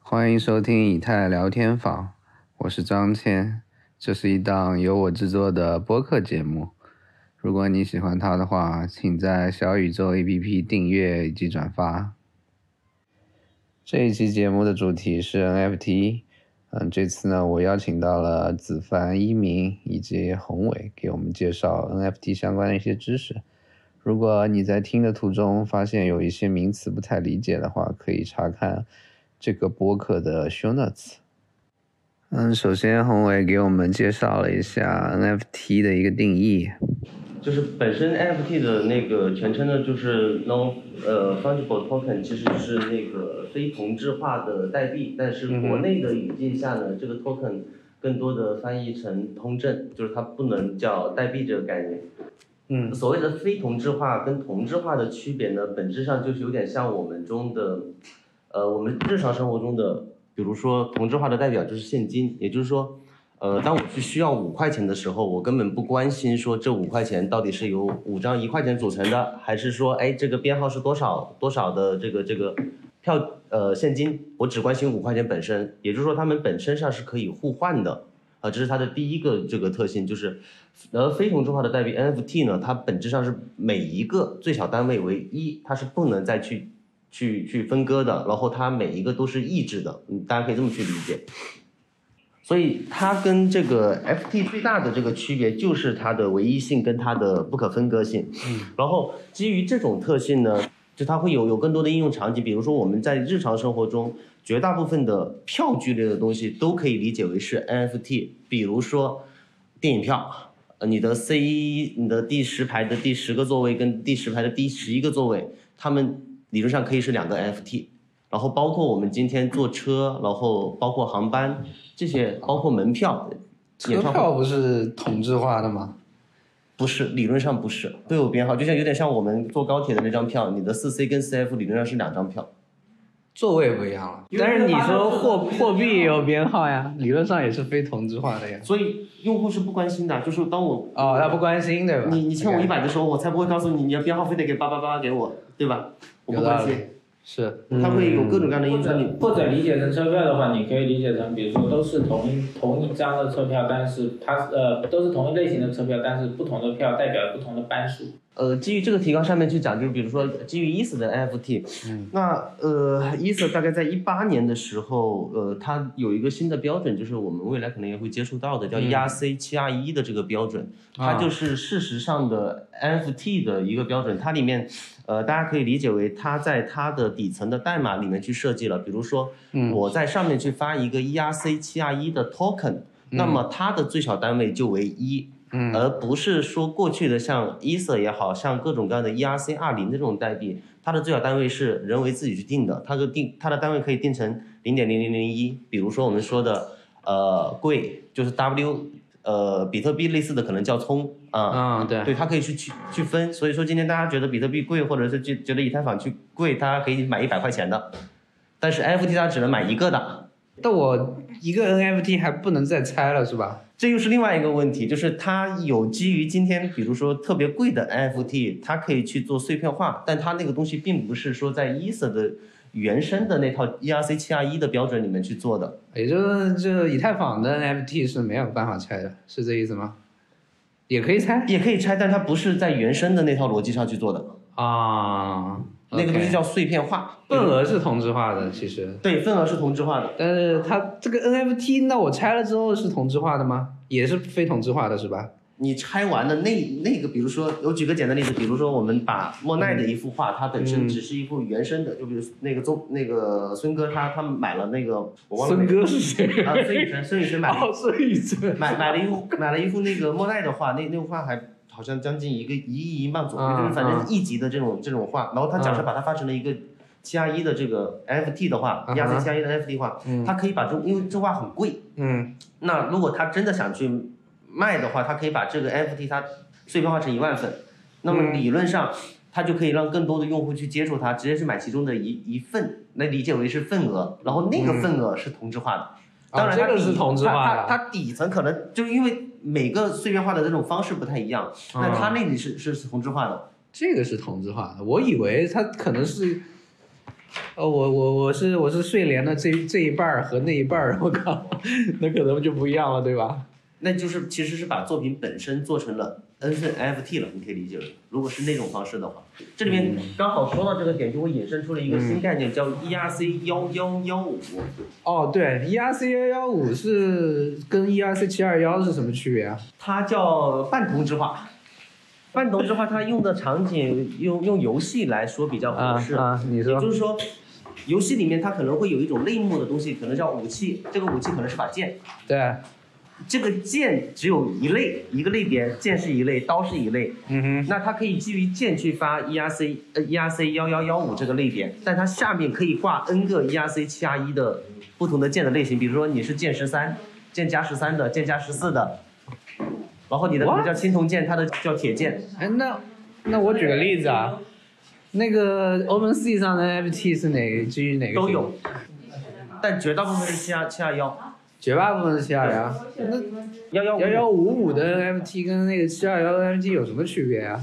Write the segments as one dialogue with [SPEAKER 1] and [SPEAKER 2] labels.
[SPEAKER 1] 欢迎收听以太聊天坊，我是张谦。这是一档由我制作的播客节目。如果你喜欢它的话，请在小宇宙 APP 订阅以及转发。这一期节目的主题是 NFT。嗯，这次呢，我邀请到了子凡、一鸣以及宏伟，给我们介绍 NFT 相关的一些知识。如果你在听的途中发现有一些名词不太理解的话，可以查看这个播客的 show notes。嗯，首先宏伟给我们介绍了一下 NFT 的一个定义。
[SPEAKER 2] 就是本身 NFT 的那个全称呢，就是 non 呃 fungible token，其实是那个非同质化的代币，但是国内的语境下呢，这个 token 更多的翻译成通证，就是它不能叫代币这个概念。
[SPEAKER 1] 嗯
[SPEAKER 2] 所谓的非同质化跟同质化的区别呢，本质上就是有点像我们中的，呃，我们日常生活中的，比如说同质化的代表就是现金，也就是说，呃，当我去需要五块钱的时候，我根本不关心说这五块钱到底是由五张一块钱组成的，还是说，哎，这个编号是多少多少的这个这个票呃现金，我只关心五块钱本身，也就是说，它们本身上是可以互换的。啊，这是它的第一个这个特性，就是，而非同质化的代币 NFT 呢，它本质上是每一个最小单位为一，它是不能再去去去分割的，然后它每一个都是抑制的，嗯，大家可以这么去理解。所以它跟这个 FT 最大的这个区别就是它的唯一性跟它的不可分割性。然后基于这种特性呢，就它会有有更多的应用场景，比如说我们在日常生活中，绝大部分的票据类的东西都可以理解为是 NFT，比如说电影票，呃，你的 C 一，你的第十排的第十个座位跟第十排的第十一个座位，它们理论上可以是两个 NFT。然后包括我们今天坐车，然后包括航班这些，包括门票、演
[SPEAKER 1] 车
[SPEAKER 2] 唱会
[SPEAKER 1] 票不是同质化的吗？
[SPEAKER 2] 不是，理论上不是，都有编号，就像有点像我们坐高铁的那张票，你的四 C 跟四 F 理论上是两张票。
[SPEAKER 1] 座位不一样了，
[SPEAKER 3] 因为
[SPEAKER 1] 但是你说
[SPEAKER 3] 它
[SPEAKER 1] 货
[SPEAKER 3] 不一样
[SPEAKER 1] 货币也有编号呀，理论上也是非同质化的呀。
[SPEAKER 2] 所以用户是不关心的，就是当我
[SPEAKER 1] 哦，他不关心对吧？
[SPEAKER 2] 你你欠我
[SPEAKER 1] OK
[SPEAKER 2] 一百的时候，我才不会告诉你，你要编号非得给八八八给我，对吧？我不关
[SPEAKER 1] 有
[SPEAKER 2] 心
[SPEAKER 1] 道，嗯是，
[SPEAKER 2] 它会有各种各样的
[SPEAKER 3] 或
[SPEAKER 2] 因素。
[SPEAKER 3] 者
[SPEAKER 2] 你
[SPEAKER 3] 或者理解成车票的话，你可以理解成，比如说都是同一同一张的车票，但是它呃都是同一类型的车票，但是不同的票代表不同的班数。
[SPEAKER 2] 呃，基于这个提纲上面去讲，就是比如说基于 ETH 的 NFT，、那呃 ETH 大概在一八年的时候，呃，它有一个新的标准，就是我们未来可能也会接触到的，叫 ERC 七二一的这个标准。它就是事实上的 NFT 的一个标准，它里面，呃，大家可以理解为它在它的底层的代码里面去设计了，比如说，我在上面去发一个 ERC 七二一的 token，、那么它的最小单位就为一、而不是说过去的像 ETH 也好像各种各样的 ERC 二零这种代币，它的最小单位是人为自己去定的，它的定它的单位可以定成零点零零零一，比如说我们说的呃贵就是 W，呃比特币类似的可能叫葱啊。
[SPEAKER 1] 嗯，对，
[SPEAKER 2] 对，它可以去去去分，所以说今天大家觉得比特币贵，或者是觉觉得以太坊去贵，大家可以买一百块钱的，但是 NFT 它只能买一个的，
[SPEAKER 1] 但我一个 NFT 还不能再拆了是吧？
[SPEAKER 2] 这又是另外一个问题，就是它有基于今天，比如说特别贵的 NFT，它可以去做碎片化，但它那个东西并不是说在 ETH 的原生的那套 ERC 七二一的标准里面去做的。
[SPEAKER 1] 也就是这以太坊的 NFT 是没有办法拆的，是这意思吗？也可以拆
[SPEAKER 2] 也可以拆，但它不是在原生的那套逻辑上去做的，
[SPEAKER 1] 啊，
[SPEAKER 2] 那个东
[SPEAKER 1] OK
[SPEAKER 2] 西叫碎片化。
[SPEAKER 1] 份额是同质化的，其实，
[SPEAKER 2] 对，份额是同质化的。
[SPEAKER 1] 但是它这个 NFT，那我拆了之后是同质化的吗？也是非同质化的是吧？
[SPEAKER 2] 你拆完的那那个，比如说，我举个简单例子，比如说我们把莫奈的一幅画，它本
[SPEAKER 1] 嗯
[SPEAKER 2] 身只是一幅原生的，就比如那个宗那个孙哥他他买了那个我忘了
[SPEAKER 1] 孙哥是谁？
[SPEAKER 2] 啊，孙雨辰，孙雨辰买了一
[SPEAKER 1] 哦，孙宇辰。
[SPEAKER 2] 买买了一幅买了一幅那个莫奈的画，那那幅画还好像将近一个一亿一万左右，
[SPEAKER 1] 嗯
[SPEAKER 2] 就是反正一级的这种这种画。然后他假设把它发成了一个七二一的这个 FT 的画，
[SPEAKER 1] 嗯哼
[SPEAKER 2] 亚瑟七二一的 FT 画，他可以把这因为这画很贵，
[SPEAKER 1] 嗯
[SPEAKER 2] 那如果他真的想去卖的话，他可以把这个 FT 它碎片化成一万份，那么
[SPEAKER 1] 嗯
[SPEAKER 2] 理论上。它就可以让更多的用户去接触它，直接去买其中的一一份，来理解为是份额，然后那个份额是同质化的。
[SPEAKER 1] 嗯哦
[SPEAKER 2] 当然
[SPEAKER 1] 这
[SPEAKER 2] 它底，
[SPEAKER 1] 个是同质化的
[SPEAKER 2] 它它它底层可能就是因为每个碎片化的这种方式不太一样，
[SPEAKER 1] 嗯
[SPEAKER 2] 那它那里是是是同质化的。
[SPEAKER 1] 这个是同质化的，我以为它可能是呃，我我我是我是睡莲的这这一半儿和那一半儿，我靠， 那可能就不一样了，对吧？
[SPEAKER 2] 那就是其实是把作品本身做成了 NFT 了，你可以理解为，如果是那种方式的话，这里
[SPEAKER 1] 嗯
[SPEAKER 2] 面刚好说到这个点，就会衍生出了一个新概念，叫 ERC 幺幺幺五。
[SPEAKER 1] 哦，对，ERC 幺幺五是跟 ERC 七二幺是什么区别啊？
[SPEAKER 2] 它叫半同质化。半同质化，它用的场景用用游戏来说比较合适，
[SPEAKER 1] 啊，你
[SPEAKER 2] 也就是说，游戏里面它可能会有一种类目的东西，可能叫武器，这个武器可能是把剑，
[SPEAKER 1] 对，
[SPEAKER 2] 这个剑只有一类，一个类别，剑是一类，刀是一类，
[SPEAKER 1] 嗯哼，
[SPEAKER 2] 那它可以基于剑去发 ERC 呃 ERC 幺幺幺五这个类别，但它下面可以挂 N 个 ERC 七二一的不同的剑的类型，比如说你是剑十三、剑加十三的、剑加十四的，然后你的可能
[SPEAKER 1] What？
[SPEAKER 2] 叫青铜剑，它的叫铁剑。
[SPEAKER 1] 哎，那那我举个例子啊，那个 OpenSea 上的 NFT 是哪基于哪个
[SPEAKER 2] 都
[SPEAKER 1] 型
[SPEAKER 2] 有，但绝大部分是七二七二幺
[SPEAKER 1] 绝大部分是七二幺。那
[SPEAKER 2] 幺幺
[SPEAKER 1] 幺幺五五的 NFT 跟那个七二幺的 NFT 有什么区别啊？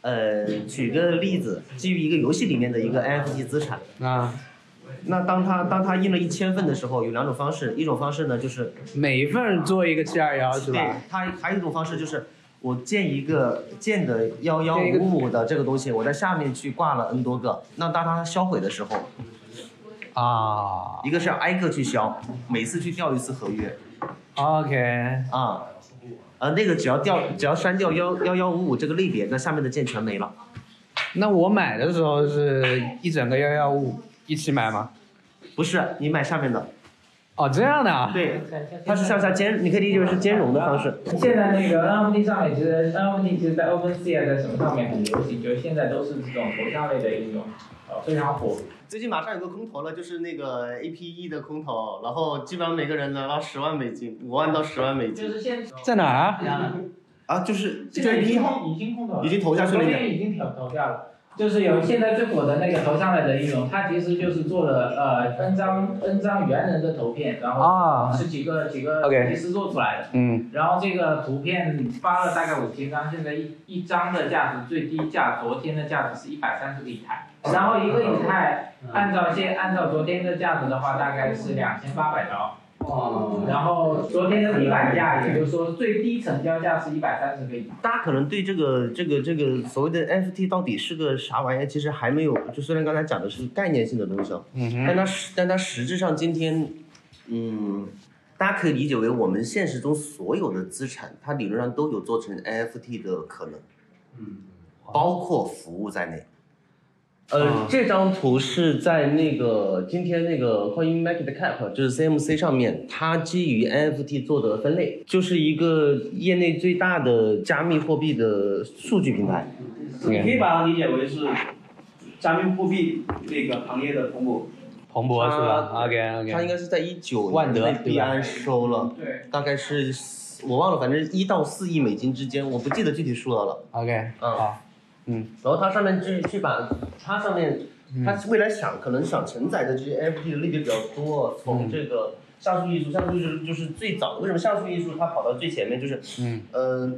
[SPEAKER 2] 呃，举个例子，基于一个游戏里面的一个 NFT 资产，
[SPEAKER 1] 啊，
[SPEAKER 2] 那当它当它印了一千份的时候，有两种方式，一种方式呢就是
[SPEAKER 1] 每一份做一个七二幺是
[SPEAKER 2] 对
[SPEAKER 1] 吧？，
[SPEAKER 2] 它还有一种方式就是，我建一个建的幺幺
[SPEAKER 1] 建一个
[SPEAKER 2] 五五的这个东西，我在下面去挂了 n 多个，那当它销毁的时候，
[SPEAKER 1] 啊
[SPEAKER 2] 一个是要挨个去销，每次去调一次合约
[SPEAKER 1] ，OK，
[SPEAKER 2] 啊。呃，那个只要调，只要删掉幺幺幺五五这个类别，那下面的键全没了。
[SPEAKER 1] 那我买的时候是一整个幺幺五一起买吗？
[SPEAKER 2] 不是，你买下面的，
[SPEAKER 1] 哦，这样的啊，
[SPEAKER 2] 对，它是向下兼，你可以理解为是兼容的方式。
[SPEAKER 3] 啊现在那个 NFT 上面，其实 NFT 其实在 OpenSea 在什么上面很流行，就是现在都是这种头像类的应用，呃，非常火。
[SPEAKER 2] 最近马上有个空投了，就是那个 A P E 的空投，然后基本上每个人拿到十万美金，五万到十万美金
[SPEAKER 3] 是现在
[SPEAKER 1] 在哪儿啊？
[SPEAKER 2] 啊，就是
[SPEAKER 3] 现
[SPEAKER 2] 就
[SPEAKER 3] 在
[SPEAKER 2] A
[SPEAKER 3] 已
[SPEAKER 2] P
[SPEAKER 3] 经
[SPEAKER 2] E
[SPEAKER 3] 已经空投了，
[SPEAKER 2] 已经投下去了
[SPEAKER 3] 已经已经投投下了。就是有现在最火的那个头像类的应用，它其实就是做了呃 N 张 N 张猿人的图片，然后
[SPEAKER 2] 哦
[SPEAKER 1] 啊，
[SPEAKER 3] 是几个几个
[SPEAKER 1] OK
[SPEAKER 3] 技师做出来的。
[SPEAKER 1] 嗯，
[SPEAKER 3] 然后这个图片发了大概五千张，现在一一张的价值最低价，昨天的价值是一百三十个以太，然后一个以太按照现按照昨天的价值的话，大概是两千八百刀。哦，然后昨天的底板价，也就是说最低成交价是一百三十个以太。
[SPEAKER 2] 大家可能对这个这个这个所谓的 NFT 到底是个啥玩意儿，其实还没有。就虽然刚才讲的是概念性的东西啊，
[SPEAKER 1] 嗯哼，
[SPEAKER 2] 但它实但它实质上今天，嗯，大家可以理解为我们现实中所有的资产，它理论上都有做成 NFT 的可能，嗯，包括服务在内。
[SPEAKER 1] 啊
[SPEAKER 2] 呃，这张图是在那个今天那个 Coin Market Cap，就是 CMC 上面，它基于 NFT 做的分类，就是一个业内最大的加密货币的数据平台。
[SPEAKER 4] 你可以把它理解为是加密货币那个行业的蓬勃。
[SPEAKER 1] 彭博是吧？OK
[SPEAKER 2] 它应
[SPEAKER 1] OK，
[SPEAKER 2] 该是在一九
[SPEAKER 1] 万德对吧
[SPEAKER 2] 币安收了，
[SPEAKER 3] 对，
[SPEAKER 2] 大概是四我忘了，反正一到四亿美金之间，我不记得具体数额了。
[SPEAKER 1] OK，
[SPEAKER 2] 嗯
[SPEAKER 1] 好，
[SPEAKER 2] 然后它上面去去把它上面，它未来想可能想承载的这些 NFT 的类别比较多，从这个像素艺术，像素艺术就是最早，为什么像素艺术它跑到最前面？就是，
[SPEAKER 1] 嗯，
[SPEAKER 2] 呃，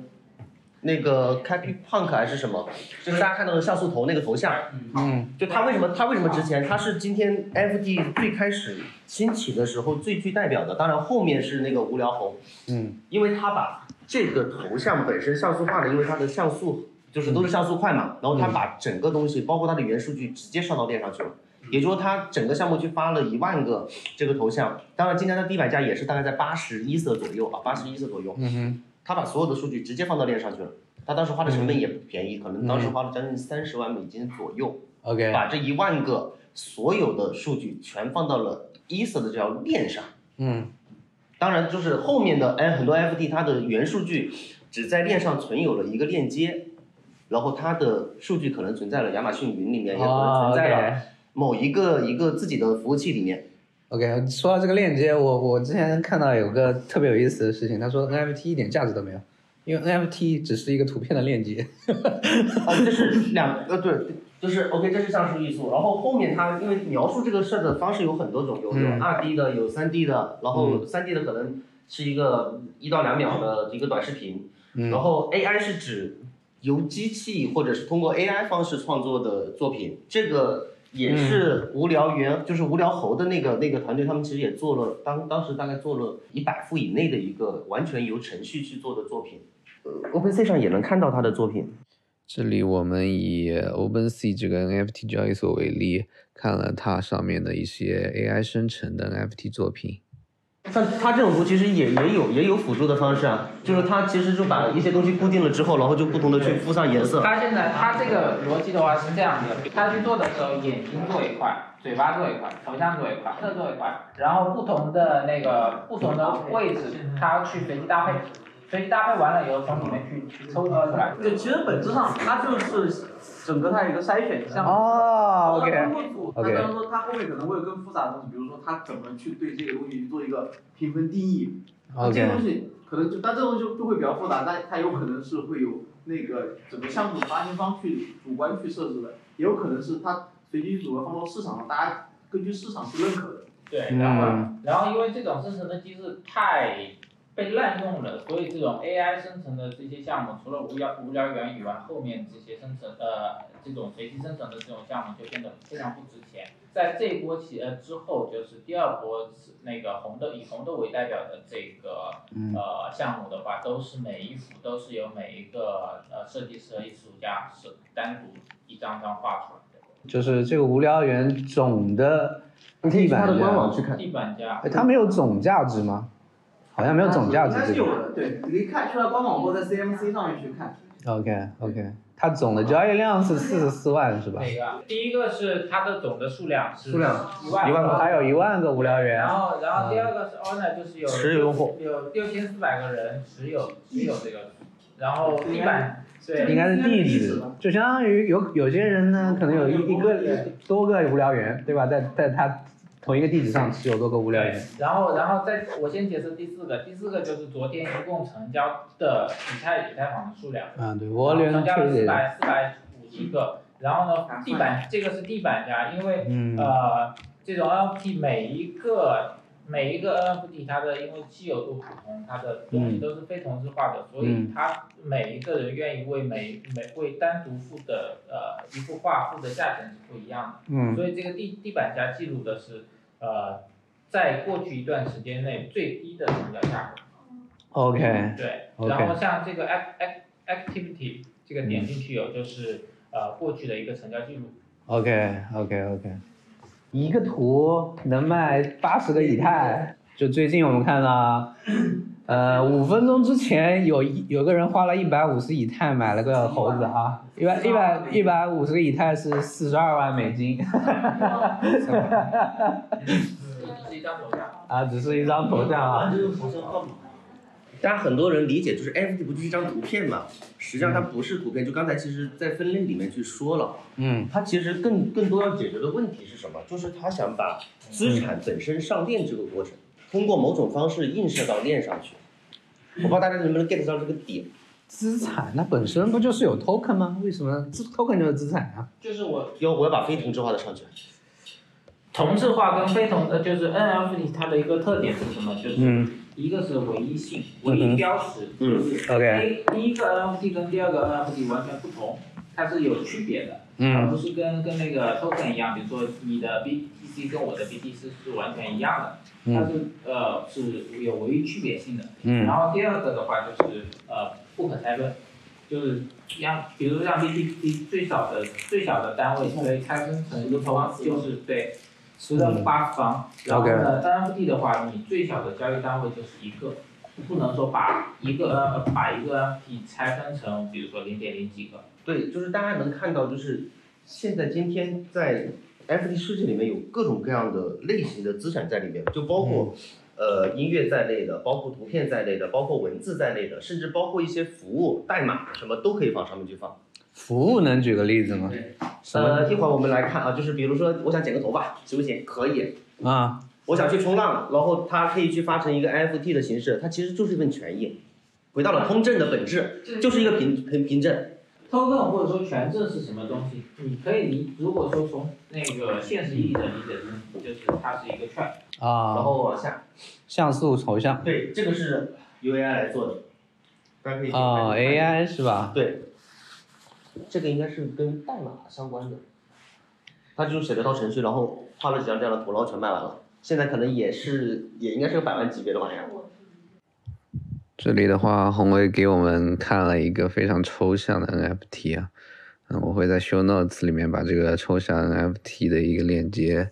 [SPEAKER 2] 那个 Happy Punk 还是什么，就是大家看到的像素头那个头像，
[SPEAKER 1] 嗯
[SPEAKER 2] 就它为什么它为什么值钱？它是今天 NFT 最开始兴起的时候最具代表的，当然后面是那个无聊猴，
[SPEAKER 1] 嗯
[SPEAKER 2] 因为它把这个头像本身像素化了，因为它的像素就是都是像素块嘛，然后
[SPEAKER 1] 嗯
[SPEAKER 2] 它把整个东西，包括它的原数据，直接上到链上去了。也就是说，它整个项目去发了一万个这个头像，当然今天的地板价也是大概在八十一色左右吧，八十一色左右。
[SPEAKER 1] 嗯哼，嗯
[SPEAKER 2] 他把所有的数据直接放到链上去了，他当时花的成本也不便宜，可能当时花了将近三十万美金左右。
[SPEAKER 1] ，OK，
[SPEAKER 2] 把这一万个所有的数据全放到了 ESA 的这条链上。
[SPEAKER 1] 嗯
[SPEAKER 2] 当然，就是后面的哎，很多 FT 它的原数据只在链上存有了一个链接，然后它的数据可能存在了亚马逊云里面，也可
[SPEAKER 1] 哦
[SPEAKER 2] 能存在了
[SPEAKER 1] ，OK
[SPEAKER 2] 某一个一个自己的服务器里面。
[SPEAKER 1] OK，说到这个链接，我我之前看到有个特别有意思的事情，他说 NFT 一点价值都没有，因为 NFT 只是一个图片的链接。
[SPEAKER 2] 啊，这是两呃对，就是 OK，这是像素艺术。然后后面它因为描述这个事儿的方式有很多种，有有
[SPEAKER 1] 嗯
[SPEAKER 2] 二 D 的，有三 D 的，然后三 D 的可能是一个一到两秒的一个短视频。
[SPEAKER 1] 嗯
[SPEAKER 2] 然后 AI 是指由机器或者是通过 AI 方式创作的作品，这个也是无聊猿，就是无聊猴的那个那个团队，他们其实也做了，当当时大概做了一百幅以内的一个完全由程序去做的作品。呃，OpenSea 上也能看到他的作品。
[SPEAKER 5] 这里我们以 OpenSea 这个 NFT 交易所为例，看了它上面的一些 AI 生成的 NFT 作品。
[SPEAKER 2] 像他这种图其实也也有也有辅助的方式啊，就是他其实就把一些东西固定了之后，然后就不同的去敷上颜色。
[SPEAKER 3] 他现在他这个逻辑的话是这样的，他去做的时候，眼睛做一块，嘴巴做一块，头像做一块，侧做一块，然后不同的那个不同的位置，他去随机搭配，随机搭配完了以后从里面去去抽取出来。
[SPEAKER 4] 对，其实本质上它就是整个它有一个筛选项。
[SPEAKER 1] 哦
[SPEAKER 4] 它
[SPEAKER 1] ，OK，
[SPEAKER 4] 工作组，它
[SPEAKER 1] OK
[SPEAKER 4] 当然说它后面可能会有更复杂的东西，比如说它怎么去对这个东西去做一个评分定义。那这
[SPEAKER 1] OK
[SPEAKER 4] 个东西可能就，但这个东西就就会比较复杂，但它有可能是会有那个整个项目发行方去主观去设置的，也有可能是它随机组合放到市场上，大家根据市场去认可的。
[SPEAKER 3] 对，然后、然后因为这种生成的机制太被滥用了，所以这种 AI 生成的这些项目，除了无聊无聊猿以外，后面这些生成呃这种随机生成的这种项目就变得非常不值钱。在这一波起呃之后，就是第二波是那个红豆以红豆为代表的这个
[SPEAKER 5] 嗯
[SPEAKER 3] 呃项目的话，都是每一幅都是由每一个呃设计师和艺术家是单独一张张画出来的，
[SPEAKER 1] 就是这个无聊猿总的地
[SPEAKER 2] 他
[SPEAKER 1] 板
[SPEAKER 2] 的官网
[SPEAKER 1] 价，
[SPEAKER 2] 去看。
[SPEAKER 3] 地板价
[SPEAKER 1] 哎它没有总价值吗？好像没有总价值
[SPEAKER 4] 应该是
[SPEAKER 1] 这
[SPEAKER 4] 有
[SPEAKER 1] 个。
[SPEAKER 4] 的，对，你可以看去它官网或者在 CMC 上面去看。
[SPEAKER 1] OK OK，它总的交易量是四十四万是吧？
[SPEAKER 3] 那个，第一个是它的总的数量是
[SPEAKER 2] 数量
[SPEAKER 3] 一万
[SPEAKER 2] 一万
[SPEAKER 1] 还有一万个无聊猿
[SPEAKER 3] 然。后然后第二个是 owner 就是有
[SPEAKER 2] 持有用户
[SPEAKER 3] 有六千四百个人持有持有这个，然后地板对
[SPEAKER 1] 应该是
[SPEAKER 4] 应
[SPEAKER 1] 地
[SPEAKER 4] 该是地址
[SPEAKER 1] 址
[SPEAKER 4] 吧，
[SPEAKER 1] 就相当于有有些人呢，可能有一一个多个无聊猿，对吧？在在他同一个地址上持有多个无聊猿。
[SPEAKER 3] 然后然后再我先解释第四个，第四个就是昨天一共成交的以太以太坊的数量，
[SPEAKER 1] 啊，对，我连
[SPEAKER 3] 成交了四
[SPEAKER 1] 确
[SPEAKER 3] 百四百五十个，然后呢地板这个是地板价，因为
[SPEAKER 1] 嗯
[SPEAKER 3] 呃，这种 NFT 每一个每一个 NFT 它的因为稀有度不同，它的东西都是非同质化的，所以
[SPEAKER 1] 嗯
[SPEAKER 3] 它每一个人愿意为每每为单独付的呃一幅画付的价钱是不一样的，
[SPEAKER 1] 嗯
[SPEAKER 3] 所以这个地地板价记录的是呃在过去一段时间内最低的成交价格，
[SPEAKER 1] ，OK，
[SPEAKER 3] 对，
[SPEAKER 1] 嗯 OK
[SPEAKER 3] 然后像这个 act act activity 这个点进去有就是呃过去的一个成交记录。
[SPEAKER 1] OK OK OK，一个图能卖八十个以太。就最近我们看到，呃，五分钟之前有一有个人花了一百五十以太买了个猴子啊，一百一百一百五十个以太是四十二万美金
[SPEAKER 3] 是一张图片。
[SPEAKER 1] 啊，只是一张头像啊。
[SPEAKER 2] 大家很多人理解就是 NFT 不就是一张图片嘛？实际上它不是图片，就刚才其实在分类里面去说了，
[SPEAKER 1] 嗯
[SPEAKER 2] 它其实更更多要解决的问题是什么？就是他想把资产本身上链这个过程，通过某种方式映射到链上去。我不知道大家能不能 get 到这个点。，
[SPEAKER 1] 资产那本身不就是有 token 吗？为什么资 token 就是资产啊？
[SPEAKER 3] 就是我
[SPEAKER 2] 要我要把非同质化的上去。
[SPEAKER 3] 同质化跟非同呃，就是 NFT 它的一个特点是什么？就是
[SPEAKER 1] 嗯
[SPEAKER 3] 一个是唯一性、唯一标识，
[SPEAKER 2] 嗯
[SPEAKER 3] 就是
[SPEAKER 1] ，OK，
[SPEAKER 3] 第第一个 NFT 跟第二个 NFT 完全不同，它是有区别的，而
[SPEAKER 1] 嗯
[SPEAKER 3] 不是跟跟那个 token 一样，比如说你的 BTC 跟我的 BTC 是完全一样的，它
[SPEAKER 1] 嗯
[SPEAKER 3] 是呃是有唯一区别性的。
[SPEAKER 1] 嗯
[SPEAKER 3] 然后第二个的话就是呃不可拆分，就是让比如让 BTC 最小的最小的单位可以拆分成一个方，就是对十的八次方。然后呢，NFT 的话，你最小的交易单位就是一个，不能说把一个 N 呃把一个 NFT 拆分成比如说零点零几个。
[SPEAKER 2] 对，就是大家能看到，就是现在今天在 FT 世界里面有各种各样的类型的资产在里面，就包括、
[SPEAKER 1] 嗯
[SPEAKER 2] 呃音乐在内的，包括图片在内的，包括文字在内的，甚至包括一些服务代码什么都可以往上面去放。
[SPEAKER 1] 服务能举个例子吗？什么
[SPEAKER 2] 呃，一会儿我们来看啊，就是比如说我想剪个头发，行不行？可以。
[SPEAKER 1] 啊？
[SPEAKER 2] 我想去冲浪，然后它可以去发成一个 NFT 的形式，它其实就是一份权益，回到了通证的本质，就是一个凭凭凭证。
[SPEAKER 3] token 或者说权证是什么东西？你可以理，如果说从那个现实意义的理解中，就是它是一个券，
[SPEAKER 2] 然
[SPEAKER 1] 啊，
[SPEAKER 2] 后往下。
[SPEAKER 1] 像素头像
[SPEAKER 2] 对，这个是由 AI 来做的，大家可以去看
[SPEAKER 1] 啊，AI 是吧？
[SPEAKER 2] 对，这个应该是跟代码相关的。他就写了套程序，然后画了几张这样的图，然后全卖完了。现在可能也是也应该是个百万级别的玩意儿。
[SPEAKER 5] 这里的话，宏伟给我们看了一个非常抽象的 NFT 啊，嗯，我会在 show notes 里面把这个抽象 NFT 的一个链接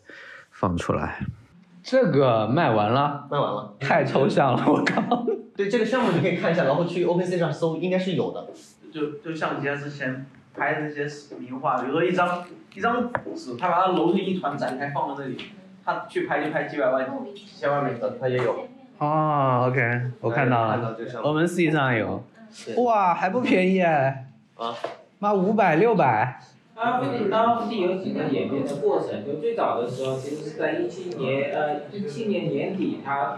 [SPEAKER 5] 放出来。
[SPEAKER 1] 这个卖完了，
[SPEAKER 2] 卖完了。
[SPEAKER 1] 太抽象了，我靠！
[SPEAKER 2] 对这个项目你可以看一下，然后去 OpenSea 上搜，应该是有的。
[SPEAKER 4] 就就像人家之前拍的那些名画，比如说一张一张纸，他把它揉成一团展开放在那里，他去拍就拍几百万、几千万美金。
[SPEAKER 2] 呃，它也有。
[SPEAKER 1] 哦，OK，我看到
[SPEAKER 2] 看
[SPEAKER 1] 了，
[SPEAKER 2] 到这个项
[SPEAKER 1] 我
[SPEAKER 2] 目。
[SPEAKER 1] 们 C 上有，
[SPEAKER 2] 对
[SPEAKER 1] 哇，还不便宜哎！
[SPEAKER 2] 啊，
[SPEAKER 1] 妈五百六百，
[SPEAKER 3] NFT NFT 有几个演变的过程，就最早的时候其实是在一七年，呃，一七年年底，它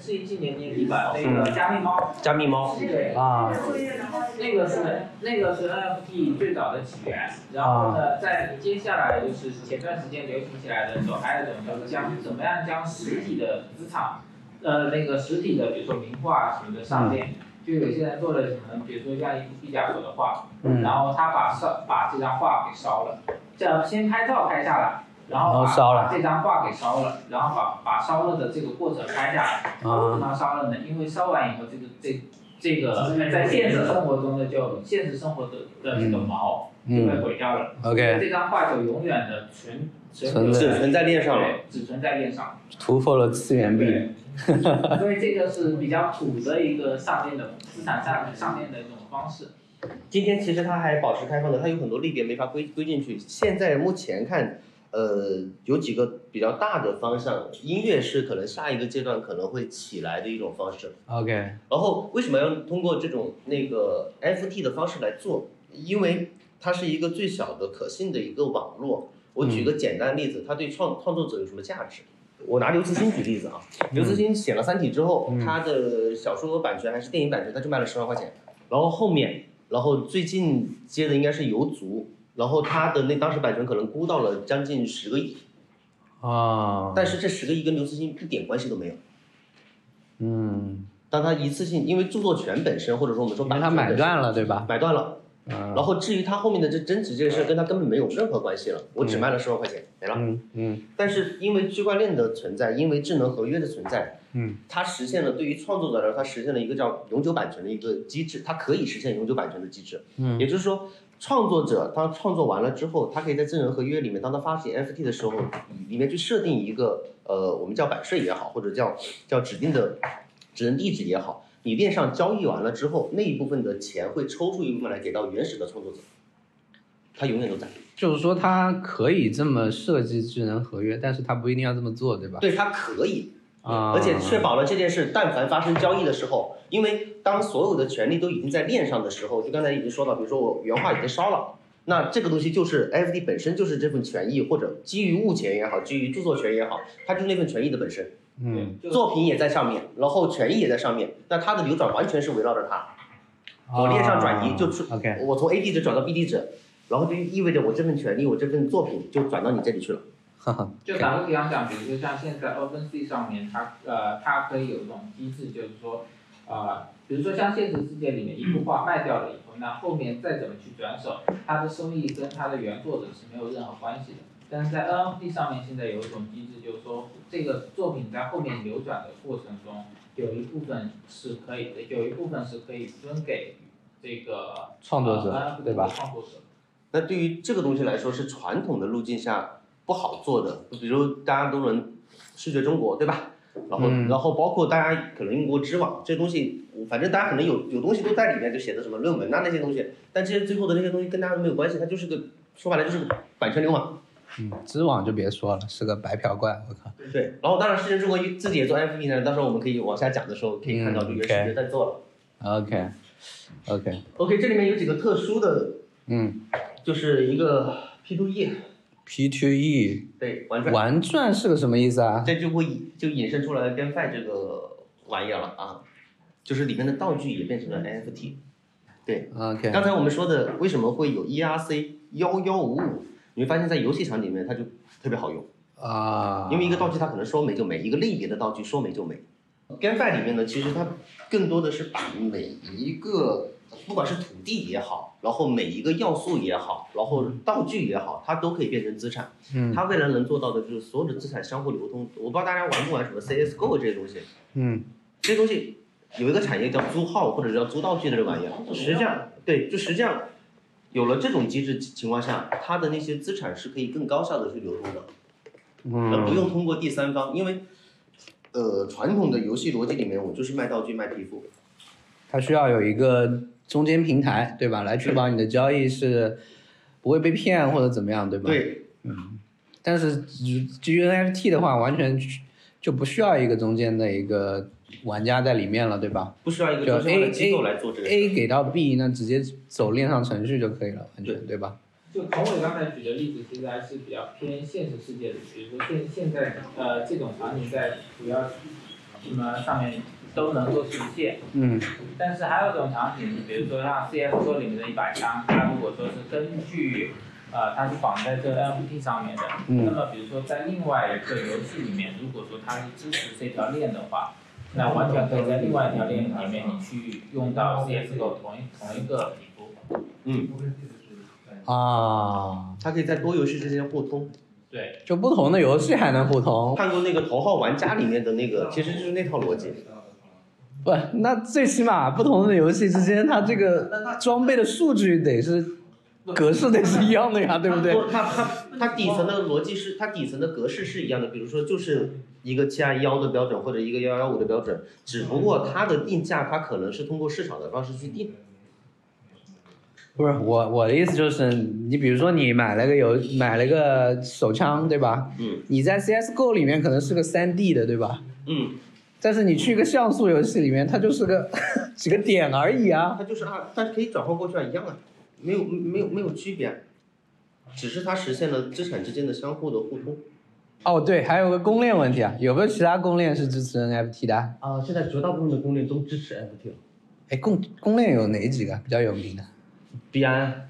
[SPEAKER 3] 是一七年年底吧，那个加密猫，
[SPEAKER 2] 加密猫。
[SPEAKER 3] 对，
[SPEAKER 1] 啊，
[SPEAKER 3] 那个是那个是 NFT 最早的起源，然后呢，在接下来就是前段时间流行起来的时候，还有一种叫做将怎么样将实体的资产，呃，那个实体的比如说名画啊什么的上链，就有些人做了可能比如说像一幅毕加索的画，
[SPEAKER 1] 嗯，
[SPEAKER 3] 然后他把烧把这张画给烧了，这样先拍照拍下来，然后
[SPEAKER 1] 然后
[SPEAKER 3] 把
[SPEAKER 1] 烧了
[SPEAKER 3] 把这张画给烧了，然后把把烧了的这个过程拍下来。为什
[SPEAKER 1] 啊，
[SPEAKER 3] 么要烧了呢？因为烧完以后，这个这这个在现实生活中的就现实生活的的这个毛就被
[SPEAKER 1] 嗯
[SPEAKER 3] 毁掉了，
[SPEAKER 1] ，OK，
[SPEAKER 3] 这张画就永远的存
[SPEAKER 1] 存
[SPEAKER 3] 存
[SPEAKER 1] 在
[SPEAKER 2] 只存在链
[SPEAKER 3] 对
[SPEAKER 2] 上了。，
[SPEAKER 3] 只存在链上。
[SPEAKER 1] 突破了次元壁。
[SPEAKER 3] 对，所以这个是比较土的一个上链的资产上上链的一种方式。
[SPEAKER 2] 今天其实它还保持开放的，它有很多类别没法归归进去。现在目前看，呃，有几个比较大的方向，音乐是可能下一个阶段可能会起来的一种方式。
[SPEAKER 1] OK，
[SPEAKER 2] 然后为什么要通过这种那个 FT 的方式来做？因为它是一个最小的可信的一个网络。我举个简单例子，它对创创作者有什么价值？我拿刘慈欣举例子啊， 刘慈欣写了《三体》之后，
[SPEAKER 1] 嗯
[SPEAKER 2] 他的小说版权还是电影版权，他就卖了十万块钱。然后后面，然后最近接的应该是游族，然后他的那当时版权可能估到了将近十个亿，
[SPEAKER 1] 啊，
[SPEAKER 2] 但是这十个亿跟刘慈欣一点关系都没有。
[SPEAKER 1] 嗯，
[SPEAKER 2] 当他一次性因为著作权本身，或者说我们说
[SPEAKER 1] 因
[SPEAKER 2] 版
[SPEAKER 1] 为
[SPEAKER 2] 权
[SPEAKER 1] 他买
[SPEAKER 2] 本身
[SPEAKER 1] 断了，对吧？
[SPEAKER 2] 买断了。
[SPEAKER 1] 嗯
[SPEAKER 2] 然后至于他后面的这增值这个事儿，跟他根本没有任何关系了。我只卖了十万块钱，没了。
[SPEAKER 1] 嗯嗯
[SPEAKER 2] 但是因为区块链的存在，因为智能合约的存在，
[SPEAKER 1] 嗯，
[SPEAKER 2] 它实现了对于创作者来说，它实现了一个叫永久版权的一个机制，它可以实现永久版权的机制。
[SPEAKER 1] 嗯
[SPEAKER 2] 也就是说，创作者当创作完了之后，他可以在智能合约里面，当他发行 NFT 的时候，里面去设定一个呃，我们叫版税也好，或者叫叫指定的指定地址也好，你链上交易完了之后，那一部分的钱会抽出一部分来给到原始的创作者，他永远都在。
[SPEAKER 1] 就是说它可以这么设计智能合约，但是它不一定要这么做，对吧？
[SPEAKER 2] 对，他可以，
[SPEAKER 1] 啊，
[SPEAKER 2] 而且确保了这件事，但凡发生交易的时候，因为当所有的权利都已经在链上的时候，就刚才已经说到，比如说我原画已经烧了，那这个东西就是 NFT 本身就是这份权益，或者基于物权也好，基于著作权也好，它就是那份权益的本身，
[SPEAKER 1] 嗯
[SPEAKER 3] 就
[SPEAKER 2] 作品也在上面，然后权益也在上面，那它的流转完全是围绕着它。我链上转移就出
[SPEAKER 1] 啊 OK，
[SPEAKER 2] 我从 A 地址转到 B 地址，然后就意味着我这份权利，我这份作品就转到你这里去了。
[SPEAKER 1] 哈哈，
[SPEAKER 3] 就打个比方讲，比如说像现在 OpenSea 上面，它呃，它可以有一种机制，就是说，呃，比如说像现实世界里面一幅画卖掉了以后，那后面再怎么去转手，它的收益跟它的原作者是没有任何关系的。但是在 NFT 上面，现在有一种机制，就是说这个作品在后面流转的过程中，有一部分是可以，有一部分是可以分给这个
[SPEAKER 1] 创作者
[SPEAKER 3] 呃 NFT
[SPEAKER 1] 对吧
[SPEAKER 3] 的创作者。
[SPEAKER 2] 那对于这个东西来说，是传统的路径下不好做的，比如大家都能视觉中国，对吧？然后，
[SPEAKER 1] 嗯
[SPEAKER 2] 然后包括大家可能用过知网这东西，反正大家可能有有东西都在里面，就写的什么论文啊那些东西，但这些最后的那些东西跟大家都没有关系，它就是个说白了就是个版权流氓。
[SPEAKER 1] 嗯，知网就别说了，是个白嫖怪，我靠，
[SPEAKER 2] 对，然后当然视觉中国自己也做 FP 呢，到时候我们可以往下讲的时候可以看到
[SPEAKER 1] 嗯
[SPEAKER 2] 就原始人在做了。
[SPEAKER 1] OK OK，
[SPEAKER 2] OK，这里面有几个特殊的，
[SPEAKER 1] 嗯
[SPEAKER 2] 就是一个 P2E，
[SPEAKER 1] ，P2E
[SPEAKER 2] 对，玩转。
[SPEAKER 1] E，玩转是个什么意思啊？
[SPEAKER 2] 这就会引就引申出来 GameFi 这个玩意儿了啊，就是里面的道具也变成了 NFT。
[SPEAKER 1] OK，
[SPEAKER 2] 刚才我们说的为什么会有 ERC 幺幺五五，你会发现在游戏场里面它就特别好用，
[SPEAKER 1] 啊，
[SPEAKER 2] 因为一个道具它可能说没就没，一个类别的道具说没就没。GameFi 里面呢，其实它更多的是把每一个不管是土地也好，然后每一个要素也好，然后道具也好，它都可以变成资产。
[SPEAKER 5] 嗯
[SPEAKER 2] 它未来能做到的就是所有的资产相互流通。我不知道大家玩不玩什么 CSGO 这些东西，
[SPEAKER 5] 嗯
[SPEAKER 2] 这些东西有一个产业叫租号或者叫租道具的这玩意儿，实际上对，就实际上有了这种机制情况下，它的那些资产是可以更高效的去流通的。那不
[SPEAKER 5] 嗯
[SPEAKER 2] 用通过第三方，因为呃传统的游戏逻辑里面，我就是卖道具卖皮肤，
[SPEAKER 1] 它需要有一个中间平台，对吧？来确保你的交易是不会被骗或者怎么样，对吧？。
[SPEAKER 2] 对，
[SPEAKER 1] 但是只基于 NFT 的话，完全就不需要一个中间的一个玩家在里面了，对吧
[SPEAKER 2] 不需要一个中心化的机构来做这个事。
[SPEAKER 1] ？A 给到 B，那直接走链上程序就可以了，完全对吧？
[SPEAKER 3] 就孔伟刚才举的例子，其实还是比较偏现实世界的，比如说现现在呃这种场景在主要什么上面都能够实现，
[SPEAKER 1] 嗯
[SPEAKER 3] 但是还有一种场景，比如说像 CSGO 里面的一把枪，它如果说是根据呃它是绑在这个 NFT 上面的，那
[SPEAKER 1] 嗯
[SPEAKER 3] 么比如说在另外一个游戏里面，如果说它是支持这条链的话，那完全可以在另外一条链里面你去用到 CSGO 同一同一个皮肤，
[SPEAKER 1] 啊，
[SPEAKER 2] 它可以在多游戏之间互通。
[SPEAKER 3] 对。
[SPEAKER 1] 就不同的游戏还能互通，
[SPEAKER 2] 看过那个《头号玩家》里面的那个，其实就是那套逻辑。
[SPEAKER 1] 不，那最起码不同的游戏之间，它这个装备的数据得是格式得是一样的呀，对不对？
[SPEAKER 2] 它它它底层的逻辑是，它底层的格式是一样的，比如说就是一个七二幺的标准或者一个幺幺五的标准，只不过它的定价它可能是通过市场的方式去定。
[SPEAKER 1] 不是我我的意思就是，你比如说你买了个游买了个手枪，对吧？
[SPEAKER 2] 嗯
[SPEAKER 1] 你在 CSGO 里面可能是个3 D 的，对吧？
[SPEAKER 2] 嗯，
[SPEAKER 1] 但是你去一个像素游戏里面，它就是个 几个点而已啊。
[SPEAKER 2] 它就是啊，但是可以转换过去啊，一样啊，没有没有没有区别啊，只是它实现了资产之间的相互的互通。
[SPEAKER 1] 哦，对，还有个公链问题啊，有没有其他公链是支持 NFT 的？
[SPEAKER 6] 啊，现在绝大部分的公链都支持 NFT 了。
[SPEAKER 1] 哎，公公链有哪几个比较有名的？
[SPEAKER 6] 币安，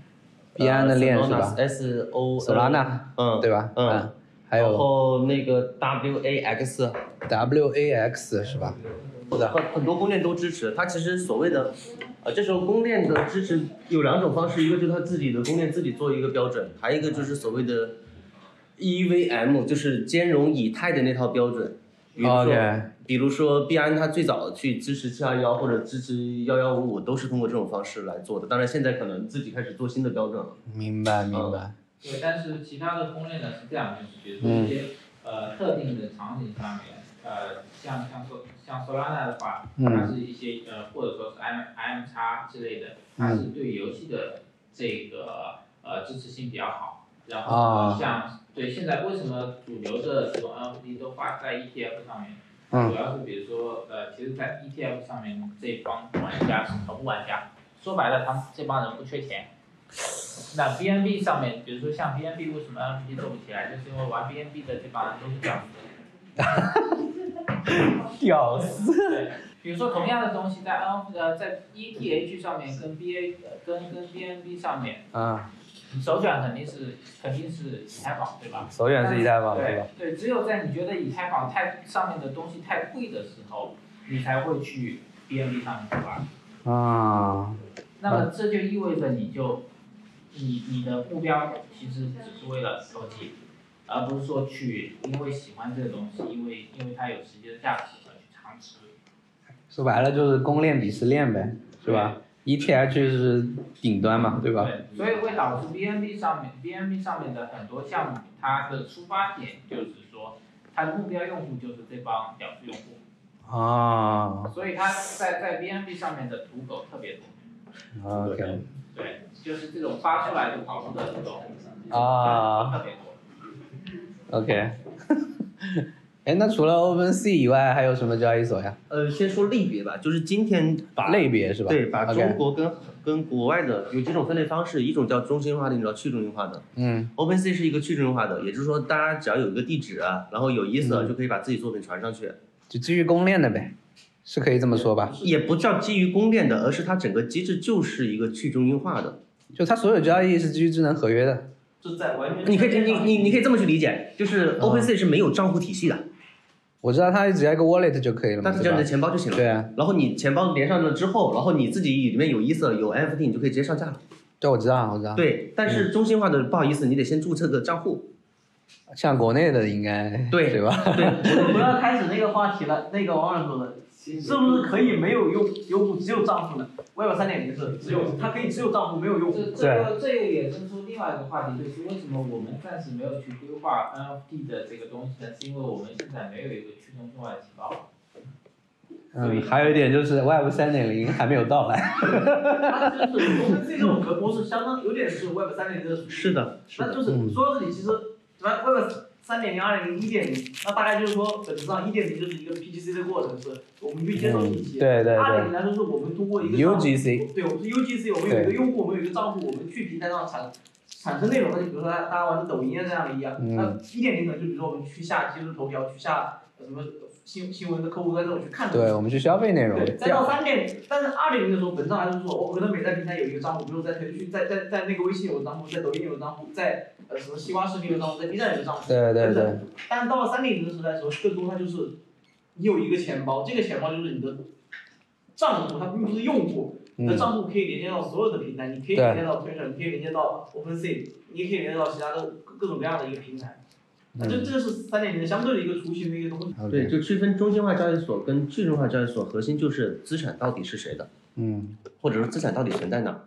[SPEAKER 1] 币安的链是吧
[SPEAKER 2] 啊？S O
[SPEAKER 1] Solana，
[SPEAKER 2] 嗯，
[SPEAKER 1] 对吧？
[SPEAKER 2] 嗯，
[SPEAKER 1] 还
[SPEAKER 2] 然
[SPEAKER 1] 有
[SPEAKER 2] 后那个 W A X，
[SPEAKER 1] WAX 是吧？是的
[SPEAKER 2] 很很多公链都支持。它其实所谓的，呃，这时候公链的支持有两种方式，一个就是它自己的公链自己做一个标准，还有一个就是所谓的 EVM，就是兼容以太的那套标准。比如说
[SPEAKER 1] OK
[SPEAKER 2] 比如说币安，它最早去支持七二幺或者支持幺幺五五，都是通过这种方式来做的。当然，现在可能自己开始做新的标准了。
[SPEAKER 1] 明白明白。
[SPEAKER 3] 对，但是其他的公链呢是这样，就是比如说一些、呃特定的场景上面，呃像像说像 Solana 的话，
[SPEAKER 1] 嗯
[SPEAKER 3] 它是一些呃或者说是 IM IM 叉之类的，它是对游戏的这个呃支持性比较好。然后
[SPEAKER 1] 啊
[SPEAKER 3] 像对现在为什么主流的这种 NFT 都挂在 ETF 上面？
[SPEAKER 1] 嗯
[SPEAKER 3] 主要是比如说，呃，其实，在 ETF 上面这帮玩家是头部玩家，说白了，他们这帮人不缺钱，那 BNB 上面，比如说像 BNB 为什么 NFT 做不起来，就是因为玩 BNB 的这帮人都是屌丝。
[SPEAKER 1] 屌丝。
[SPEAKER 3] 对， 比如说同样的东西在 N 呃在 ETH 上面跟 BA 呃跟跟 BNB 上面，
[SPEAKER 1] 啊，
[SPEAKER 3] 首选肯定是肯定是以太坊对吧？
[SPEAKER 1] 首选是以太坊，嗯对
[SPEAKER 3] 对
[SPEAKER 1] 吧？
[SPEAKER 3] 对，只有在你觉得以太坊太上面的东西太贵的时候，你才会去 BNB 上面去玩。
[SPEAKER 1] 啊，
[SPEAKER 3] 那么这就意味着你就，你你的目标其实只是为了投机，而不是说去因为喜欢这个东西，因为因为它有实际的价值而去尝试。
[SPEAKER 1] 说白了就是公链鄙视链呗，是吧？ETH E 是顶端嘛，对吧？
[SPEAKER 3] 对，所以会导致 BNB 上面 BNB 上面的很多项目，它的出发点就是说，它的目标用户就是这帮屌丝用户，
[SPEAKER 1] 啊
[SPEAKER 3] 所以它在在 BNB 上面的土狗特别多。
[SPEAKER 1] ，OK，
[SPEAKER 3] 对，就是这种发出来就跑路的这种
[SPEAKER 1] 啊
[SPEAKER 3] 特别多。
[SPEAKER 1] ，OK。哎，那除了 OpenSea 以外，还有什么交易所呀？
[SPEAKER 2] 呃，先说类别吧，就是今天把
[SPEAKER 1] 类别是吧？
[SPEAKER 2] 对，把
[SPEAKER 1] OK
[SPEAKER 2] 中国跟跟国外的有几种分类方式，一种叫中心化的，一种叫去中心化的。
[SPEAKER 1] 嗯
[SPEAKER 2] OpenSea 是一个去中心化的，也就是说，大家只要有一个地址啊，然后有 ETH，、就可
[SPEAKER 7] 嗯
[SPEAKER 2] 以把自己作品传上去，
[SPEAKER 1] 就基于公链的呗，是可以这么说吧？
[SPEAKER 2] 也不叫基于公链的，而是它整个机制就是一个去中心化的。
[SPEAKER 1] 就它所有交易是基于智能合约的。
[SPEAKER 4] 这在完全
[SPEAKER 7] 嗯
[SPEAKER 2] 你可以你你你可以这么去理解，就是 OpenSea 是没有账户体系的，
[SPEAKER 1] 我知道它只要一个 wallet 就可以了嘛，
[SPEAKER 2] 但是只
[SPEAKER 1] 对
[SPEAKER 2] 要
[SPEAKER 1] 吧
[SPEAKER 2] 你的？钱包就行了。
[SPEAKER 1] 对啊。
[SPEAKER 2] 然后你钱包连上了之后，然后你自己里面有 ETH 有 NFT，你就可以直接上架了。
[SPEAKER 1] 对，我知道，
[SPEAKER 7] 啊
[SPEAKER 1] 我知道。
[SPEAKER 2] 对，但
[SPEAKER 7] 嗯
[SPEAKER 2] 是中心化的不好意思，你得先注册个账户。
[SPEAKER 1] 像国内的应该
[SPEAKER 2] 对
[SPEAKER 1] 对吧？
[SPEAKER 7] 我们要开始那个话题了，那个王冉说的，是不是可以没有用用户只有账户呢？Web 三点零是只有它可以只有账户没有用户。
[SPEAKER 3] 这这又这又衍生出另外一个话题，就是为什么我们暂时没有去规划 NFT 的这个东西呢？是因为我们现在没有一个去中心化的钱包，
[SPEAKER 1] 嗯，还有一点就是 Web 三点零还没有到来。
[SPEAKER 7] 它就是我们这种合模式，相当有点是 Web 三点零的属性。
[SPEAKER 2] 是的，
[SPEAKER 7] 那就是
[SPEAKER 1] 嗯
[SPEAKER 7] 说到这里，其实反正 Web 三点零、二点零、一点零，那大概就是说本质上一点零就是一个 PGC 的过程，是我们去接受信息。
[SPEAKER 1] 嗯对对
[SPEAKER 7] 二点零
[SPEAKER 1] 对
[SPEAKER 7] 来说是我们通过一个账户
[SPEAKER 1] ，UGC
[SPEAKER 7] 对，我们是 UGC，我们有一个用户，我们有一个账户，我们去平台上产产生内容，那就比如说大大家玩的抖音啊这样的一样，
[SPEAKER 1] 嗯
[SPEAKER 7] 那一点零可能就比如说我们去下今日头条，去下什么新新闻的客户端这种去看东西
[SPEAKER 1] 对，我们去消费内容。
[SPEAKER 7] 对，再到三点，但是二点零的时候，本质上来说，我可能每在平台有一个账户，比如在腾讯，在在在那个微信有个账户，在抖音有个账户，在呃什么西瓜视频有个账户，在 B 站有个账户。
[SPEAKER 1] 对对对，
[SPEAKER 7] 但是到了三点零的时代的时候，更多它就是你有一个钱包，这个钱包就是你的账户，它并不是用户。你的
[SPEAKER 1] 嗯，
[SPEAKER 7] 账户可以连接到所有的平台，你可以
[SPEAKER 1] 对
[SPEAKER 7] 连接到 Twitter，你可以连接到 OpenSea，你也可以连接到其他的各各种各样的一个平台。
[SPEAKER 1] 嗯
[SPEAKER 7] 那这这就是三点零相对的一个雏形的一个东西。
[SPEAKER 1] OK
[SPEAKER 2] 对，，就区分中心化交易所跟去中心化交易所，核心就是资产到底是谁的，
[SPEAKER 1] 嗯，
[SPEAKER 2] 或者说资产到底存在哪儿。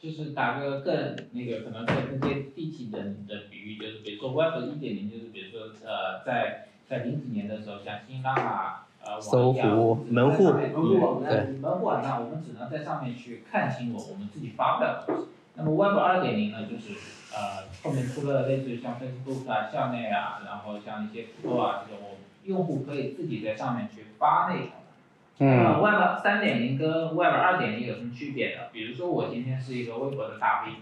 [SPEAKER 3] 就是打个更那个可能更更接地气的的比喻，就是比如说 Web 一点零，就是比如说呃，在在零几年的时候，像新浪啊、呃
[SPEAKER 1] 搜
[SPEAKER 3] 网易啊
[SPEAKER 1] 狐
[SPEAKER 2] 门户
[SPEAKER 7] 门户网站。
[SPEAKER 3] 包括那我们只能在上面去看新闻，我们自己发不了东西。那么 Web 二点零呢，就是呃后面出了类似于像 Facebook 啊、校内啊，然后像一些 Google 啊这种，用户可以自己在上面去发内容。
[SPEAKER 1] 嗯，
[SPEAKER 2] 啊
[SPEAKER 3] 呃，Web 三点零跟 Web 二点零有什么区别呢？比如说我今天是一个微博的大 V，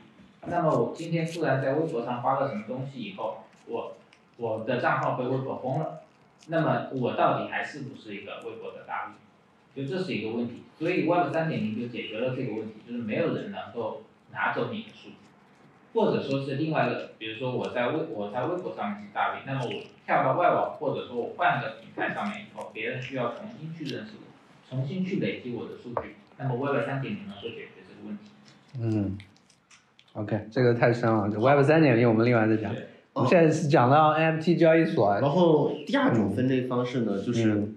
[SPEAKER 3] 那么我今天突然在微博上发了什么东西以后，我我的账号被微博封了，那么我到底还是不是一个微博的大 V？就这是一个问题，所以 Web 三点零就解决了这个问题，就是没有人能够拿走你的数据，或者说是另外一个，比如说我在微我在微博上面是大 V，那么我跳到外网或者说我换个平台上面以后，别人需要重新去认识我。重新去累积我的数据，那么 Web 三点零能够解决这个问题。
[SPEAKER 1] 嗯，OK，这个太深了这，Web 三点零我们另外再讲。我们现在是讲到 NFT 交易所，
[SPEAKER 2] 然后第二种分类方式呢，就是
[SPEAKER 1] 嗯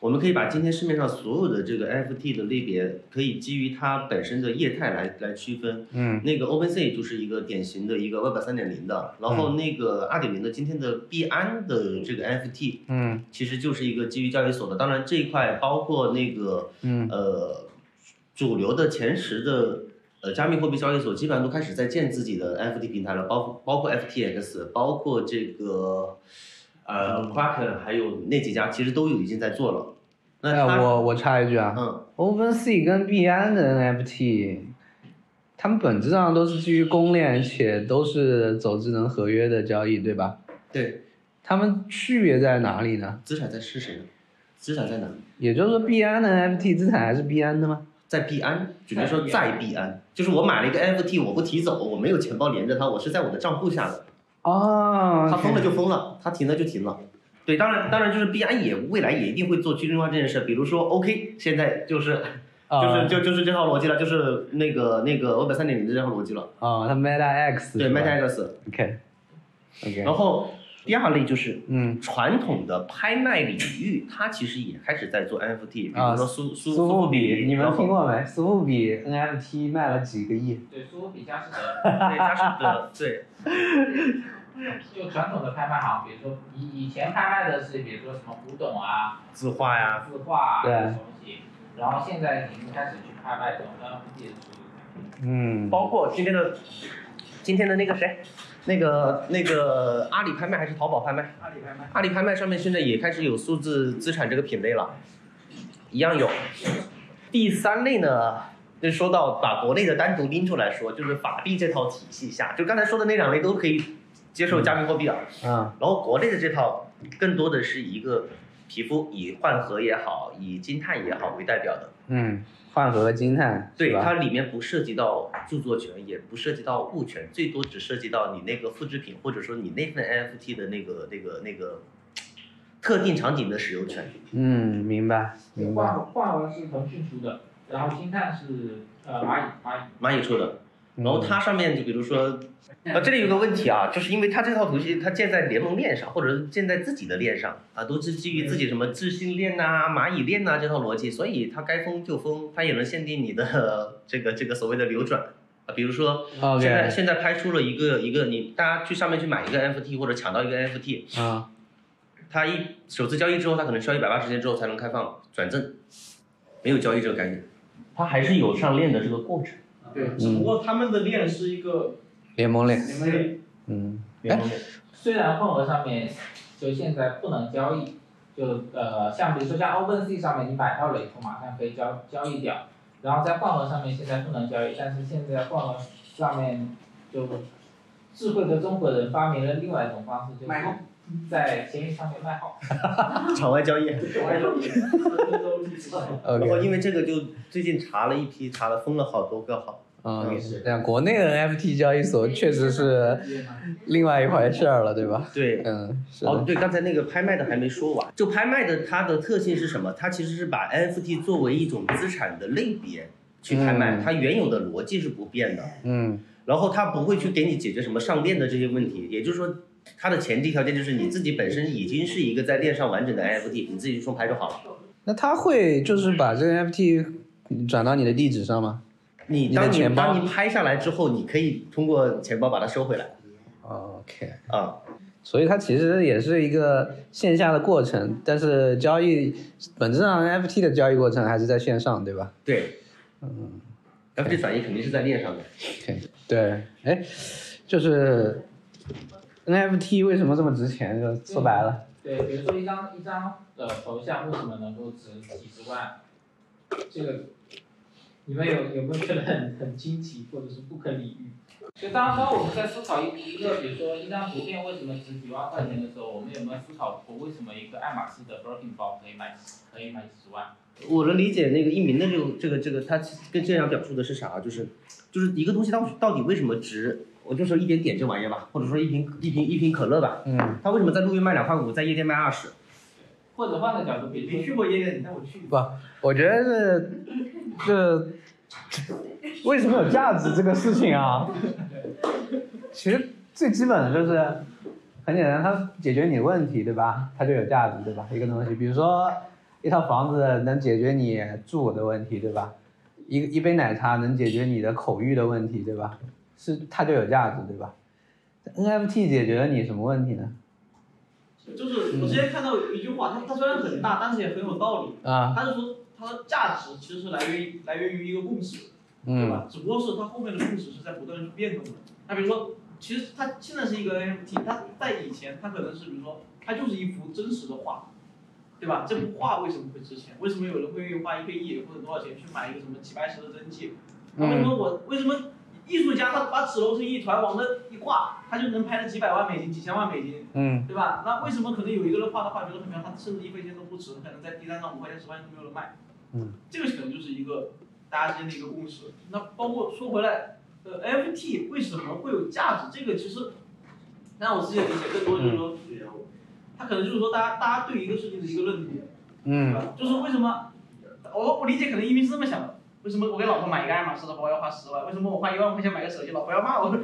[SPEAKER 2] 我们可以把今天市面上所有的这个 NFT 的类别，可以基于它本身的业态来来区分。
[SPEAKER 1] 嗯
[SPEAKER 2] 那个 OpenSea 就是一个典型的一个 Web 3.0的，然
[SPEAKER 1] 嗯
[SPEAKER 2] 后那个2.0的今天的币安的这个 NFT，
[SPEAKER 1] 嗯
[SPEAKER 2] 其实就是一个基于交易所的。当然这一块包括那个
[SPEAKER 1] 嗯
[SPEAKER 2] 呃主流的前十的呃加密货币交易所，基本上都开始在建自己的 NFT 平台了，包包括 FTX，包括这个呃
[SPEAKER 1] 嗯
[SPEAKER 2] Kraken，还有那几家其实都有已经在做了。那
[SPEAKER 1] 哎，
[SPEAKER 2] 它
[SPEAKER 1] 我我插一句啊
[SPEAKER 2] 嗯
[SPEAKER 1] ，OpenSea 跟币安的 NFT，他们本质上都是基于公链，且都是走智能合约的交易，对吧？
[SPEAKER 2] 对
[SPEAKER 1] 他们区别在哪里呢？
[SPEAKER 2] 资产在是谁呢？资产在哪？
[SPEAKER 1] 也就是说，币安的 NFT 资产还是币安的吗？
[SPEAKER 2] 在币安，准确
[SPEAKER 3] 在
[SPEAKER 2] 说
[SPEAKER 3] 币
[SPEAKER 2] 在
[SPEAKER 3] 安
[SPEAKER 2] 币安，就是我买了一个 NFT，我不提走，我没有钱包连着它，我是在我的账户下的，
[SPEAKER 1] 哦，
[SPEAKER 2] 它封了就封了，它停了就停了。对，当然，当然就是币安也未来也一定会做去中心化这件事，比如说 OK，现在就是
[SPEAKER 1] 啊哦
[SPEAKER 2] 就是就就是这套逻辑了，就是那个那个 Web 三点零的这套逻辑了。
[SPEAKER 1] 哦，它 Meta X
[SPEAKER 2] 对
[SPEAKER 1] 是吧
[SPEAKER 2] MetaX，
[SPEAKER 1] OK OK，
[SPEAKER 2] 然后第二类就是
[SPEAKER 1] 嗯，
[SPEAKER 2] 传统的拍卖领域，它其实也开始在做 NFT，比
[SPEAKER 1] 啊
[SPEAKER 2] 如说苏苏
[SPEAKER 1] 苏富比，你们
[SPEAKER 2] 然后
[SPEAKER 1] 听过没？苏富比 NFT 卖了几个亿？
[SPEAKER 3] 对，所以我比较适合
[SPEAKER 2] 对，它是的，对。
[SPEAKER 3] 就传统的拍卖行，比如说以以前拍卖的是比如说什么古董啊、
[SPEAKER 2] 字画呀，
[SPEAKER 3] 字画啊
[SPEAKER 1] 对
[SPEAKER 3] 这种东西，然后现在已经开始去拍卖这种 NFT 的数据。
[SPEAKER 1] 嗯
[SPEAKER 2] 包括今天的今天的那个谁，那个那个阿里拍卖还是淘宝拍卖？
[SPEAKER 7] 阿里拍卖。
[SPEAKER 2] 阿里拍卖上面现在也开始有数字资产这个品类了，一样有。第三类呢，就说到把国内的单独拎出来说，就是法币这套体系下，就刚才说的那两类都可以接受加密货币啊。
[SPEAKER 1] 啊，
[SPEAKER 2] 然后国内的这套更多的是一个皮肤以换核也好，以金碳也好为代表的。
[SPEAKER 1] 嗯，换和惊叹，
[SPEAKER 2] 对，
[SPEAKER 1] 是吧？
[SPEAKER 2] 它里面不涉及到著作权，也不涉及到物权，最多只涉及到你那个复制品，或者说你那份 NFT 的那个那个那个特定场景的使用权。
[SPEAKER 1] 嗯，明白明
[SPEAKER 3] 画
[SPEAKER 1] 白。
[SPEAKER 3] 画完是腾讯出的，然后星探是呃蚂蚁蚂蚁。
[SPEAKER 2] 蚂蚁出的，
[SPEAKER 1] 嗯
[SPEAKER 2] 然后它上面就比如说，呃，这里有个问题啊，就是因为它这套图形它建在联盟链上，或者是建在自己的链上啊，都是基于自己什么智信链呐、蚂蚁链呐、这套逻辑，所以它该封就封，它也能限定你的这个这个所谓的流转啊，比如说。现在
[SPEAKER 1] OK，
[SPEAKER 2] 现在拍出了一个一个你大家去上面去买一个 NFT 或者抢到一个 NFT，
[SPEAKER 1] 啊，
[SPEAKER 2] 它一首次交易之后，它可能需要一百八十天之后才能开放转正，没有交易这个概念。
[SPEAKER 8] 它还是有上链的这个过程。
[SPEAKER 7] 对，只不过他们的链是一
[SPEAKER 1] 嗯
[SPEAKER 7] 个
[SPEAKER 1] 联盟类，
[SPEAKER 7] 联盟链，
[SPEAKER 1] 嗯，
[SPEAKER 8] 联盟链
[SPEAKER 3] 虽然份额上面就现在不能交易，就呃像比如说像 OpenSea 上面你买到了以后马上可以交交易掉，然后在换额上面现在不能交易，但是现在换额上面就智慧的中国人发明了另外一种方式，就
[SPEAKER 7] 买
[SPEAKER 3] 是
[SPEAKER 7] 号
[SPEAKER 3] 在闲鱼上面卖号，
[SPEAKER 2] 场外交易。
[SPEAKER 7] 我还有 也是都是
[SPEAKER 2] 然后
[SPEAKER 1] OK，
[SPEAKER 2] 因为这个就最近查了一批，查了封了好多个号。
[SPEAKER 1] 嗯
[SPEAKER 2] 是，
[SPEAKER 1] 但国内的 NFT 交易所确实是另外一回事儿了，对吧？
[SPEAKER 2] 对。
[SPEAKER 1] 嗯，是
[SPEAKER 2] 哦
[SPEAKER 1] 的，，
[SPEAKER 2] 对，刚才那个拍卖的还没说完。就拍卖的它的特性是什么？它其实是把 NFT 作为一种资产的类别去拍卖，
[SPEAKER 1] 嗯
[SPEAKER 2] 它原有的逻辑是不变的。
[SPEAKER 1] 嗯
[SPEAKER 2] 然后它不会去给你解决什么上链的这些问题，也就是说，它的前提条件就是你自己本身已经是一个在链上完整的 NFT，你自己去重拍就好了。
[SPEAKER 1] 那他会就是把这个 NFT 转到你的地址上吗？
[SPEAKER 2] 你
[SPEAKER 1] 你的
[SPEAKER 2] 当你
[SPEAKER 1] 钱包
[SPEAKER 2] 当你拍下来之后，你可以通过钱包把它收回来
[SPEAKER 1] OK，
[SPEAKER 2] 啊、
[SPEAKER 1] 所以它其实也是一个线下的过程，但是交易本质上 NFT 的交易过程还是在线上，对吧
[SPEAKER 2] 对，嗯，NFT 转移肯定是在链上的。
[SPEAKER 1] ？OK，对，哎，就是 NFT 为什么这么值钱？就说白了，
[SPEAKER 3] 对，比如说一张一张的头像为什么能够值几十万，这个你们有有没有觉得很很惊奇或者是不可理喻？就当当我们在思考一一个，比如说一张图片为什么值几万块钱的时候，我们有没有思考过为什么一个爱马仕的 Birkin 包可以买可以买几十万？
[SPEAKER 2] 我能理解那个一鸣的这个这个这个，他跟现场表述的是啥？啊就是就是一个东西到到底为什么值？我就说一点点这玩意儿吧，或者说一瓶一瓶一瓶可乐吧，
[SPEAKER 1] 嗯，
[SPEAKER 2] 它为什么在路边卖两块五，在夜店卖二十？
[SPEAKER 3] 或者换个角度，比如
[SPEAKER 7] 没
[SPEAKER 3] 说
[SPEAKER 7] 去过夜店，你带我去。
[SPEAKER 1] 我觉得是这为什么有价值这个事情啊？其实最基本的就是很简单，它解决你的问题，对吧？它就有价值，对吧？一个东西，比如说一套房子能解决你住的问题，对吧？一一杯奶茶能解决你的口欲的问题，对吧？是它就有价值，对吧？NFT 解决了你什么问题呢？
[SPEAKER 7] 就是我之前看到有一句话，它它虽然很大，但是也很有道理。
[SPEAKER 1] 啊，
[SPEAKER 7] 它是说它的价值其实是来源于来源于一个共识，对
[SPEAKER 1] 嗯
[SPEAKER 7] 吧？只不过是它后面的共识是在不断的去变动的。那比如说，其实它现在是一个 NFT，它在以前它可能是比如说它就是一幅真实的画，对吧？这幅画为什么会值钱？为什么有人会愿意花一个亿或者多少钱去买一个什么齐白石的真迹？那为什
[SPEAKER 1] 嗯
[SPEAKER 7] 么我为什么艺术家他把纸揉成一团往那一挂，他就能拍了几百万美金、几千万美金？
[SPEAKER 1] 嗯
[SPEAKER 7] 对吧？那为什么可能有一个人画的画觉得很漂亮，他甚至一分钱都不值，可能在 B 站上五块钱、十块钱都没有人卖？
[SPEAKER 1] 嗯，
[SPEAKER 7] 这个可能就是一个大家之间的一个共识。那包括说回来，呃，NFT 为什么会有价值？这个其实，让我自己的理解
[SPEAKER 1] 嗯
[SPEAKER 7] 更多就是说，他可能就是说大家大家对一个事情的一个认同，对
[SPEAKER 1] 嗯
[SPEAKER 7] 吧？就是为什么我我理解可能一鸣是这么想的。为什么我给老婆买一个爱马仕的包要花十万？为什么我花一万块钱买个手机，老婆要骂我？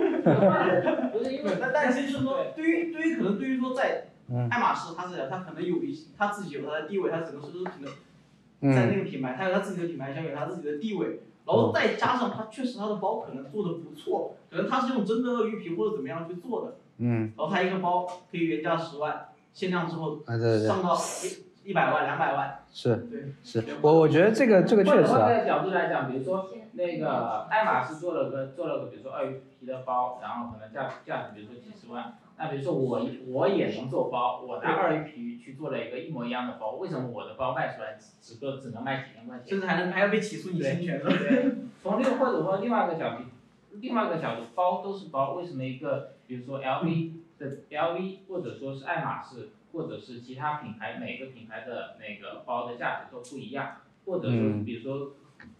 [SPEAKER 3] 不是因为
[SPEAKER 7] 但但是就是说，对于对于可能对于说在
[SPEAKER 1] 嗯
[SPEAKER 7] 爱马仕，他是他可能有一些他自己有他的地位，他整个奢侈品的在
[SPEAKER 1] 嗯
[SPEAKER 7] 那个品牌，他有他自己的品牌效应，他自己的地位，然后再加上他确实他的包可能做的不错，可能他是用真的鳄鱼皮或者怎么样去做的，
[SPEAKER 1] 嗯，
[SPEAKER 7] 然后他一个包可以原价十万，限量之后
[SPEAKER 1] 啊对对对。
[SPEAKER 7] 上到一百万两百万，
[SPEAKER 1] 是
[SPEAKER 7] 对
[SPEAKER 1] 是，我我觉得这个这个确实
[SPEAKER 3] 换
[SPEAKER 1] 啊，
[SPEAKER 3] 个角度来讲，比如说那个爱马仕做了个做了个，比如说鳄鱼皮的包，然后可能价价值比如说几十万。那比如说我我也能做包，我拿鳄鱼皮去做了一个一模一样的包，为什么我的包卖出来只只个只能卖几千块
[SPEAKER 7] 甚
[SPEAKER 3] 钱？
[SPEAKER 7] 至还能还要被起诉你侵权的。
[SPEAKER 3] 对，从另或者说另外一个角度，另外一个角度，包都是包，为什么一个比如说 LV 的 LV 或者说是爱马仕或者是其他品牌，每个品牌的那个包的价值都不一样，或者说
[SPEAKER 1] 嗯
[SPEAKER 3] 比如说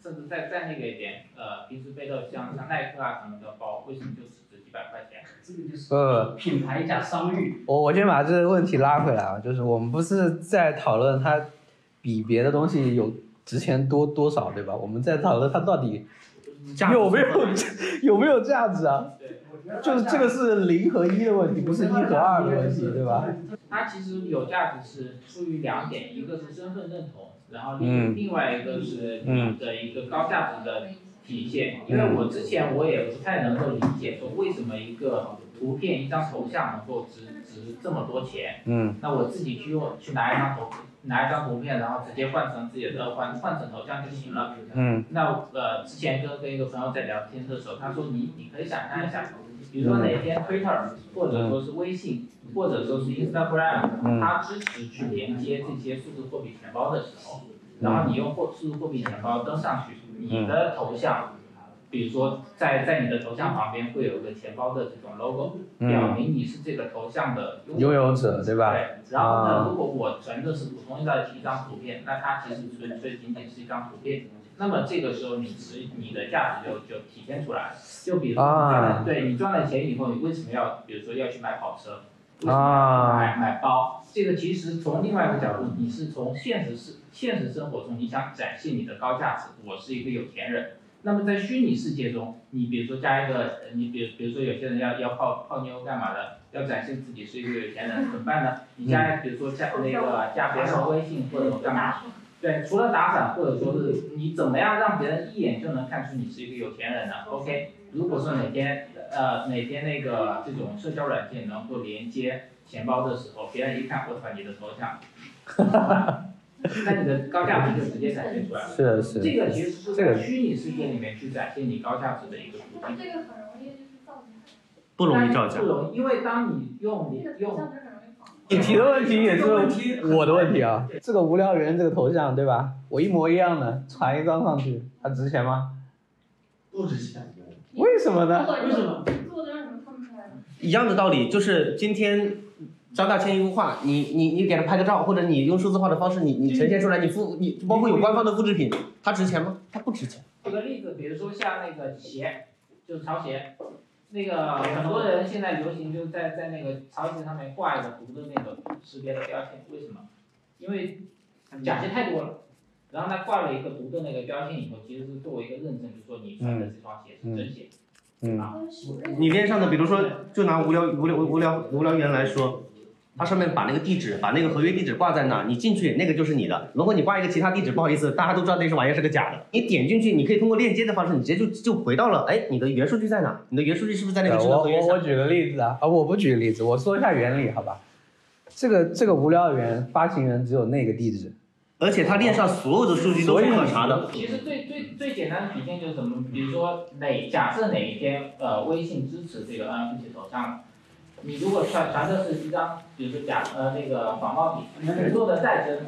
[SPEAKER 3] 甚至再再那个一点，呃，平时背的像像耐克啊什么的包，为什么就只值几百百块钱。
[SPEAKER 7] 这个就是
[SPEAKER 1] 呃
[SPEAKER 7] 品牌加商誉，
[SPEAKER 1] 我我先把这个问题拉回来啊，就是我们不是在讨论它比别的东西有值钱多多少，对吧？我们在讨论它到底有没有有没有价值啊？就是这个是零和一的问题，不是一和二的问题，对吧？
[SPEAKER 3] 它其实有价值是出于两点，一个是身份认同，然后
[SPEAKER 1] 嗯
[SPEAKER 3] 另另外一个是
[SPEAKER 1] 嗯
[SPEAKER 3] 你的一个高价值的体现。因为我之前我也不太能够理解说为什么一个图片一张头像能够值值这么多钱，
[SPEAKER 1] 嗯
[SPEAKER 3] 那我自己去用去拿一张图拿一张图片，然后直接换成自己的换换成头像就行了。
[SPEAKER 1] 嗯
[SPEAKER 3] 那呃，之前跟跟一个朋友在聊天的时候，他说你你可以想象一下，比如说哪天 Twitter 或者说是微信，或者说是 Instagram，、
[SPEAKER 1] 嗯
[SPEAKER 3] 它支持去连接这些数字货币钱包的时候，
[SPEAKER 1] 嗯
[SPEAKER 3] 然后你用货数字货币钱包登上去，你的头像，比如说在在你的头像旁边会有个钱包的这种 logo，、表
[SPEAKER 1] 嗯，
[SPEAKER 3] 明你是这个头像的
[SPEAKER 1] 拥有者，对吧？
[SPEAKER 3] 对，然后
[SPEAKER 1] 啊
[SPEAKER 3] 呢，如果我存的是普通的一张图片，那它其实纯粹仅仅是一张图片。那么这个时候你值你的价值就就体现出来了。就比如说你赚了，
[SPEAKER 1] 啊
[SPEAKER 3] 对你赚了钱以后，你为什么要比如说要去买跑车？为什么要
[SPEAKER 1] 啊
[SPEAKER 3] 去买买包，这个其实从另外一个角度，你是从现实世现实生活中，你想展现你的高价值，我是一个有钱人。那么在虚拟世界中，你比如说加一个，呃你比如比如说有些人要要泡泡妞干嘛的，要展现自己是一个有钱人，怎么办呢？你加比如说加那个呃加别人的微信或者干嘛，对，除了打赏，或者说是你怎么样让别人一眼就能看出你是一个有钱人呢？OK，如果说哪天呃哪天那个这种社交软件能够连接钱包的时候，别人一看，我操，你的头 像，那你的高价值就直接展现出来了。
[SPEAKER 1] 是的，是
[SPEAKER 3] 这
[SPEAKER 1] 的，
[SPEAKER 3] 个其实是
[SPEAKER 1] 这个
[SPEAKER 3] 在虚拟世界里面去展现你高价值的一个途径，
[SPEAKER 9] 这个很容易就是造假，
[SPEAKER 2] 不容易造假
[SPEAKER 3] 不。容易，因为当你用
[SPEAKER 9] 这
[SPEAKER 3] 你
[SPEAKER 9] 个头
[SPEAKER 3] 用
[SPEAKER 9] 像就很容易仿。
[SPEAKER 1] 你提的问题也
[SPEAKER 10] 这个问题
[SPEAKER 1] 是我的问题啊。这个无聊猿这个头像，对吧？我一模一样的传一张上去，它值钱吗？
[SPEAKER 11] 不值钱。
[SPEAKER 1] 为什么呢？
[SPEAKER 10] 为什么？
[SPEAKER 9] 做的让你们看不出来的。
[SPEAKER 2] 一样的道理，就是今天张大千一幅画，你你你给他拍个照，或者你用数字化的方式，你你呈现出来，你复你包括有官方的复制品，它值钱吗？它不值钱。
[SPEAKER 3] 举个例子，比如说像那个鞋，就是潮鞋，那个很多人现在流行就在在那个潮鞋上面挂一个毒的那个识别的标签，为什么？因为假鞋太多了，然后他挂了一个毒的那个标签以后，其实是作为一个认证，就说你穿的这双鞋是真鞋。
[SPEAKER 1] 嗯
[SPEAKER 2] 你链上的，比如说，就拿无聊无聊无聊无聊猿来说，它上面把那个地址，把那个合约地址挂在那儿，你进去那个就是你的。如果你挂一个其他地址，不好意思，大家都知道那是玩意儿是个假的。你点进去，你可以通过链接的方式，你直接就就回到了，哎，你的原数据在哪？你的原数据是不是在那个智能
[SPEAKER 1] 我
[SPEAKER 2] 合约
[SPEAKER 1] 我我
[SPEAKER 2] 上？
[SPEAKER 1] 举个例子啊，啊，我不举例子，我说一下原理，好吧？这个这个无聊猿发行人只有那个地址，
[SPEAKER 2] 而且它链上所有的数据都是可查的。
[SPEAKER 3] 其实最最最简单的体现就是什么？比如说哪假设哪一天呃微信支持这个 NFT 头像了，你如果传传的是一张，比如说假呃那个仿冒品，你做的再真，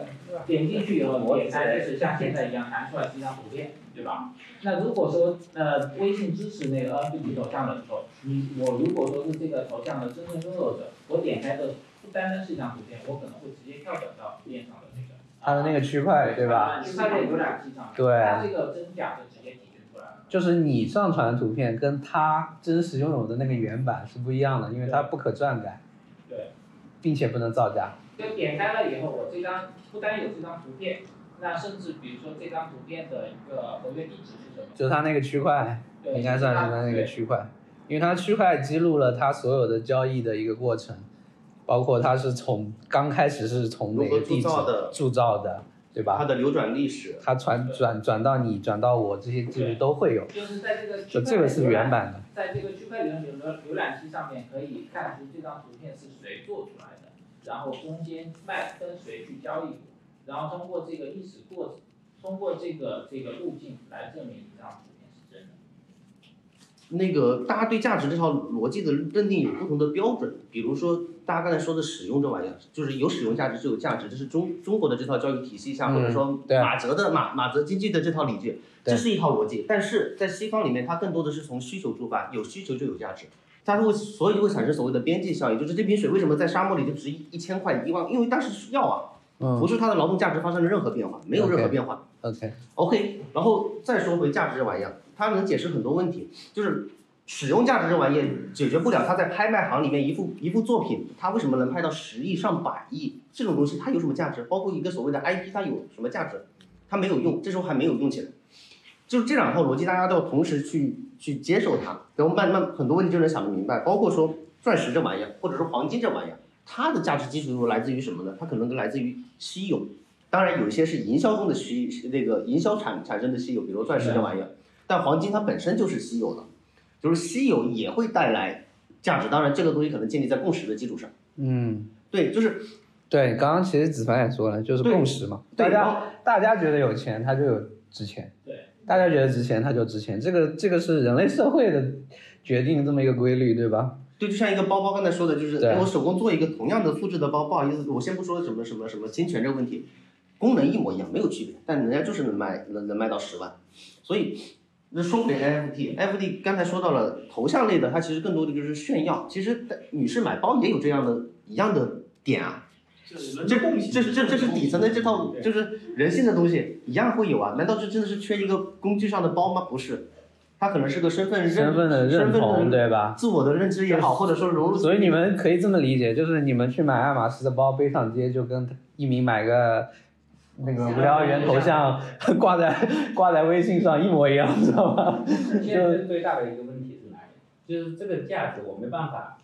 [SPEAKER 3] 点进去以后，你点开就是像现在一样弹出来是一张图片，对吧？那如果说呃微信支持那个 NFT 头像的时候，你我如果说是这个头像的真正拥有者，我点开的不单单是一张图片，我可能会直接跳转到链上的那个
[SPEAKER 1] 它的那个区块，对吧？
[SPEAKER 3] 就它在浏览器上，
[SPEAKER 1] 对啊
[SPEAKER 3] 它这个真假就直接体现出来了。
[SPEAKER 1] 就是你上传的图片跟它真实拥有的那个原版是不一样的，因为它不可篡改，
[SPEAKER 3] 对，
[SPEAKER 1] 并且不能造假。
[SPEAKER 3] 就点开了以后，我这张不单有这张图片，那甚至比如说这张图片的一个合约地址是什么？
[SPEAKER 1] 就是它那个区块，
[SPEAKER 3] 对，
[SPEAKER 1] 应该算是它
[SPEAKER 3] 它
[SPEAKER 1] 那个
[SPEAKER 3] 对
[SPEAKER 1] 区块，因为它区块记录了它所有的交易的一个过程，包括它是从刚开始是从哪个地址
[SPEAKER 12] 如何铸造的
[SPEAKER 1] 铸造的，对吧？
[SPEAKER 12] 的流转历史，
[SPEAKER 1] 它传转转到你，转到我，这些记录都会有。
[SPEAKER 3] 就是在这个区
[SPEAKER 1] 就
[SPEAKER 3] 块
[SPEAKER 1] 这个是原，版的，
[SPEAKER 3] 在这个区块链浏览浏览器上面可以看出这张图片是谁做出来的，然后中间卖跟谁去交易，然后通过这个历史过程，通过这个这个路径来证明这张图片是真的。
[SPEAKER 2] 那个大家对价值这套逻辑的认定有不同的标准，比如说大家刚才说的使用这玩意儿，就是有使用价值就有价值，这是中中国的这套教育体系下，
[SPEAKER 1] 嗯
[SPEAKER 2] 或者说
[SPEAKER 1] 对
[SPEAKER 2] 马哲的马马哲经济的这套理据，
[SPEAKER 1] 对
[SPEAKER 2] 这是一套逻辑。但是在西方里面，它更多的是从需求出发，有需求就有价值。它会所以就会产生所谓的边际效应，就是这瓶水为什么在沙漠里就值一一千块一万，因为当时需要啊，
[SPEAKER 1] 嗯
[SPEAKER 2] 不是它的劳动价值发生了任何变化，没有任何
[SPEAKER 1] OK
[SPEAKER 2] 变化。
[SPEAKER 1] ，OK，
[SPEAKER 2] OK，然后再说回价值这玩意儿，它能解释很多问题。就是使用价值这玩意解决不了它在拍卖行里面一幅一幅作品，它为什么能拍到十亿上百亿这种东西，它有什么价值？包括一个所谓的 IP，它有什么价值？它没有用，这时候还没有用起来。就是这两套逻辑，大家都要同时去去接受它，然后慢慢很多问题就能想明白。包括说钻石这玩意儿，或者说黄金这玩意儿，它的价值基础来自于什么呢？它可能来自于稀有，当然有一些是营销中的稀，那个营销产产生的稀有，比如钻石这玩意儿，但黄金它本身就是稀有的，就是稀有也会带来价值。当然，这个东西可能建立在共识的基础上。
[SPEAKER 1] 嗯，
[SPEAKER 2] 对，就是
[SPEAKER 1] 对，刚刚其实子凡也说了，就是
[SPEAKER 2] 对
[SPEAKER 1] 共识嘛，大
[SPEAKER 2] 对
[SPEAKER 1] 家
[SPEAKER 2] 然后
[SPEAKER 1] 大家觉得有钱，他就有值钱；
[SPEAKER 7] 对，
[SPEAKER 1] 大家觉得值钱，他就值钱。这个这个是人类社会的决定这么一个规律，对吧？
[SPEAKER 2] 对，就像一个包包刚才说的，就是
[SPEAKER 1] 对
[SPEAKER 2] 哎我手工做一个同样的素质的包，不好意思，我先不说什么什么什么侵权这个问题，功能一模一样，没有区别，但人家就是能卖能能卖到十万，所以那说回 NFT，NFT 刚才说到了头像类的，它其实更多的就是炫耀，其实女士买包也有这样的一样的点啊，
[SPEAKER 7] 这
[SPEAKER 2] 这这这这是底层的这套
[SPEAKER 7] 对
[SPEAKER 2] 就是人性的东西一样会有啊，难道这真的是缺一个工具上的包吗？不是，它可能是个身份认
[SPEAKER 1] 身份的认
[SPEAKER 2] 身份
[SPEAKER 1] 同，对吧？
[SPEAKER 2] 自我的认知
[SPEAKER 1] 嗯
[SPEAKER 2] 也好，或者说融入
[SPEAKER 1] 所以你们可以这么理解，就是你们去买爱马仕的包，背上街就跟一鸣买个那个无聊猿头像 挂在挂在微信上一模一样，知道吗？
[SPEAKER 3] 现在最最大的一个问题是哪里？就是这个价值我没办法，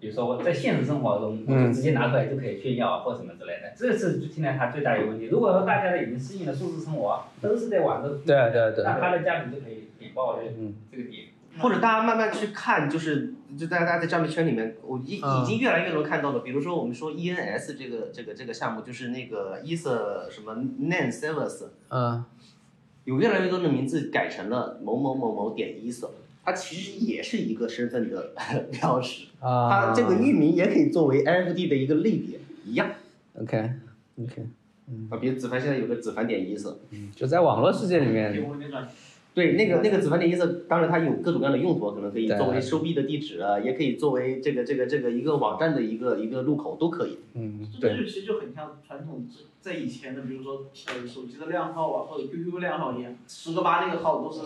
[SPEAKER 3] 比如说我在现实生活中，我
[SPEAKER 1] 嗯
[SPEAKER 3] 就直接拿出来就可以炫耀啊或什么之类的，这是现在它最大一个问题。如果说大家都已经适应了素质生活，都是在网上，
[SPEAKER 1] 对对对，
[SPEAKER 3] 那它的价值就可以引爆这
[SPEAKER 1] 嗯
[SPEAKER 3] 这个点。
[SPEAKER 2] 或者大家慢慢去看，就是就大家大家在交易圈里面，我已
[SPEAKER 1] 嗯
[SPEAKER 2] 已经越来越能看到了。比如说我们说 ENS 这个这个这个项目，就是那个 ETH 什么 Nan Service，
[SPEAKER 1] 嗯
[SPEAKER 2] 有越来越多的名字改成了某某某某点 ETH，它其实也是一个身份的 标识，
[SPEAKER 1] 啊，
[SPEAKER 2] 它这个域名也可以作为 NFT 的一个类别一样。
[SPEAKER 1] OK OK，
[SPEAKER 2] 啊，比如子凡现在有个子凡点 ETH，
[SPEAKER 1] 就在网络世界里
[SPEAKER 7] 给
[SPEAKER 1] 面，
[SPEAKER 7] 我那转
[SPEAKER 2] 对，那个那个紫番的意思，当然它有各种各样的用途，可能可以
[SPEAKER 1] 对
[SPEAKER 2] 作为收币的地址啊，也可以作为这个这个这个一个网站的一个一个入口都可以。
[SPEAKER 1] 嗯
[SPEAKER 7] 这
[SPEAKER 1] 对，
[SPEAKER 7] 这就其实就很像传统之在以前的，比如说呃手机的靓号啊，或者 QQ 靓号一样，十个八那个号都是，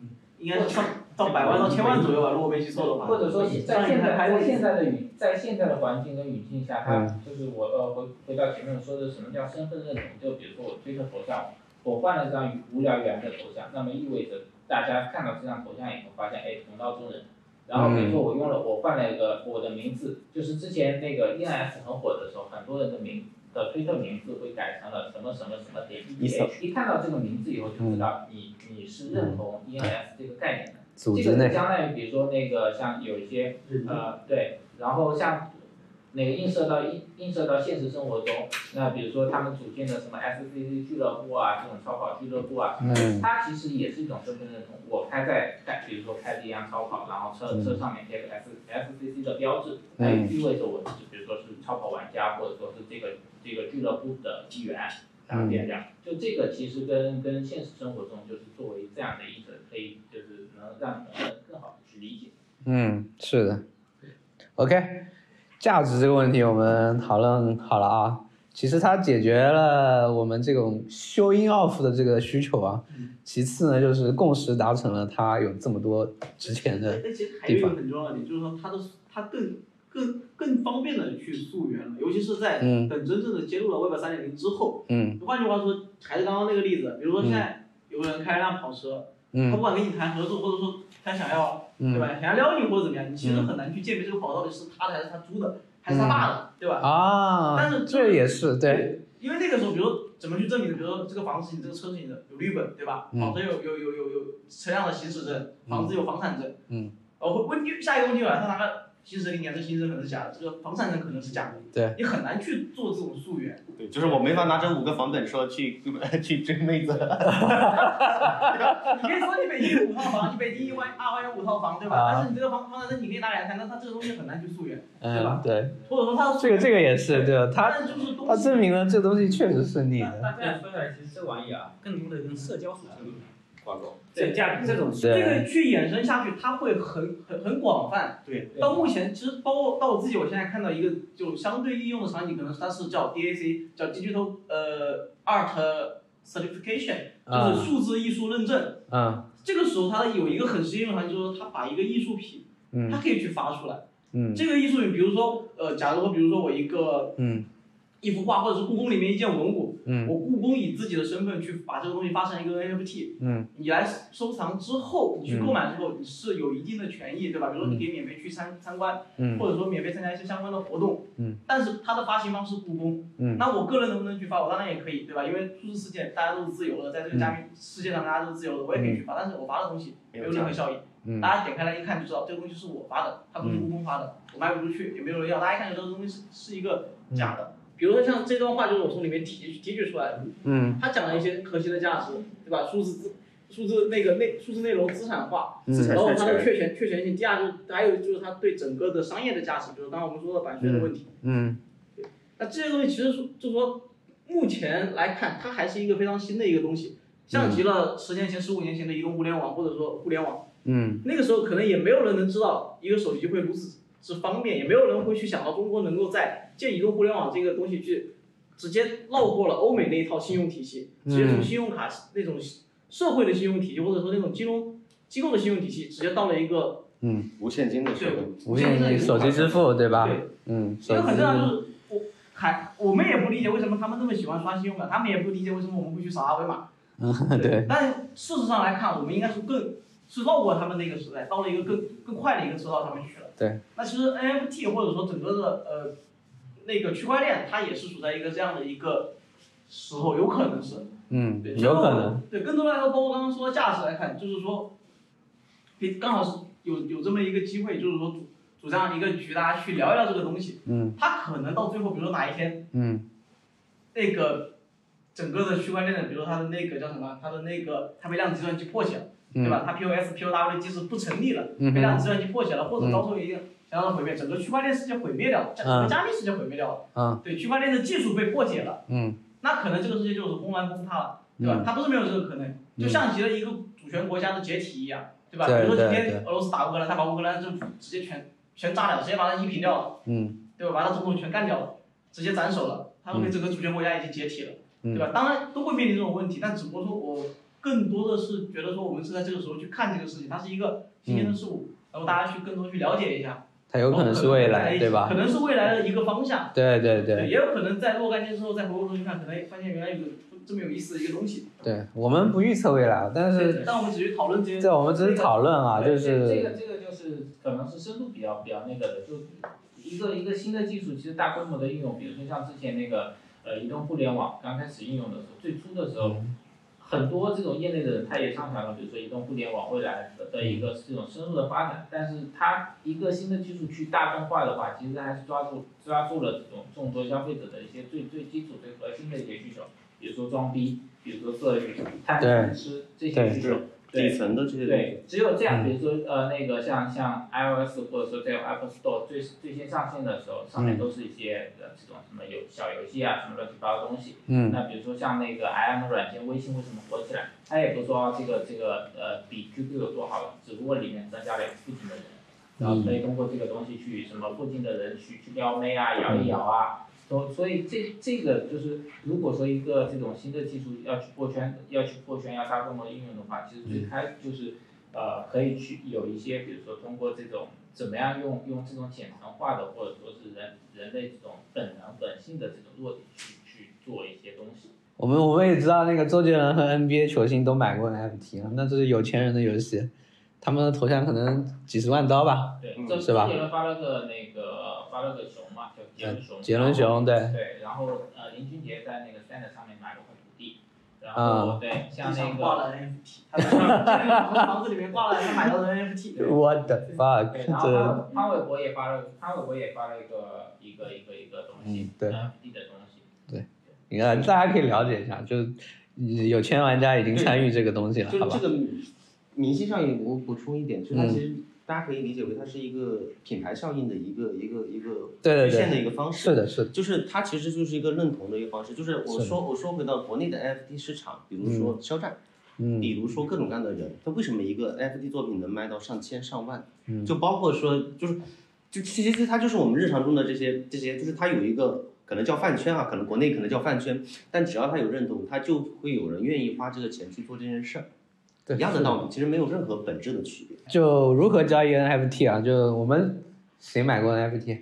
[SPEAKER 1] 嗯
[SPEAKER 7] 应该是上到百万到千万左右吧，如果没记错的话。
[SPEAKER 13] 或者说是在
[SPEAKER 7] 上一
[SPEAKER 13] 现
[SPEAKER 7] 台
[SPEAKER 13] 在
[SPEAKER 7] 还
[SPEAKER 13] 在
[SPEAKER 7] 有
[SPEAKER 13] 现在的语在现在的环境跟语境下，它就是我呃回回到前面说的什么叫身份认同，就比如说我推特头像，我换了张无聊猿的头像，那么意味着大家看到这张头像以后发现，哎，同道中人。然后比如说我用了我换了一个我的名字，就是之前那个 ENS 很火的时候，很多人的名的推特名字会改成了什么什么什么点 E H，一看到这个名字以后就知道你你是认同 ENS 这个概念的。
[SPEAKER 1] 组
[SPEAKER 13] 这
[SPEAKER 1] 织
[SPEAKER 13] 个
[SPEAKER 1] 内
[SPEAKER 13] 就相当于比如说那个像有一些呃对，然后像那个映射到映映射到现实生活中，那比如说他们组建的什么 SCC 俱乐部啊，这种超跑俱乐部啊，
[SPEAKER 1] 嗯
[SPEAKER 13] 它其实也是一种身份认同。我开在开，比如说开着一辆超跑，然后车
[SPEAKER 1] 嗯
[SPEAKER 13] 车上面贴个 S SCC 的标志，那也意味着我是比如说是超跑玩家，或者说是这个这个俱乐部的一员。然后变这样，就这个其实跟跟现实生活中就是作为这样的一个可以就是能让人更好的去理解。
[SPEAKER 1] 嗯，是的，OK，价值这个问题我们讨论好了啊。其实它解决了我们这种 showing off 的这个需求啊。
[SPEAKER 7] 嗯
[SPEAKER 1] 其次呢，就是共识达成了，它有这么多值钱的
[SPEAKER 7] 而且哎还有一个很重要的点，就是说它的它更更更方便的去溯源了，尤其是在
[SPEAKER 1] 嗯
[SPEAKER 7] 等真正的接入了 Web 三点零之后。
[SPEAKER 1] 嗯
[SPEAKER 7] 换句话说，还是刚刚那个例子，比如说现在有个人开一辆跑车，他
[SPEAKER 1] 嗯
[SPEAKER 7] 不管跟你谈合作，或者说他想要对
[SPEAKER 1] 嗯
[SPEAKER 7] 吧，想要撩你或者怎么样，你其实很难去鉴别这个跑到底是他的还是他租的，还是他爸的，对吧？但
[SPEAKER 1] 啊，
[SPEAKER 7] 是
[SPEAKER 1] 这也是对，
[SPEAKER 7] 因为那个时候，比如说怎么去证明，比如说这个房子是你，这个车是你的，有绿本，对吧？
[SPEAKER 1] 嗯
[SPEAKER 7] 跑车有有有有有车辆的行驶证，房子有房产证。
[SPEAKER 1] 嗯。
[SPEAKER 7] 哦，问题下一个问题来，他拿个行驶证给你看，这行驶证可能是假的，这个房产证可能是假的。
[SPEAKER 1] 对。
[SPEAKER 7] 你很难去做这种溯源。
[SPEAKER 2] 对，就是我没法拿这五个房本说去去追妹子。
[SPEAKER 7] 你可以说你北京有五套房，你北京一万二万有五套房，对吧？
[SPEAKER 1] 啊
[SPEAKER 7] 但是你这个房房产证你可以拿来看，但它这个东西很难去溯源，对
[SPEAKER 1] 嗯
[SPEAKER 7] 吧
[SPEAKER 1] 对，
[SPEAKER 7] 或者说它
[SPEAKER 1] 这个这个也是对，它
[SPEAKER 7] 但就是东
[SPEAKER 1] 它
[SPEAKER 7] 西
[SPEAKER 1] 证明了这东西确实是你
[SPEAKER 3] 那
[SPEAKER 1] 的，
[SPEAKER 3] 那这样说下来，其实这玩意啊，更多的跟社交属性挂钩。
[SPEAKER 7] 对
[SPEAKER 3] 这价值这种
[SPEAKER 7] 这
[SPEAKER 1] 对
[SPEAKER 7] 个去衍生下去，它会很很很广泛。
[SPEAKER 3] 对
[SPEAKER 7] 到目前，其实包括到我自己，我现在看到一个就相对应用的场景，可能它是叫 DAC，叫 Digital 呃 Art certification，
[SPEAKER 1] 啊
[SPEAKER 7] 就是数字艺术认证。
[SPEAKER 1] 嗯
[SPEAKER 7] 这个时候，它有一个很实用的含义，就是说它把一个艺术品，它
[SPEAKER 1] 嗯
[SPEAKER 7] 可以去发出来。
[SPEAKER 1] 嗯
[SPEAKER 7] 这个艺术品，比如说，呃，假如说，比如说我一个
[SPEAKER 1] 嗯
[SPEAKER 7] 一幅画，或者是故宫里面一件文物，
[SPEAKER 1] 嗯
[SPEAKER 7] 我故宫以自己的身份去把这个东西发成一个 NFT，
[SPEAKER 1] 嗯
[SPEAKER 7] 你来收藏之后，你去
[SPEAKER 1] 嗯
[SPEAKER 7] 购买之后，你是有一定的权益，对吧？比如说你可以免费去参参观，
[SPEAKER 1] 嗯
[SPEAKER 7] 或者说免费参加一些相关的活动。
[SPEAKER 1] 嗯。
[SPEAKER 7] 但是它的发行方是故宫，
[SPEAKER 1] 嗯
[SPEAKER 7] 那我个人能不能去发？我当然也可以，对吧？因为数字世界大家都是自由的，
[SPEAKER 1] 嗯
[SPEAKER 7] 在这个加密世界上大家都是自由的，我也可以去发，但是我发的东西没有任何效益。
[SPEAKER 1] 嗯
[SPEAKER 7] 大家点开来一看就知道，这个东西是我发的，它不是故宫发的，我卖不出去，也没有人要。大家一看就知道这东西是是一个
[SPEAKER 1] 嗯
[SPEAKER 7] 假的。比如说像这段话，就是我从里面提提取出来的，
[SPEAKER 1] 嗯
[SPEAKER 7] 它讲了一些核心的价值，对吧？数字资数字那个内数字内容资产化，
[SPEAKER 1] 嗯
[SPEAKER 7] 然后它的确权确权性。第二就是还有就是它对整个的商业的价值，比如刚刚我们说的版税的问题。
[SPEAKER 1] 嗯
[SPEAKER 7] 那这些东西其实说就是说，目前来看，它还是一个非常新的一个东西，像极了十年前、十五年前的移动互联网，或者说互联网。
[SPEAKER 1] 嗯
[SPEAKER 7] 那个时候可能也没有人能知道一个手机会如此之方便，也没有人会去想到中国能够在借移动互联网这个东西去直接绕过了欧美那一套信用体系，
[SPEAKER 1] 嗯
[SPEAKER 7] 直接从信用卡那种社会的信用体系，或者说那种金融机构的信用体系，直接到了一个
[SPEAKER 1] 嗯，
[SPEAKER 2] 无现金的社
[SPEAKER 7] 对
[SPEAKER 2] 会，
[SPEAKER 1] 无现金手机支付对吧？
[SPEAKER 7] 对，
[SPEAKER 1] 嗯，
[SPEAKER 7] 因
[SPEAKER 1] 手
[SPEAKER 7] 为
[SPEAKER 1] 机
[SPEAKER 7] 很
[SPEAKER 1] 支
[SPEAKER 7] 重要
[SPEAKER 1] 付
[SPEAKER 7] 就是我还我们也不理解为什么他们那么喜欢刷信用卡，他们也不理解为什么我们会去扫二啊维码，
[SPEAKER 1] 嗯 对，
[SPEAKER 7] 但事实上来看，我们应该是更是绕过他们那个时代，到了一个更更快的一个车道上面去了。
[SPEAKER 1] 对。
[SPEAKER 7] 那其实 NFT 或者说整个的呃那个区块链，它也是处在一个这样的一个时候，有可能是。
[SPEAKER 1] 嗯
[SPEAKER 7] 对，
[SPEAKER 1] 有可
[SPEAKER 7] 然
[SPEAKER 1] 能
[SPEAKER 7] 后对，更多来说，包括刚刚说的价值来看，就是说，给刚好是有有这么一个机会，就是说组组这样一个局，大家去聊一聊这个东西。
[SPEAKER 1] 嗯
[SPEAKER 7] 它可能到最后，比如说哪一天。
[SPEAKER 1] 嗯
[SPEAKER 7] 那个整个的区块链的，比如它的那个叫什么，它的那个它被量子计算机破解了，对吧？它 POS、POW 机制不成立了，
[SPEAKER 1] 嗯
[SPEAKER 7] 被量
[SPEAKER 1] 哼嗯
[SPEAKER 7] 子计算机破解了，或者遭受一定相当的毁灭，整个区块链世界毁灭掉了，整个加密世界毁灭掉了，
[SPEAKER 1] 嗯
[SPEAKER 7] 对，区块链的技术被破解了，
[SPEAKER 1] 嗯
[SPEAKER 7] 那可能这个世界就是轰然崩塌了，对吧？
[SPEAKER 1] 嗯
[SPEAKER 7] 它不是没有这个可能，就
[SPEAKER 1] 嗯
[SPEAKER 7] 像极了一个主权国家的解体一样，对吧？
[SPEAKER 1] 对
[SPEAKER 7] 比如说今
[SPEAKER 1] 对
[SPEAKER 7] 天
[SPEAKER 1] 对
[SPEAKER 7] 俄罗斯打乌克兰，他把乌克兰政府直接全全炸掉，直接把它夷平掉了。
[SPEAKER 1] 嗯
[SPEAKER 7] 对吧？把他总统全干掉了，直接斩首了，他们整个主权国家已经解体了，
[SPEAKER 1] 嗯
[SPEAKER 7] 对吧？当然都会面临这种问题，但只不过说我更多的是觉得说我们是在这个时候去看这个事情，它是一个新鲜的事物，然后大家去更多去了解一下，
[SPEAKER 1] 它嗯有可能是未
[SPEAKER 7] 哦然后可
[SPEAKER 1] 来
[SPEAKER 7] 能
[SPEAKER 1] 对吧
[SPEAKER 7] 可？能是未来的一个方向，
[SPEAKER 1] 对对对，
[SPEAKER 7] 也有可能在若干年之后再回过头去看，可能发现原来有个这么有意思的一个东西，
[SPEAKER 1] 对我们不预测未来，但是
[SPEAKER 7] 但我们只是讨论这些，
[SPEAKER 1] 对我们只是讨论啊，就
[SPEAKER 13] 这个
[SPEAKER 1] 是
[SPEAKER 13] 这个就是可能是深度比较比较那个的，就一个一个新的技术，其实大规模的应用，比如说像之前那个呃移动互联网刚开始应用的时候，最初的时候，
[SPEAKER 1] 嗯
[SPEAKER 13] 很多这种业内的人他也上传了，比如说移动互联网未来的的一个这种深入的发展，但是它一个新的技术去大众化的话，其实还是抓住抓住了这种众多消费者的一些最最基础最核心的一些需求，比如说装逼，比如说色欲、贪
[SPEAKER 1] 对
[SPEAKER 13] 吃吃这些
[SPEAKER 1] 对
[SPEAKER 13] 需求。对
[SPEAKER 2] 底层的这些东西，
[SPEAKER 13] 对，只有这样，
[SPEAKER 1] 嗯
[SPEAKER 13] 比如说呃，那个像像 iOS 或者说在 App Store 最最先上线的时候，上
[SPEAKER 1] 嗯
[SPEAKER 13] 面都是一些呃这种什么游小游戏啊，什么乱七八糟的东西。
[SPEAKER 1] 嗯
[SPEAKER 13] 那比如说像那个 IM 软件，微信为什么火起来？它也不说这个这个呃比 QQ 有多好，只不过里面增加了附近的人，然
[SPEAKER 7] 哦
[SPEAKER 1] 嗯
[SPEAKER 13] 后啊可以通过这个东西去什么附近的人去去撩妹啊，摇一摇啊。所所以这这个就是，如果说一个这种新的技术要去破圈，要去破圈，要大规模应用的话，其实
[SPEAKER 1] 嗯
[SPEAKER 13] 最开就是呃可以去有一些，比如说通过这种怎么样用用这种浅层化的，或者说是人人类这种本能本性的这种弱点去去做一些东西。
[SPEAKER 1] 我们我们也知道那个周杰伦和 NBA 球星都买过 NFT 了，那这是有钱人的游戏，他们的头像可能几十万刀吧，
[SPEAKER 13] 对，
[SPEAKER 2] 嗯
[SPEAKER 13] 周
[SPEAKER 1] 是吧呃
[SPEAKER 13] 周杰伦发了个那个发了个熊嘛，叫杰伦熊。
[SPEAKER 1] 杰伦熊对，
[SPEAKER 13] 对，然后呃，林俊杰在那个 Stand 上面买了块土地，然
[SPEAKER 1] 啊
[SPEAKER 13] 后对，像
[SPEAKER 7] 地
[SPEAKER 13] 那
[SPEAKER 7] 上挂
[SPEAKER 13] 个
[SPEAKER 7] 了 NFT，他在房子里面挂了，他买到的 NFT，
[SPEAKER 1] 我的 fuck，
[SPEAKER 13] 对，然后
[SPEAKER 1] 这
[SPEAKER 13] 潘潘玮柏也发了，潘玮柏也发了一个一个一个一个东西
[SPEAKER 1] 嗯，对
[SPEAKER 13] NFT 的东西。
[SPEAKER 1] 你看大家可以了解一下，就是有钱玩家已经参与这个东西了，
[SPEAKER 2] 就
[SPEAKER 1] 好
[SPEAKER 2] 是
[SPEAKER 1] 吧
[SPEAKER 2] 这？个明星效应，我补充一点，就是它
[SPEAKER 1] 嗯
[SPEAKER 2] 其实大家可以理解为它是一个品牌效应的一个一个一个
[SPEAKER 1] 对对
[SPEAKER 2] 兑现
[SPEAKER 1] 对，
[SPEAKER 2] 的一个方式。
[SPEAKER 1] 是的，是的，
[SPEAKER 2] 就是它其实就是一个认同的一个方式，就是我
[SPEAKER 1] 是的
[SPEAKER 2] 说我说回到国内的 NFT 市场，比如说肖战，
[SPEAKER 1] 嗯
[SPEAKER 2] 比如说各种各样的人，他为什么一个 NFT 作品能卖到上千上万？
[SPEAKER 1] 嗯
[SPEAKER 2] 就包括说，就是就其实它就是我们日常中的这些这些，就是它有一个可能叫饭圈啊，可能国内可能叫饭圈，但只要他有认同，他就会有人愿意花这个钱去做这件事儿。
[SPEAKER 1] 对
[SPEAKER 2] 一样的道理，其实没有任何本质的区别。
[SPEAKER 1] 就如何交易 NFT 啊？就我们谁买过 NFT？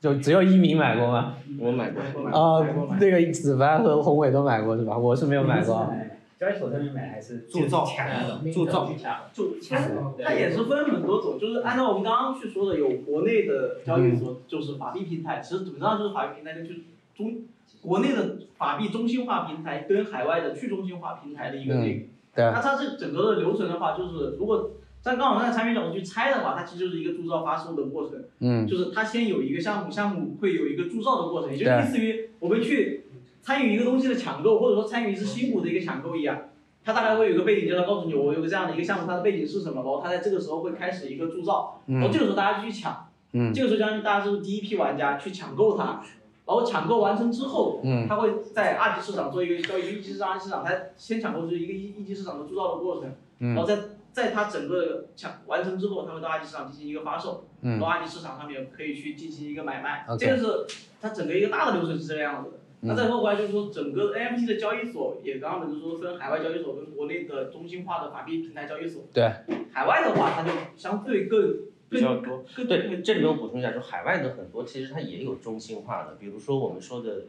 [SPEAKER 1] 就只有一鸣买过吗？
[SPEAKER 2] 我买过，
[SPEAKER 1] 啊、那个子凡和宏伟都买过是吧？我是没有买过啊。
[SPEAKER 14] 交易所上面买还是
[SPEAKER 2] 铸造
[SPEAKER 14] 抢的
[SPEAKER 2] 铸造
[SPEAKER 14] 去抢，
[SPEAKER 7] 就其实
[SPEAKER 14] 对
[SPEAKER 7] 它也是分很多种，就是按照我们刚刚去说的，有国内的交易所就是法币平台，其实本质上就是法币平台跟去中国内的法币中心化平台跟海外的去中心化平台的一个那个。
[SPEAKER 1] 嗯对
[SPEAKER 7] 那它这整个的流程的话，就是如果站刚好站在产品角度去猜的话，它其实就是一个铸造发售的过程。
[SPEAKER 1] 嗯
[SPEAKER 7] 就是它先有一个项目，项目会有一个铸造的过程，也就
[SPEAKER 1] 对
[SPEAKER 7] 类似于我们去参与一个东西的抢购，或者说参与一只新股的一个抢购一样。它大概会有一个背景，就是它告诉你我有个这样的一个项目，它的背景是什么，然后它在这个时候会开始一个铸造，然后
[SPEAKER 1] 嗯
[SPEAKER 7] 这个时候大家去抢，
[SPEAKER 1] 嗯
[SPEAKER 7] 这个时候相当于大家是第一批玩家去抢购它，然后抢购完成之后，
[SPEAKER 1] 嗯
[SPEAKER 7] 它会在二级市场做一个叫一级市场、二级市场，它先抢购就是一个一一级市场的铸造的过程，然后
[SPEAKER 1] 嗯
[SPEAKER 7] 在在它整个抢完成之后，它会到二级市场进行一个发售。
[SPEAKER 1] 嗯
[SPEAKER 7] 到二级市场上面可以去进行一个买卖
[SPEAKER 1] OK
[SPEAKER 7] 这个是它整个一个大的流程是这个样子的。
[SPEAKER 2] 嗯
[SPEAKER 7] 那再说回来就是说，整个 NFT 的交易所也刚刚本就说分海外交易所跟国内的中心化的法币平台交易所。
[SPEAKER 1] 对。
[SPEAKER 7] 海外的话，它就相对更
[SPEAKER 2] 比较多。
[SPEAKER 7] 更
[SPEAKER 2] 对，
[SPEAKER 7] 更
[SPEAKER 2] 这里面我补充一下，就海外的很多其实它也有中心化的，比如说我们说的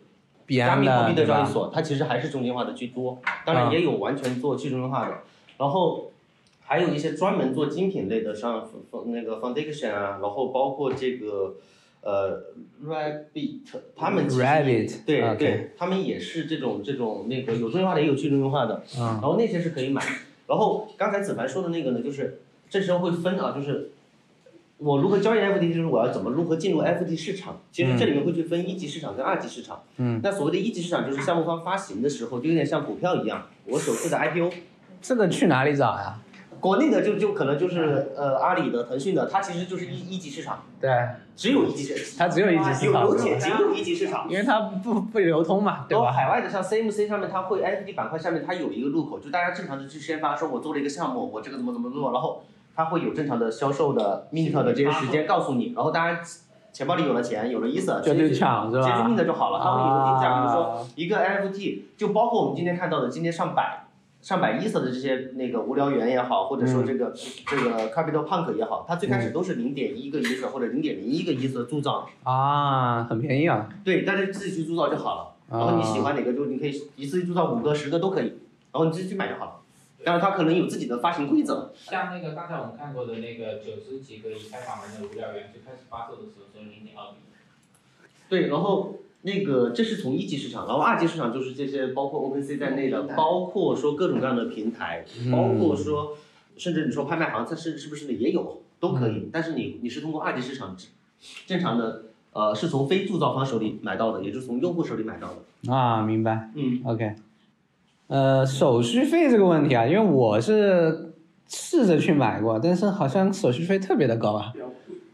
[SPEAKER 1] 币
[SPEAKER 2] 加
[SPEAKER 1] 安
[SPEAKER 2] 密货币
[SPEAKER 1] 的
[SPEAKER 2] 嗯的
[SPEAKER 1] 对
[SPEAKER 2] 交易
[SPEAKER 1] 吧？
[SPEAKER 2] 所，它其实还是中心化的居多，当然也有完全做去中心化的，然后还有一些专门做精品类的，像 f- f- 那个 Foundation 啊，然后包括这个呃 Rabbit，他们其实
[SPEAKER 1] Rabbit，
[SPEAKER 2] 对
[SPEAKER 1] OK
[SPEAKER 2] 对，他们也是这种这种那个有中心化的，也有去中心化的，然
[SPEAKER 1] 嗯
[SPEAKER 2] 后那些是可以买。然后刚才子凡说的那个呢，就是这时候会分啊，就是我如何交易 FT，就是我要怎么如何进入 FT 市场。其实这里面会去分一级市场跟二级市场。
[SPEAKER 1] 嗯，
[SPEAKER 2] 那所谓的一级市场，就是项目方发行的时候，就有点像股票一样，我首次的 IPO。
[SPEAKER 1] 这个去哪里找呀？
[SPEAKER 2] 国内的就就可能就是呃阿里的、腾讯的，它其实就是一一级市场，
[SPEAKER 1] 对，
[SPEAKER 2] 只有一级市
[SPEAKER 1] 它只有一级
[SPEAKER 2] 场，
[SPEAKER 1] 市
[SPEAKER 2] 有
[SPEAKER 1] 场
[SPEAKER 2] 有哦
[SPEAKER 1] 是
[SPEAKER 2] 且
[SPEAKER 1] 吧？
[SPEAKER 2] 仅有一级市场。
[SPEAKER 1] 因为它不不流通嘛，对
[SPEAKER 2] 然后
[SPEAKER 1] 吧？
[SPEAKER 2] 海外的像 CMC 上面，它会 NFT 板块下面它有一个入口，就大家正常的去先发，说我做了一个项目，我这个怎么怎么做，然后它会有正常的销售的 mint 的这些时间告诉你，然后大家钱包里有了钱，有了 ETH，
[SPEAKER 1] 就
[SPEAKER 2] 直接
[SPEAKER 1] 去
[SPEAKER 2] 去
[SPEAKER 1] 抢是
[SPEAKER 2] 直接去
[SPEAKER 1] 吧？
[SPEAKER 2] mint 就好了，它会有个定价，比如说
[SPEAKER 1] 啊，
[SPEAKER 2] 一个 NFT，就包括我们今天看到的今天上百上百 ETH 的这些那个无聊猿也好，或者说这个、这个 Capital Punk 也好，它最
[SPEAKER 1] 嗯
[SPEAKER 2] 开始都是零点一个 ETH 或者零点零一个 ETH 铸造的，
[SPEAKER 1] 啊，很便宜啊。
[SPEAKER 2] 对，大家自己去铸造就好了。然哦后你喜欢哪个就你可以一次性铸造五个、十个都可以，然后你自己去买就好了。但是它可能有自己的发行规则，
[SPEAKER 3] 像那个刚才我们看过的那个九十几个以太坊文的无聊猿，最开始发售的时候只有零点二米，
[SPEAKER 2] 对，然后那个这是从一级市场，然后二级市场就是这些包括 OpenSea 在内的，包括说各种各样的平台，包括说甚至你说拍卖行，它是是不是也有都可以，但是你你是通过二级市场正常的。呃，是从非铸造方手里买到的，也就是从用户手里买到的。
[SPEAKER 1] 啊，明白。
[SPEAKER 2] 嗯，
[SPEAKER 1] OK，呃，手续费这个问题啊，因为我是试着去买过，但是好像手续费特别的高啊。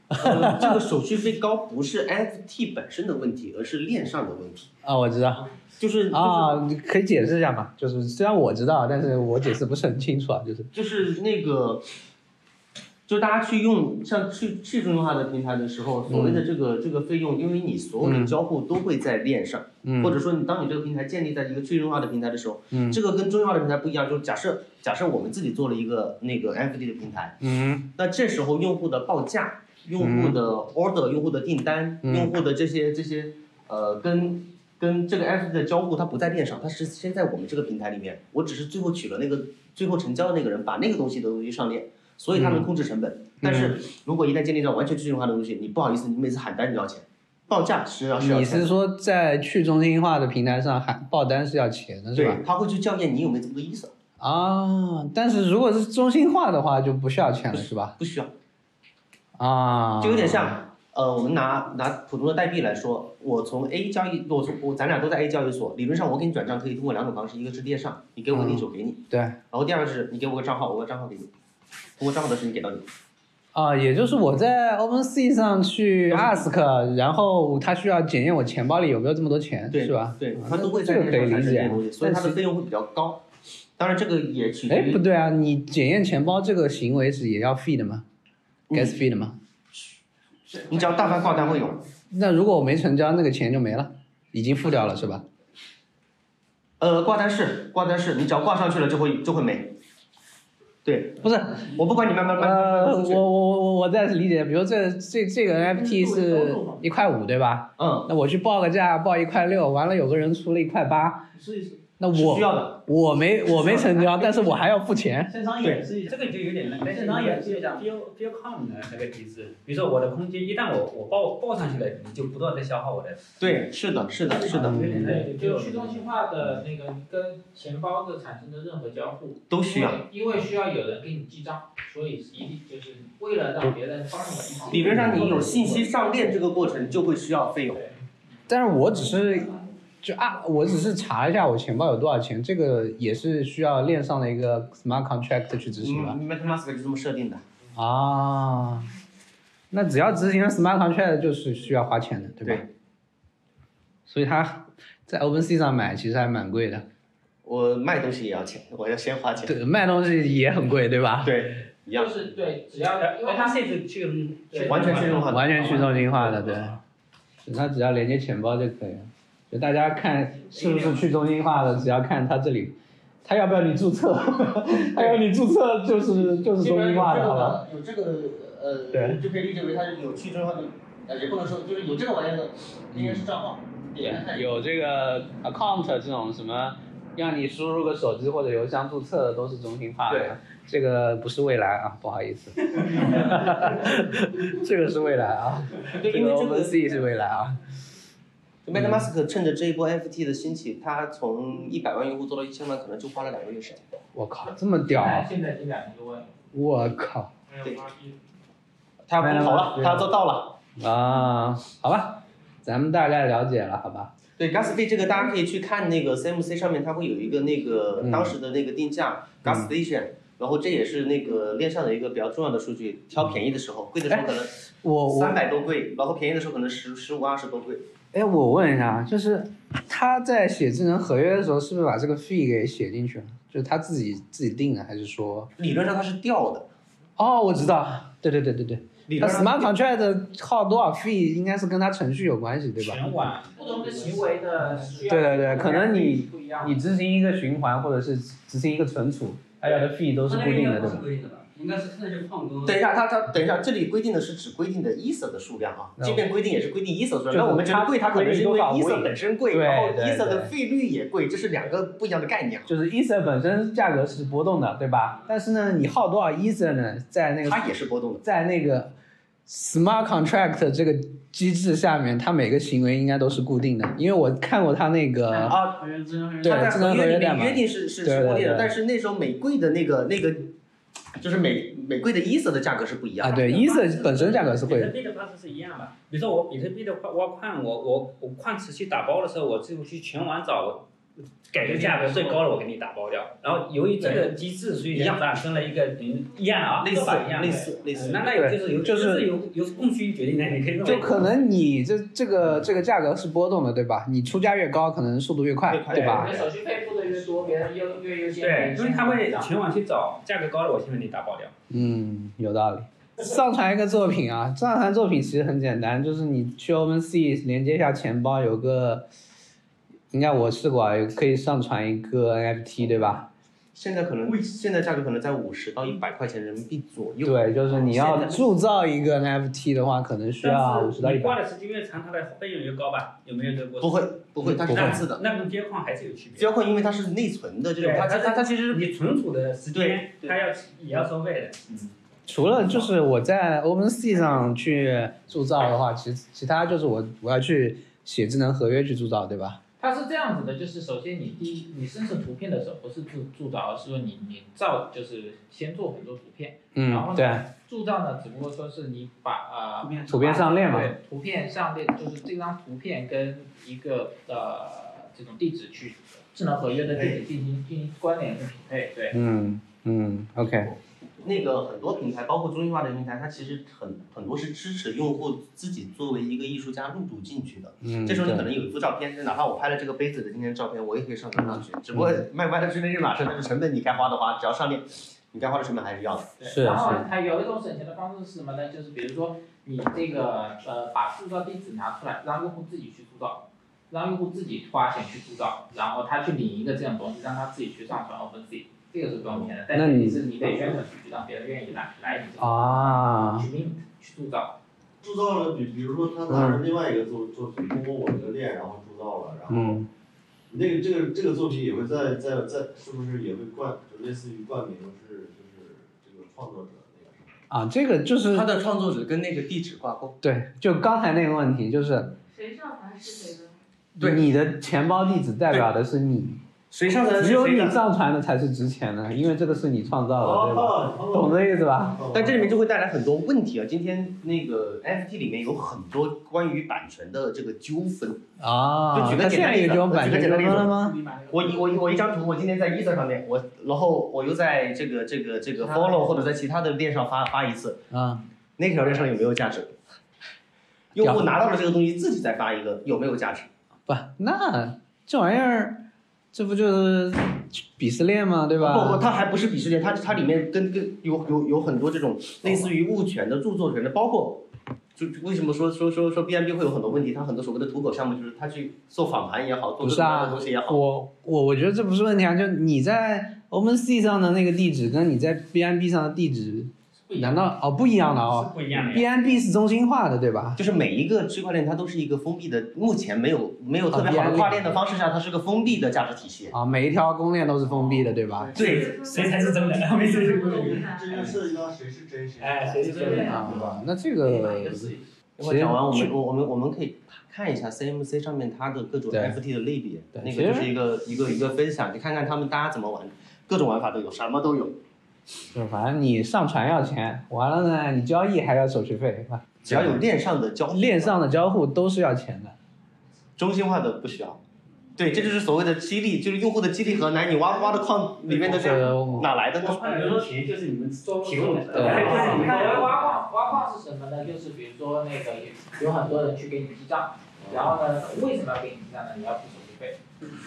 [SPEAKER 2] 呃这个手续费高不是 NFT 本身的问题，而是链上的问题。
[SPEAKER 1] 啊，我知道
[SPEAKER 2] 就是
[SPEAKER 1] 啊，你可以解释一下嘛？就是虽然我知道，但是我解释不是很清楚啊，就是
[SPEAKER 2] 就是那个，就大家去用像去去中心化的平台的时候，所谓
[SPEAKER 1] 嗯
[SPEAKER 2] 的这个、这个费用，因为你所有的交互都会在链上，
[SPEAKER 1] 嗯
[SPEAKER 2] 或者说你当你这个平台建立在一个去中心化的平台的时候，
[SPEAKER 1] 嗯
[SPEAKER 2] 这个跟中心化的平台不一样。就是假设假设我们自己做了一个那个 NFT 的平台，
[SPEAKER 1] 嗯
[SPEAKER 2] 那这时候用户的报价、用户的 order、用户的订单、
[SPEAKER 1] 嗯
[SPEAKER 2] 用户的这些这些呃跟。跟这个 NFT 的交互，它不在链上，它是先在我们这个平台里面。我只是最后取了那个最后成交的那个人，把那个东西的东西上链，所以
[SPEAKER 1] 嗯
[SPEAKER 2] 它能控制成本。但是如果一旦建立到完全去中心化的东西，你不好意思，你每次喊单你要钱，报价是要是要
[SPEAKER 1] 你
[SPEAKER 2] 钱
[SPEAKER 1] 是
[SPEAKER 2] 的，
[SPEAKER 1] 说在去中心化的平台上喊爆单是要钱的是吧
[SPEAKER 2] 对？，他会去校验你有没有这么个意思，
[SPEAKER 1] 啊，但是如果是中心化的话就不需要钱了是吧？
[SPEAKER 2] 不需要，
[SPEAKER 1] 啊，
[SPEAKER 2] 就有点像。呃，我们拿拿普通的代币来说，我从 A 交易，我从我咱俩都在 A 交易所，理论上我给你转账可以通过两种方式，一个是链上，你给我个地址我给你，
[SPEAKER 1] 嗯对
[SPEAKER 2] 然后第二个是你给我个账号，我个账号给你，通过账号的事情给到你，
[SPEAKER 1] 啊，也就是我在 OpenSea 上去 ask，然后他需要检验我钱包里有没有这么多钱，
[SPEAKER 2] 对
[SPEAKER 1] 是吧？
[SPEAKER 2] 对，
[SPEAKER 1] 啊
[SPEAKER 2] 它都会
[SPEAKER 1] 这
[SPEAKER 2] 在
[SPEAKER 1] 个
[SPEAKER 2] 链
[SPEAKER 1] 可以
[SPEAKER 2] 上产
[SPEAKER 1] 理
[SPEAKER 2] 生这些
[SPEAKER 1] 解。啊
[SPEAKER 2] 东西，所以它的费用会比较高。当然，这个也取决
[SPEAKER 1] 哎，不
[SPEAKER 2] 于
[SPEAKER 1] 对啊，你检验钱包这个行为是也要 fee 的吗
[SPEAKER 2] 嗯
[SPEAKER 1] ？gas fee 的吗？
[SPEAKER 2] 你只要大凡挂单会有，
[SPEAKER 1] 那如果我没成交，那个钱就没了，已经付掉了是吧？
[SPEAKER 2] 呃，挂单是挂单是，你只要挂上去了就会就会没。对，
[SPEAKER 1] 不是，
[SPEAKER 2] 我不管你慢慢慢慢
[SPEAKER 1] 呃，
[SPEAKER 2] 慢
[SPEAKER 1] 我
[SPEAKER 2] 慢去。
[SPEAKER 1] 我我我我暂时理解，比如这这这个 NFT 嗯是一块五对吧？
[SPEAKER 2] 嗯，
[SPEAKER 1] 那我去报个价，报一块六，完了有个人出了一块八，
[SPEAKER 7] 试一试，
[SPEAKER 1] 那
[SPEAKER 2] 是
[SPEAKER 1] 我
[SPEAKER 2] 需要的。
[SPEAKER 1] 我没我没成交，但是我还要付钱。
[SPEAKER 7] 现场
[SPEAKER 2] 对
[SPEAKER 7] 演示一下
[SPEAKER 3] 这。个就有点那个，
[SPEAKER 7] 现场演示一下
[SPEAKER 3] f e e l f e e l com 的那个机制，比如说我的空间，一旦我我报报上去了，你就不断的消耗我的。
[SPEAKER 2] 对，是的，是的，是的，
[SPEAKER 1] 嗯
[SPEAKER 3] 有点类似于
[SPEAKER 13] 就去中心化的那个跟钱包的产生的任何交互，
[SPEAKER 2] 都需要。
[SPEAKER 13] 因为，因为需要有人给你记账，所以一定就是为了让别人帮你记账。
[SPEAKER 2] 理论上，你有
[SPEAKER 15] 嗯
[SPEAKER 2] 信息上链这个过程就会需要费用。
[SPEAKER 1] 但是我只是就啊，我只是查一下我钱包有多少钱，这个也是需要链上的一个 smart contract 去执行吧？
[SPEAKER 2] 嗯，MetaMask 就这么设定的。
[SPEAKER 1] 啊，那只要执行了 smart contract 就是需要花钱的，对吧？所以它在 OpenSea 上买其实还蛮贵的，
[SPEAKER 2] 我卖东西也要钱，我要先花钱。
[SPEAKER 1] 对，卖东西也很贵，对吧？
[SPEAKER 2] 对，一样
[SPEAKER 13] 就，是对，只要因为它
[SPEAKER 3] 它限制去
[SPEAKER 13] 对
[SPEAKER 2] 完全去中化的。
[SPEAKER 1] 完全去中心化的，对，就它只要连接钱包就可以了。就大家看是不是去中心化的，只要看它这里，它要不要你注册，它要你注册就是就是中心化的，好吧？
[SPEAKER 15] 有这个呃，
[SPEAKER 1] 对
[SPEAKER 15] 你就可以理解为它是有去中心化的，呃，也不能说就是有这个玩意儿的，应该
[SPEAKER 1] 嗯
[SPEAKER 15] 是账号，
[SPEAKER 1] 对
[SPEAKER 15] 点开看一下。
[SPEAKER 1] 有这个 account 这种什么，让你输入个手机或者邮箱注册的都是中心化
[SPEAKER 7] 对
[SPEAKER 1] 的，这个不是未来啊，不好意 思，这个是未来啊，
[SPEAKER 2] 对，因为这个
[SPEAKER 1] OpenSea 是未来啊，
[SPEAKER 2] 就 MetaMask 趁着这一波 NFT 的兴起，它从一百万用户做到一千万，可能就花了两个月时间。
[SPEAKER 1] 我靠，这么屌
[SPEAKER 3] 哎
[SPEAKER 1] 啊，
[SPEAKER 13] 现在已经两千多万了，
[SPEAKER 1] 我靠
[SPEAKER 2] 对它要公投了，它要做到了。
[SPEAKER 1] 啊，好吧，咱们大概了解了，好吧，
[SPEAKER 2] 对 Gas 这个大家可以去看那个 CMC 上面，它会有一个那个
[SPEAKER 1] 嗯
[SPEAKER 2] 当时的那个定价、Gas Station，然后这也是那个链上的一个比较重要的数据，挑便宜的时候，贵的时候可能
[SPEAKER 1] 哎我我
[SPEAKER 2] 三百多贵，然后便宜的时候可能十十五二十多贵。
[SPEAKER 1] 哎，我问一下，就是他在写智能合约的时候，是不是把这个 fee 给写进去了？就是他自己自己定的，还是说？
[SPEAKER 2] 理论上它是掉的，
[SPEAKER 1] 哦，我知道，对对对对对。
[SPEAKER 2] 理
[SPEAKER 1] 那
[SPEAKER 2] 论上
[SPEAKER 1] smart contract 的耗多少 fee 应该是跟它程序有关系，对吧？
[SPEAKER 3] 全网
[SPEAKER 13] 不同的行为的需要
[SPEAKER 1] 对对对可能你
[SPEAKER 13] 不一样。
[SPEAKER 1] 啊你执行一个循环或者是执行一个存储，大家的 fee 都是固定的，对吧？
[SPEAKER 3] 固定的吧？应该是看这矿工
[SPEAKER 2] 等一下，它它等一下，这里规定的是只规定的 ETH 的数量啊，
[SPEAKER 1] 那我
[SPEAKER 2] 这边规定也是规定 ETH 的数
[SPEAKER 1] 就是
[SPEAKER 2] 量。那我们觉得贵，它可能是因为
[SPEAKER 1] 它规定多少
[SPEAKER 2] ETH 本身贵，
[SPEAKER 1] 对
[SPEAKER 2] 然后
[SPEAKER 1] 对
[SPEAKER 2] ETH 的
[SPEAKER 1] 对
[SPEAKER 2] 费率也贵，这是两个不一样的概念啊。
[SPEAKER 1] 就是 E ether 本身价格是波动的，对吧？但是呢，你耗多少 E ether 呢，在那个
[SPEAKER 2] 它也是波动的。
[SPEAKER 1] 在那个 smart contract 这个机制下面，它每个行为应该都是固定的，因为我看过它那个
[SPEAKER 2] 啊，
[SPEAKER 1] 对
[SPEAKER 2] 它在
[SPEAKER 1] 智能
[SPEAKER 2] 合
[SPEAKER 1] 合约
[SPEAKER 2] 约里
[SPEAKER 1] 代
[SPEAKER 2] 面
[SPEAKER 1] 码
[SPEAKER 2] 约定是是
[SPEAKER 1] 对
[SPEAKER 2] 是
[SPEAKER 1] 对
[SPEAKER 2] 固定的
[SPEAKER 1] 对，
[SPEAKER 2] 但是那时候每贵的那个那个，就是每每贵的 ETH 的价格是不一样
[SPEAKER 1] 啊，
[SPEAKER 2] 的。
[SPEAKER 1] 对 ether 本身价格是会
[SPEAKER 3] 比特币的方式是一样的，比如说我比特币的矿挖矿，我我我矿持续打包的时候，我就去全网找我给的价格最高的，我给你打包掉。然后由于这个机制，所以产生了一个嗯一样啊，
[SPEAKER 2] 类
[SPEAKER 3] 做
[SPEAKER 2] 似
[SPEAKER 3] 法一样的嗯
[SPEAKER 2] 类
[SPEAKER 3] 哎
[SPEAKER 2] 似类似
[SPEAKER 3] 那那也就是由就是由由供需决定的，你可以认为
[SPEAKER 1] 就可能你这这个这个价格是波动的，对吧？你出价越高，可能速度越快，
[SPEAKER 2] 越快
[SPEAKER 1] 对
[SPEAKER 13] 你
[SPEAKER 1] 吧？
[SPEAKER 13] 的手续费付的越多，别人优越优先。
[SPEAKER 3] 对，因为他会
[SPEAKER 13] 涨
[SPEAKER 3] 全网去找价格高的，我先给你打包掉。
[SPEAKER 1] 嗯，有道理。上传一个作品啊，上传作品其实很简单，就是你去 OpenSea 连接一下钱包，有个，应该我试过啊，有可以上传一个 NFT，对吧？
[SPEAKER 2] 现在可能现在价格可能在五十到一百块钱人民币左右。啊
[SPEAKER 1] 对，就是你
[SPEAKER 2] 现
[SPEAKER 1] 要
[SPEAKER 2] 在
[SPEAKER 1] 铸造一个 NFT 的话，可能需要
[SPEAKER 3] 但
[SPEAKER 1] 五
[SPEAKER 3] 是
[SPEAKER 1] 十到一
[SPEAKER 3] 你
[SPEAKER 1] 百。
[SPEAKER 3] 挂的时间越长，它的费用越高吧？有没有这个过
[SPEAKER 2] 不
[SPEAKER 3] 程？
[SPEAKER 2] 会不会，它是
[SPEAKER 1] 不会
[SPEAKER 2] 单次的。
[SPEAKER 3] 那跟边矿还是有区别。
[SPEAKER 2] 交换因为它是内存的这种，
[SPEAKER 3] 对
[SPEAKER 2] 它它它它其实
[SPEAKER 3] 你存储的时间，
[SPEAKER 2] 对对
[SPEAKER 3] 它要也要收费的。
[SPEAKER 1] 除了就是我在 OpenSea 上去铸造的话，其其他就是我我要去写智能合约去铸造，对吧？
[SPEAKER 13] 它是这样子的，就是首先你第一，你生成图片的时候不是铸铸造，而是说你你造就是先做很多图片，然
[SPEAKER 1] 嗯，
[SPEAKER 13] 后呢
[SPEAKER 1] 对，
[SPEAKER 13] 铸造呢只不过说是你把呃
[SPEAKER 1] 图片上链嘛，
[SPEAKER 13] 对图片上链就是这张图片跟一个呃这种地址去智能合约的地址进行进行关联跟匹配，对。
[SPEAKER 1] 哎嗯嗯，OK，
[SPEAKER 2] 那个很多平台，包括中心化的平台，它其实很很多是支持用户自己作为一个艺术家入驻进去的。
[SPEAKER 1] 嗯，
[SPEAKER 2] 这时候你可
[SPEAKER 1] 对，
[SPEAKER 2] 能有一幅照片，哪怕我拍了这个杯子的今天照片，我也可以上传上去。
[SPEAKER 1] 嗯
[SPEAKER 2] 只不过卖歪了去那是哪是，但是成本你该花的花，只要上链，你该花的成本还是要的。
[SPEAKER 13] 对
[SPEAKER 1] 是
[SPEAKER 13] 然后
[SPEAKER 1] 是
[SPEAKER 13] 还有一种省钱的方式是什么呢？就是比如说你这个呃把塑造地址拿出来，让用户自己去塑造，让用户自己花钱去塑造，然后他去领一个这样东西，让他自己去上传 OpenSea，这个是不用钱的，但
[SPEAKER 1] 那
[SPEAKER 13] 前提
[SPEAKER 1] 你
[SPEAKER 13] 是你得宣传出去，让别人愿意来来你这个
[SPEAKER 1] 啊
[SPEAKER 13] 去 mint 去塑造。
[SPEAKER 16] 铸造了，比比如说他拿着另外一个作作品，通过我这个链，然后铸造了，然后
[SPEAKER 1] 嗯，
[SPEAKER 16] 那个这个这个作品也会在在在，是不是也会冠，就类似于冠名是就是这个创作者那个什么？
[SPEAKER 1] 啊，这个就是
[SPEAKER 2] 它的创作者跟那个地址挂钩。
[SPEAKER 1] 对，就刚才那个问题，就是
[SPEAKER 7] 谁上传是谁的？
[SPEAKER 1] 你的钱包地址代表的是你，
[SPEAKER 2] 谁上传是
[SPEAKER 1] 只有
[SPEAKER 2] 谁
[SPEAKER 1] 你
[SPEAKER 2] 的
[SPEAKER 1] 上传的才是值钱的，因为这个是你创造的，对
[SPEAKER 13] 哦
[SPEAKER 16] 哦
[SPEAKER 1] 吧？懂这意思吧？
[SPEAKER 2] 但这里面就会带来很多问题啊。今天那个 NFT 里面有很多关于版权的这个纠纷
[SPEAKER 1] 啊
[SPEAKER 2] 哦就举个
[SPEAKER 1] 它
[SPEAKER 2] 简
[SPEAKER 1] 现
[SPEAKER 2] 单
[SPEAKER 1] 在
[SPEAKER 2] 例
[SPEAKER 1] 有
[SPEAKER 2] 子
[SPEAKER 1] 这种版
[SPEAKER 2] 我举个
[SPEAKER 1] 权
[SPEAKER 2] 简单例
[SPEAKER 1] 纠纷
[SPEAKER 2] 子
[SPEAKER 1] 了吗？
[SPEAKER 2] 我一我一我一张图，我今天在 Ether 上面，我然后我又在这个这个这个 Follow 或者在其他的链上发发一次，
[SPEAKER 1] 啊，
[SPEAKER 2] 那条链上有没有价值？用户拿到了这个东西，自己再发一个，有没有价值？
[SPEAKER 1] 不，那这玩意儿，这不就是鄙视链吗？对吧？
[SPEAKER 2] 不不，它还不是鄙视链，它它里面跟跟有有有很多这种类似于物权的、著作权的，包括就就为什么说说说说 B M B 会有很多问题？它很多所谓的土狗项目，就是它去做访谈也好，做
[SPEAKER 1] 不
[SPEAKER 2] 各
[SPEAKER 1] 是
[SPEAKER 2] 种各样
[SPEAKER 1] 啊
[SPEAKER 2] 的东西也好，，
[SPEAKER 1] 我我我觉得这不是问题啊，就你在 OpenSea 上的那个地址跟你在 BNB 上的地址，难道哦不一样的哦？
[SPEAKER 3] 是不一样的呀
[SPEAKER 1] BNB 是中心化的，对吧？
[SPEAKER 2] 就是每一个区块链它都是一个封闭的，目前没有没有特别
[SPEAKER 1] 啊
[SPEAKER 2] 好
[SPEAKER 1] ，BNB
[SPEAKER 2] 的跨链的方式下，它是个封闭的价值体系。
[SPEAKER 1] 啊，每一条公链都是封闭的，对吧？
[SPEAKER 2] 对，
[SPEAKER 3] 谁才是真的？ 没谁是真的。
[SPEAKER 16] 这就涉及到谁是真谁
[SPEAKER 3] 哎，谁是真的？
[SPEAKER 1] 啊，那这个
[SPEAKER 2] 我讲完，我们我我们我们可以看一下 CMC 上面它的各种
[SPEAKER 1] 对
[SPEAKER 2] FT 的类别，
[SPEAKER 1] 对
[SPEAKER 2] 那
[SPEAKER 1] 其
[SPEAKER 2] 个
[SPEAKER 1] 实
[SPEAKER 2] 就是一个一个一个分享，你看看他们大家怎么玩，各种玩法都有，什么都有。
[SPEAKER 1] 就是反正你上传要钱，完了呢，你交易还要手续费，是吧？
[SPEAKER 2] 只要有链上的交互，
[SPEAKER 1] 链上的交互都是要钱的。
[SPEAKER 2] 中心化的不需要。对，这就是所谓的激励，就是用户的激励和来你挖挖的矿里面的这哪来的呢？
[SPEAKER 3] 钱就是你们提供的，
[SPEAKER 7] 哎
[SPEAKER 13] 对，你看哎挖矿，挖矿是什么呢？就是比如说那个有有很多人去给你记账，然后呢，为什么要给你记账呢？你要付手续费，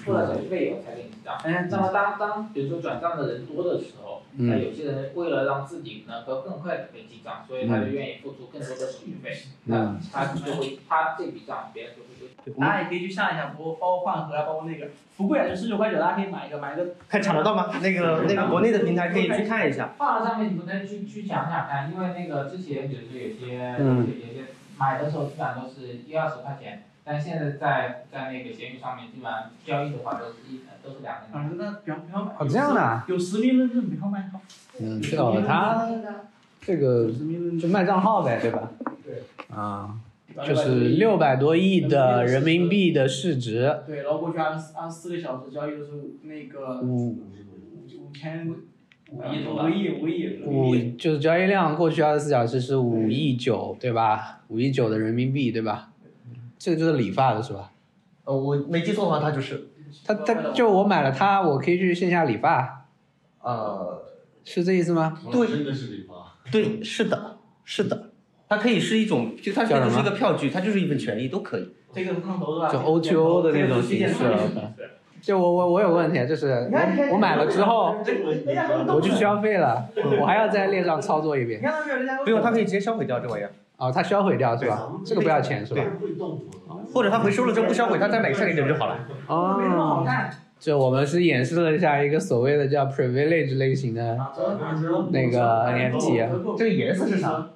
[SPEAKER 13] 付了手续费以后才给你记账。
[SPEAKER 1] 嗯
[SPEAKER 13] 那么当当比如说转账的人多的时候，
[SPEAKER 1] 嗯
[SPEAKER 13] 那有些人为了让自己能够更快的被记账，所以他就愿意付出更多的手续费，
[SPEAKER 1] 嗯
[SPEAKER 13] 他就会他这笔账别人就会就
[SPEAKER 7] 大家也可以去上一下，包括包括饭盒啊，包括那个，不贵啊，就十九块九，大家可以买一个，买一个。
[SPEAKER 2] 还抢得到吗？嗯那个那个国内的平台可以去看一下。
[SPEAKER 13] 放到上面，你们可以去去想想看，因为那个之前比如说有些、
[SPEAKER 2] 嗯
[SPEAKER 13] 有些有些买的时候基本上都是一二十块钱，但现在在在那个闲鱼上面，基本上交易的话都是一都是两
[SPEAKER 7] 啊
[SPEAKER 13] 个，
[SPEAKER 7] 那不要不要买。
[SPEAKER 1] 哦这样的啊
[SPEAKER 7] 有实名认证不要买。
[SPEAKER 1] 嗯，这个他这个就卖账号呗，对吧？
[SPEAKER 7] 对。
[SPEAKER 1] 啊，就是六百多亿的人民币的市值，
[SPEAKER 7] 对，然后过去二十二十四个小时交易的时候，那个
[SPEAKER 1] 五
[SPEAKER 7] 五千五
[SPEAKER 3] 亿多吧
[SPEAKER 7] 五亿五亿
[SPEAKER 1] 五就是交易量过去二十四小时是五亿九，对吧？五亿九的人民币，对吧？这个就是理发的是吧？
[SPEAKER 2] 呃，我没记错的话，它就是
[SPEAKER 1] 他他就我买了它，我可以去线下理发，
[SPEAKER 2] 呃，
[SPEAKER 1] 是这意思吗？
[SPEAKER 2] 对，
[SPEAKER 16] 真的是理发。
[SPEAKER 2] 对，是的，是的，它可以是一种，就它可以就是一个票据，它就是一份权益都可以。
[SPEAKER 7] 这个是烫头是吧？
[SPEAKER 1] 就 O T O 的那种形式。啊就我我我有问题，就是我我买了之后，我去消费了，我还要在链上操作一遍
[SPEAKER 7] 你。看到没有？人家都
[SPEAKER 2] 不用，它可以直接销毁掉这玩意儿，
[SPEAKER 1] 哦，它销毁掉是吧？这个不要钱是吧？
[SPEAKER 2] 或者它回收了之后不销毁，它再买下一个就好了。
[SPEAKER 7] 没那么好
[SPEAKER 1] 哦，
[SPEAKER 7] 看。
[SPEAKER 1] 这我们是演示了一下一个所谓的叫 privilege 类型的
[SPEAKER 7] 啊
[SPEAKER 1] 那个 NFT。
[SPEAKER 2] 这个颜色是啥？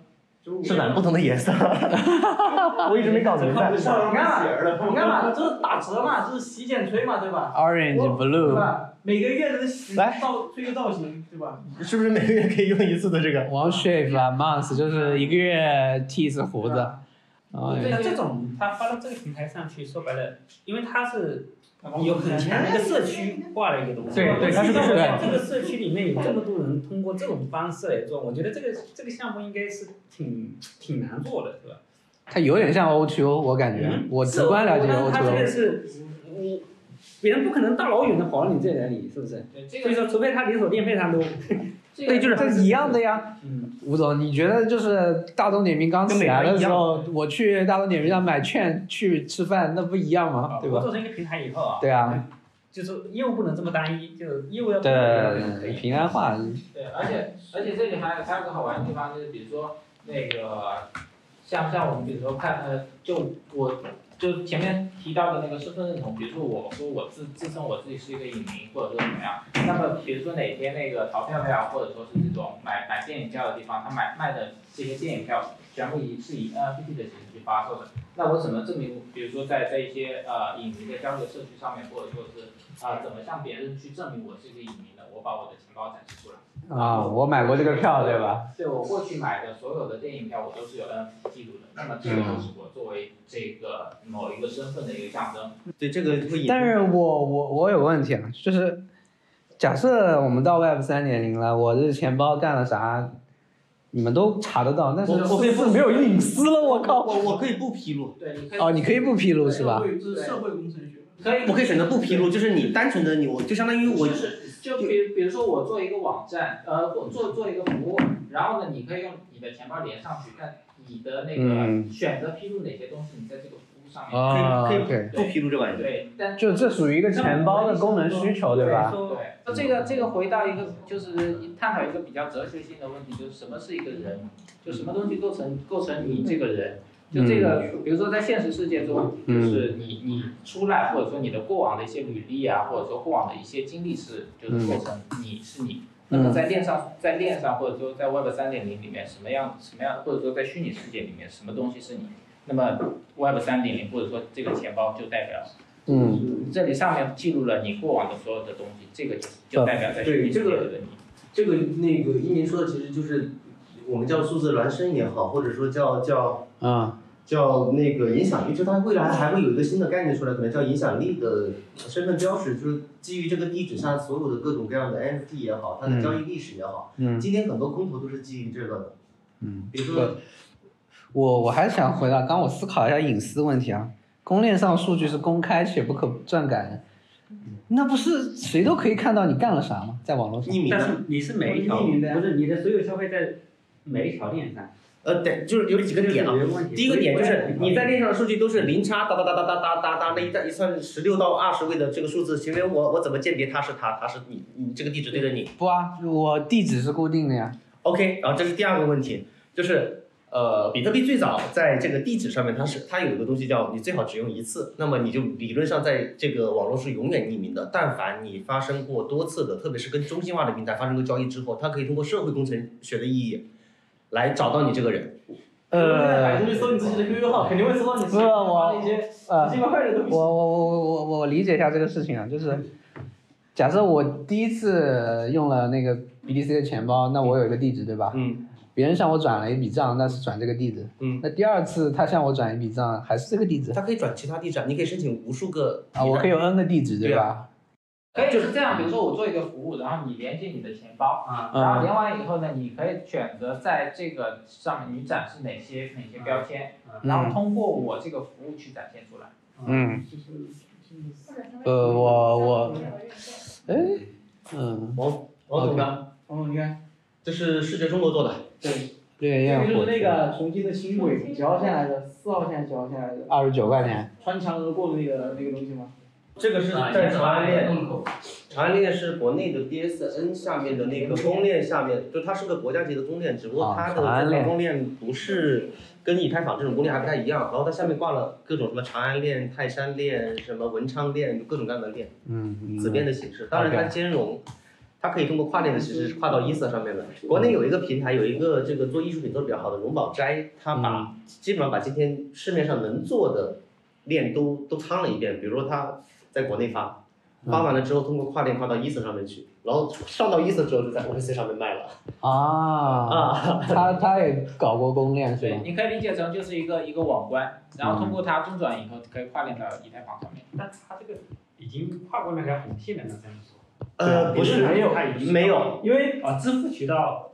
[SPEAKER 2] 是蓝，不同的颜色。
[SPEAKER 7] 我
[SPEAKER 2] 我一直没搞明白。
[SPEAKER 7] 啊你看嘛，你看嘛，就是打折嘛，就是洗剪吹嘛，对吧？
[SPEAKER 1] Orange
[SPEAKER 7] 对
[SPEAKER 1] blue，
[SPEAKER 7] 吧？每个月能洗造吹个造型，对吧？
[SPEAKER 2] 是不是每个月可以用一次的这个？
[SPEAKER 1] 王 shave 啊，month 就是一个月剃一次胡子。啊，
[SPEAKER 3] 对这种他发到这个平台上去，说白了，因为他是
[SPEAKER 1] 哦
[SPEAKER 3] 有很强的一个社区化的一个东西。
[SPEAKER 1] 对对它
[SPEAKER 3] 他
[SPEAKER 1] 是个社区
[SPEAKER 3] 这个社区里面有这么多人通过这种方式来做，我觉得这个这个项目应该是挺挺难做的，是吧？
[SPEAKER 1] 它有点像 O T O，我感觉嗯我直观了解
[SPEAKER 3] 是
[SPEAKER 1] O
[SPEAKER 3] 但
[SPEAKER 1] T
[SPEAKER 3] 是他这
[SPEAKER 1] O
[SPEAKER 3] 个。是，我别人不可能大老远的跑到你这里来，你是不是？
[SPEAKER 13] 对，这
[SPEAKER 3] 所以说，除非他连锁店非常多，
[SPEAKER 13] 这
[SPEAKER 1] 对，就是这一样的呀。
[SPEAKER 3] 嗯，
[SPEAKER 1] 吴总，你觉得就是大众点评刚起来的时候，我去大众点评上买券去吃饭，那不一样吗？对
[SPEAKER 3] 啊我
[SPEAKER 1] 吧？
[SPEAKER 3] 做成一个平台以后啊，
[SPEAKER 1] 对啊，
[SPEAKER 3] 就是业务不能这么单一，就是业务要
[SPEAKER 1] 对
[SPEAKER 3] 对
[SPEAKER 1] 对对，平安化，
[SPEAKER 13] 对，而且而且这里还还有个好玩的地方，就是比如说那个像像我们比如说看呃，就我就前面提到的那个身份认同，比如说我说我自自称我自己是一个影迷，或者说怎么样，那么比如说哪天那个淘票票或者说是这种买买电影票的地方，他买卖的这些电影票全部以是以 NFT 的形式去发售的，那我怎么证明？比如说在在一些呃影迷的交流社区上面，或者说是啊、呃怎么向别人去证明我是一个影迷呢？我把我的钱包展示出来。
[SPEAKER 1] 啊，我买过这个票，对吧？？
[SPEAKER 13] 对，我过去买的所有的电影票，我都是有 NFT 记录的。那么这个就是我作为这个某一个身份的一个象征。
[SPEAKER 2] 对这个会
[SPEAKER 1] 但是我我我有问题啊，就是假设我们到 Web 三点零了，我这钱包干了啥，你们都查得到，但是
[SPEAKER 2] 我我可以
[SPEAKER 1] 是不是没有隐私了？我靠！
[SPEAKER 2] 我我可以不披露。
[SPEAKER 13] 对，你
[SPEAKER 1] 哦，你可以不披露是吧？
[SPEAKER 7] 这是社会工程学。
[SPEAKER 13] 可以
[SPEAKER 2] 我可以选择不披露，就是你单纯的你，我就相当于我
[SPEAKER 13] 就是就比比如说我做一个网站，呃，或做做一个服务，然后呢，你可以用你的钱包连上去，看你的那
[SPEAKER 1] 嗯
[SPEAKER 13] 个选择披露哪些东西，你在这个服务上面
[SPEAKER 1] 啊
[SPEAKER 13] 可以
[SPEAKER 1] OK
[SPEAKER 13] 对
[SPEAKER 2] 不披露这玩意儿
[SPEAKER 13] 对，但
[SPEAKER 1] 就这属于一个钱包的功能需求，对吧？
[SPEAKER 13] 对，那这个这个回到一个就是探讨一个比较哲学性的问题，就是什么是一个人，就什么东西构成构成你这个人。就这个，比如说在现实世界中，就
[SPEAKER 1] 嗯
[SPEAKER 13] 是你你出来，或者说你的过往的一些履历啊，或者说过往的一些经历是，就是构成你是你。
[SPEAKER 1] 嗯
[SPEAKER 13] 那么在链上，在链上或者说在 Web 三点零里面，什么样什么样，或者说在虚拟世界里面，什么东西是你？那么 Web 三点零或者说这个钱包就代表
[SPEAKER 1] 嗯，
[SPEAKER 13] 这里上面记录了你过往的所有的东西，这个就代表在虚
[SPEAKER 2] 对
[SPEAKER 13] 拟世
[SPEAKER 2] 这
[SPEAKER 13] 界的
[SPEAKER 2] 个
[SPEAKER 13] 你。
[SPEAKER 2] 这个那个一鸣说的其实就是我们叫数字孪生也好，或者说叫叫
[SPEAKER 1] 啊
[SPEAKER 2] 叫那个影响力，就它未来还会有一个新的概念出来，可能叫影响力的身份标识，就是基于这个地址下所有的各种各样的 NFT 也好，它的交易历史也好，
[SPEAKER 1] 嗯
[SPEAKER 2] 今天很多空投都是基于这个的，
[SPEAKER 1] 嗯，
[SPEAKER 2] 比如说
[SPEAKER 1] 我我还想回到，刚我思考一下隐私问题啊。公链上数据是公开且不可篡改的，那不是谁都可以看到你干了啥吗？在网络上，
[SPEAKER 3] 但是你是每一条，不是你的所有消费在每一条链上。
[SPEAKER 2] 呃，对，就是有几个点啊
[SPEAKER 3] 这是有问。题
[SPEAKER 2] 第一个点就是你在链上的数据都是零差哒哒哒哒哒哒哒哒，那一大一算十六到二十位的这个数字，其实我我怎么鉴别它是它，它是你，你这个地址对着你。
[SPEAKER 1] 不啊，我地址是固定的呀。
[SPEAKER 2] OK，然后这是第二个问题，就是呃，比特币最早在这个地址上面，它是它有一个东西叫你最好只用一次，那么你就理论上在这个网络是永远匿名的。但凡你发生过多次的，特别是跟中心化的平台发生过交易之后，它可以通过社会工程学的意义来找到你这个人。
[SPEAKER 1] 呃，
[SPEAKER 7] 百度搜你自己的 QQ 号，肯定会搜到你
[SPEAKER 1] 不是啊我
[SPEAKER 7] 一些
[SPEAKER 1] 呃，
[SPEAKER 7] 奇奇怪怪的东西。
[SPEAKER 1] 我我我我我我理解一下这个事情啊，就是假设我第一次用了那个 BTC 的钱包，那我有一个地址对吧？
[SPEAKER 2] 嗯。
[SPEAKER 1] 别人向我转了一笔账，那是转这个地址。
[SPEAKER 2] 嗯。
[SPEAKER 1] 那第二次他向我转一笔账，还是这个地址
[SPEAKER 2] 它可以转其他地址啊，你可以申请无数个
[SPEAKER 1] 啊？我可以有 N 个地址
[SPEAKER 2] 对
[SPEAKER 1] 吧？
[SPEAKER 13] 可以是这样，比如说我做一个服务，然后你连接你的钱包，
[SPEAKER 3] 啊
[SPEAKER 1] 嗯
[SPEAKER 13] 然后连完以后呢，你可以选择在这个上面你展示哪些哪些标签，然后通过我这个服务去展现出来。
[SPEAKER 1] 嗯。呃，我我，哎，嗯。
[SPEAKER 2] 王王总呢？
[SPEAKER 7] 王总，你看，
[SPEAKER 2] 这是视觉中国做的。
[SPEAKER 7] 对，
[SPEAKER 1] 烈焰
[SPEAKER 7] 这个就
[SPEAKER 1] 火
[SPEAKER 7] 是那个重庆的轻轨几号线来着？四号线、几号线来着？
[SPEAKER 1] 二十九块钱。
[SPEAKER 7] 穿墙而过的那个那个东西吗？
[SPEAKER 2] 这个
[SPEAKER 3] 啊
[SPEAKER 2] 是在长安链，长安链是国内的 BSN 下面的那个公链下面，就它是个国家级的公链，只不过它
[SPEAKER 1] 啊长安
[SPEAKER 2] 的这
[SPEAKER 1] 链
[SPEAKER 2] 个公链不是跟以太坊这种公链还不太一样，然后它下面挂了各种什么长安链、泰山链、什么文昌链，各种各样的链，
[SPEAKER 1] 嗯
[SPEAKER 2] 子链的形式，当然它
[SPEAKER 1] OK
[SPEAKER 2] 兼容。它可以通过跨链的形式跨到 ETH 上面来。国内有一个平台，有一个这个做艺术品做的比较好的荣宝斋，它
[SPEAKER 1] 嗯
[SPEAKER 2] 把基本上把今天市面上能做的链都都趟了一遍。比如说它在国内发，
[SPEAKER 1] 嗯
[SPEAKER 2] 发完了之后通过跨链跨到 ETH 上面去，然后上到 ETH 之后就在 OKC 上面卖了。
[SPEAKER 1] 嗯啊
[SPEAKER 2] 啊
[SPEAKER 1] 他他也搞过公链是
[SPEAKER 13] 对
[SPEAKER 1] 吧，？
[SPEAKER 13] 你可以理解成就是一个一个网关，然后通过它中转以后，可以跨链到以太坊上面。
[SPEAKER 3] 但他这个已经跨过那条红线了，那这样说。
[SPEAKER 2] 呃，不是，
[SPEAKER 3] 没有，
[SPEAKER 2] 没有，，
[SPEAKER 3] 因为啊，支付渠道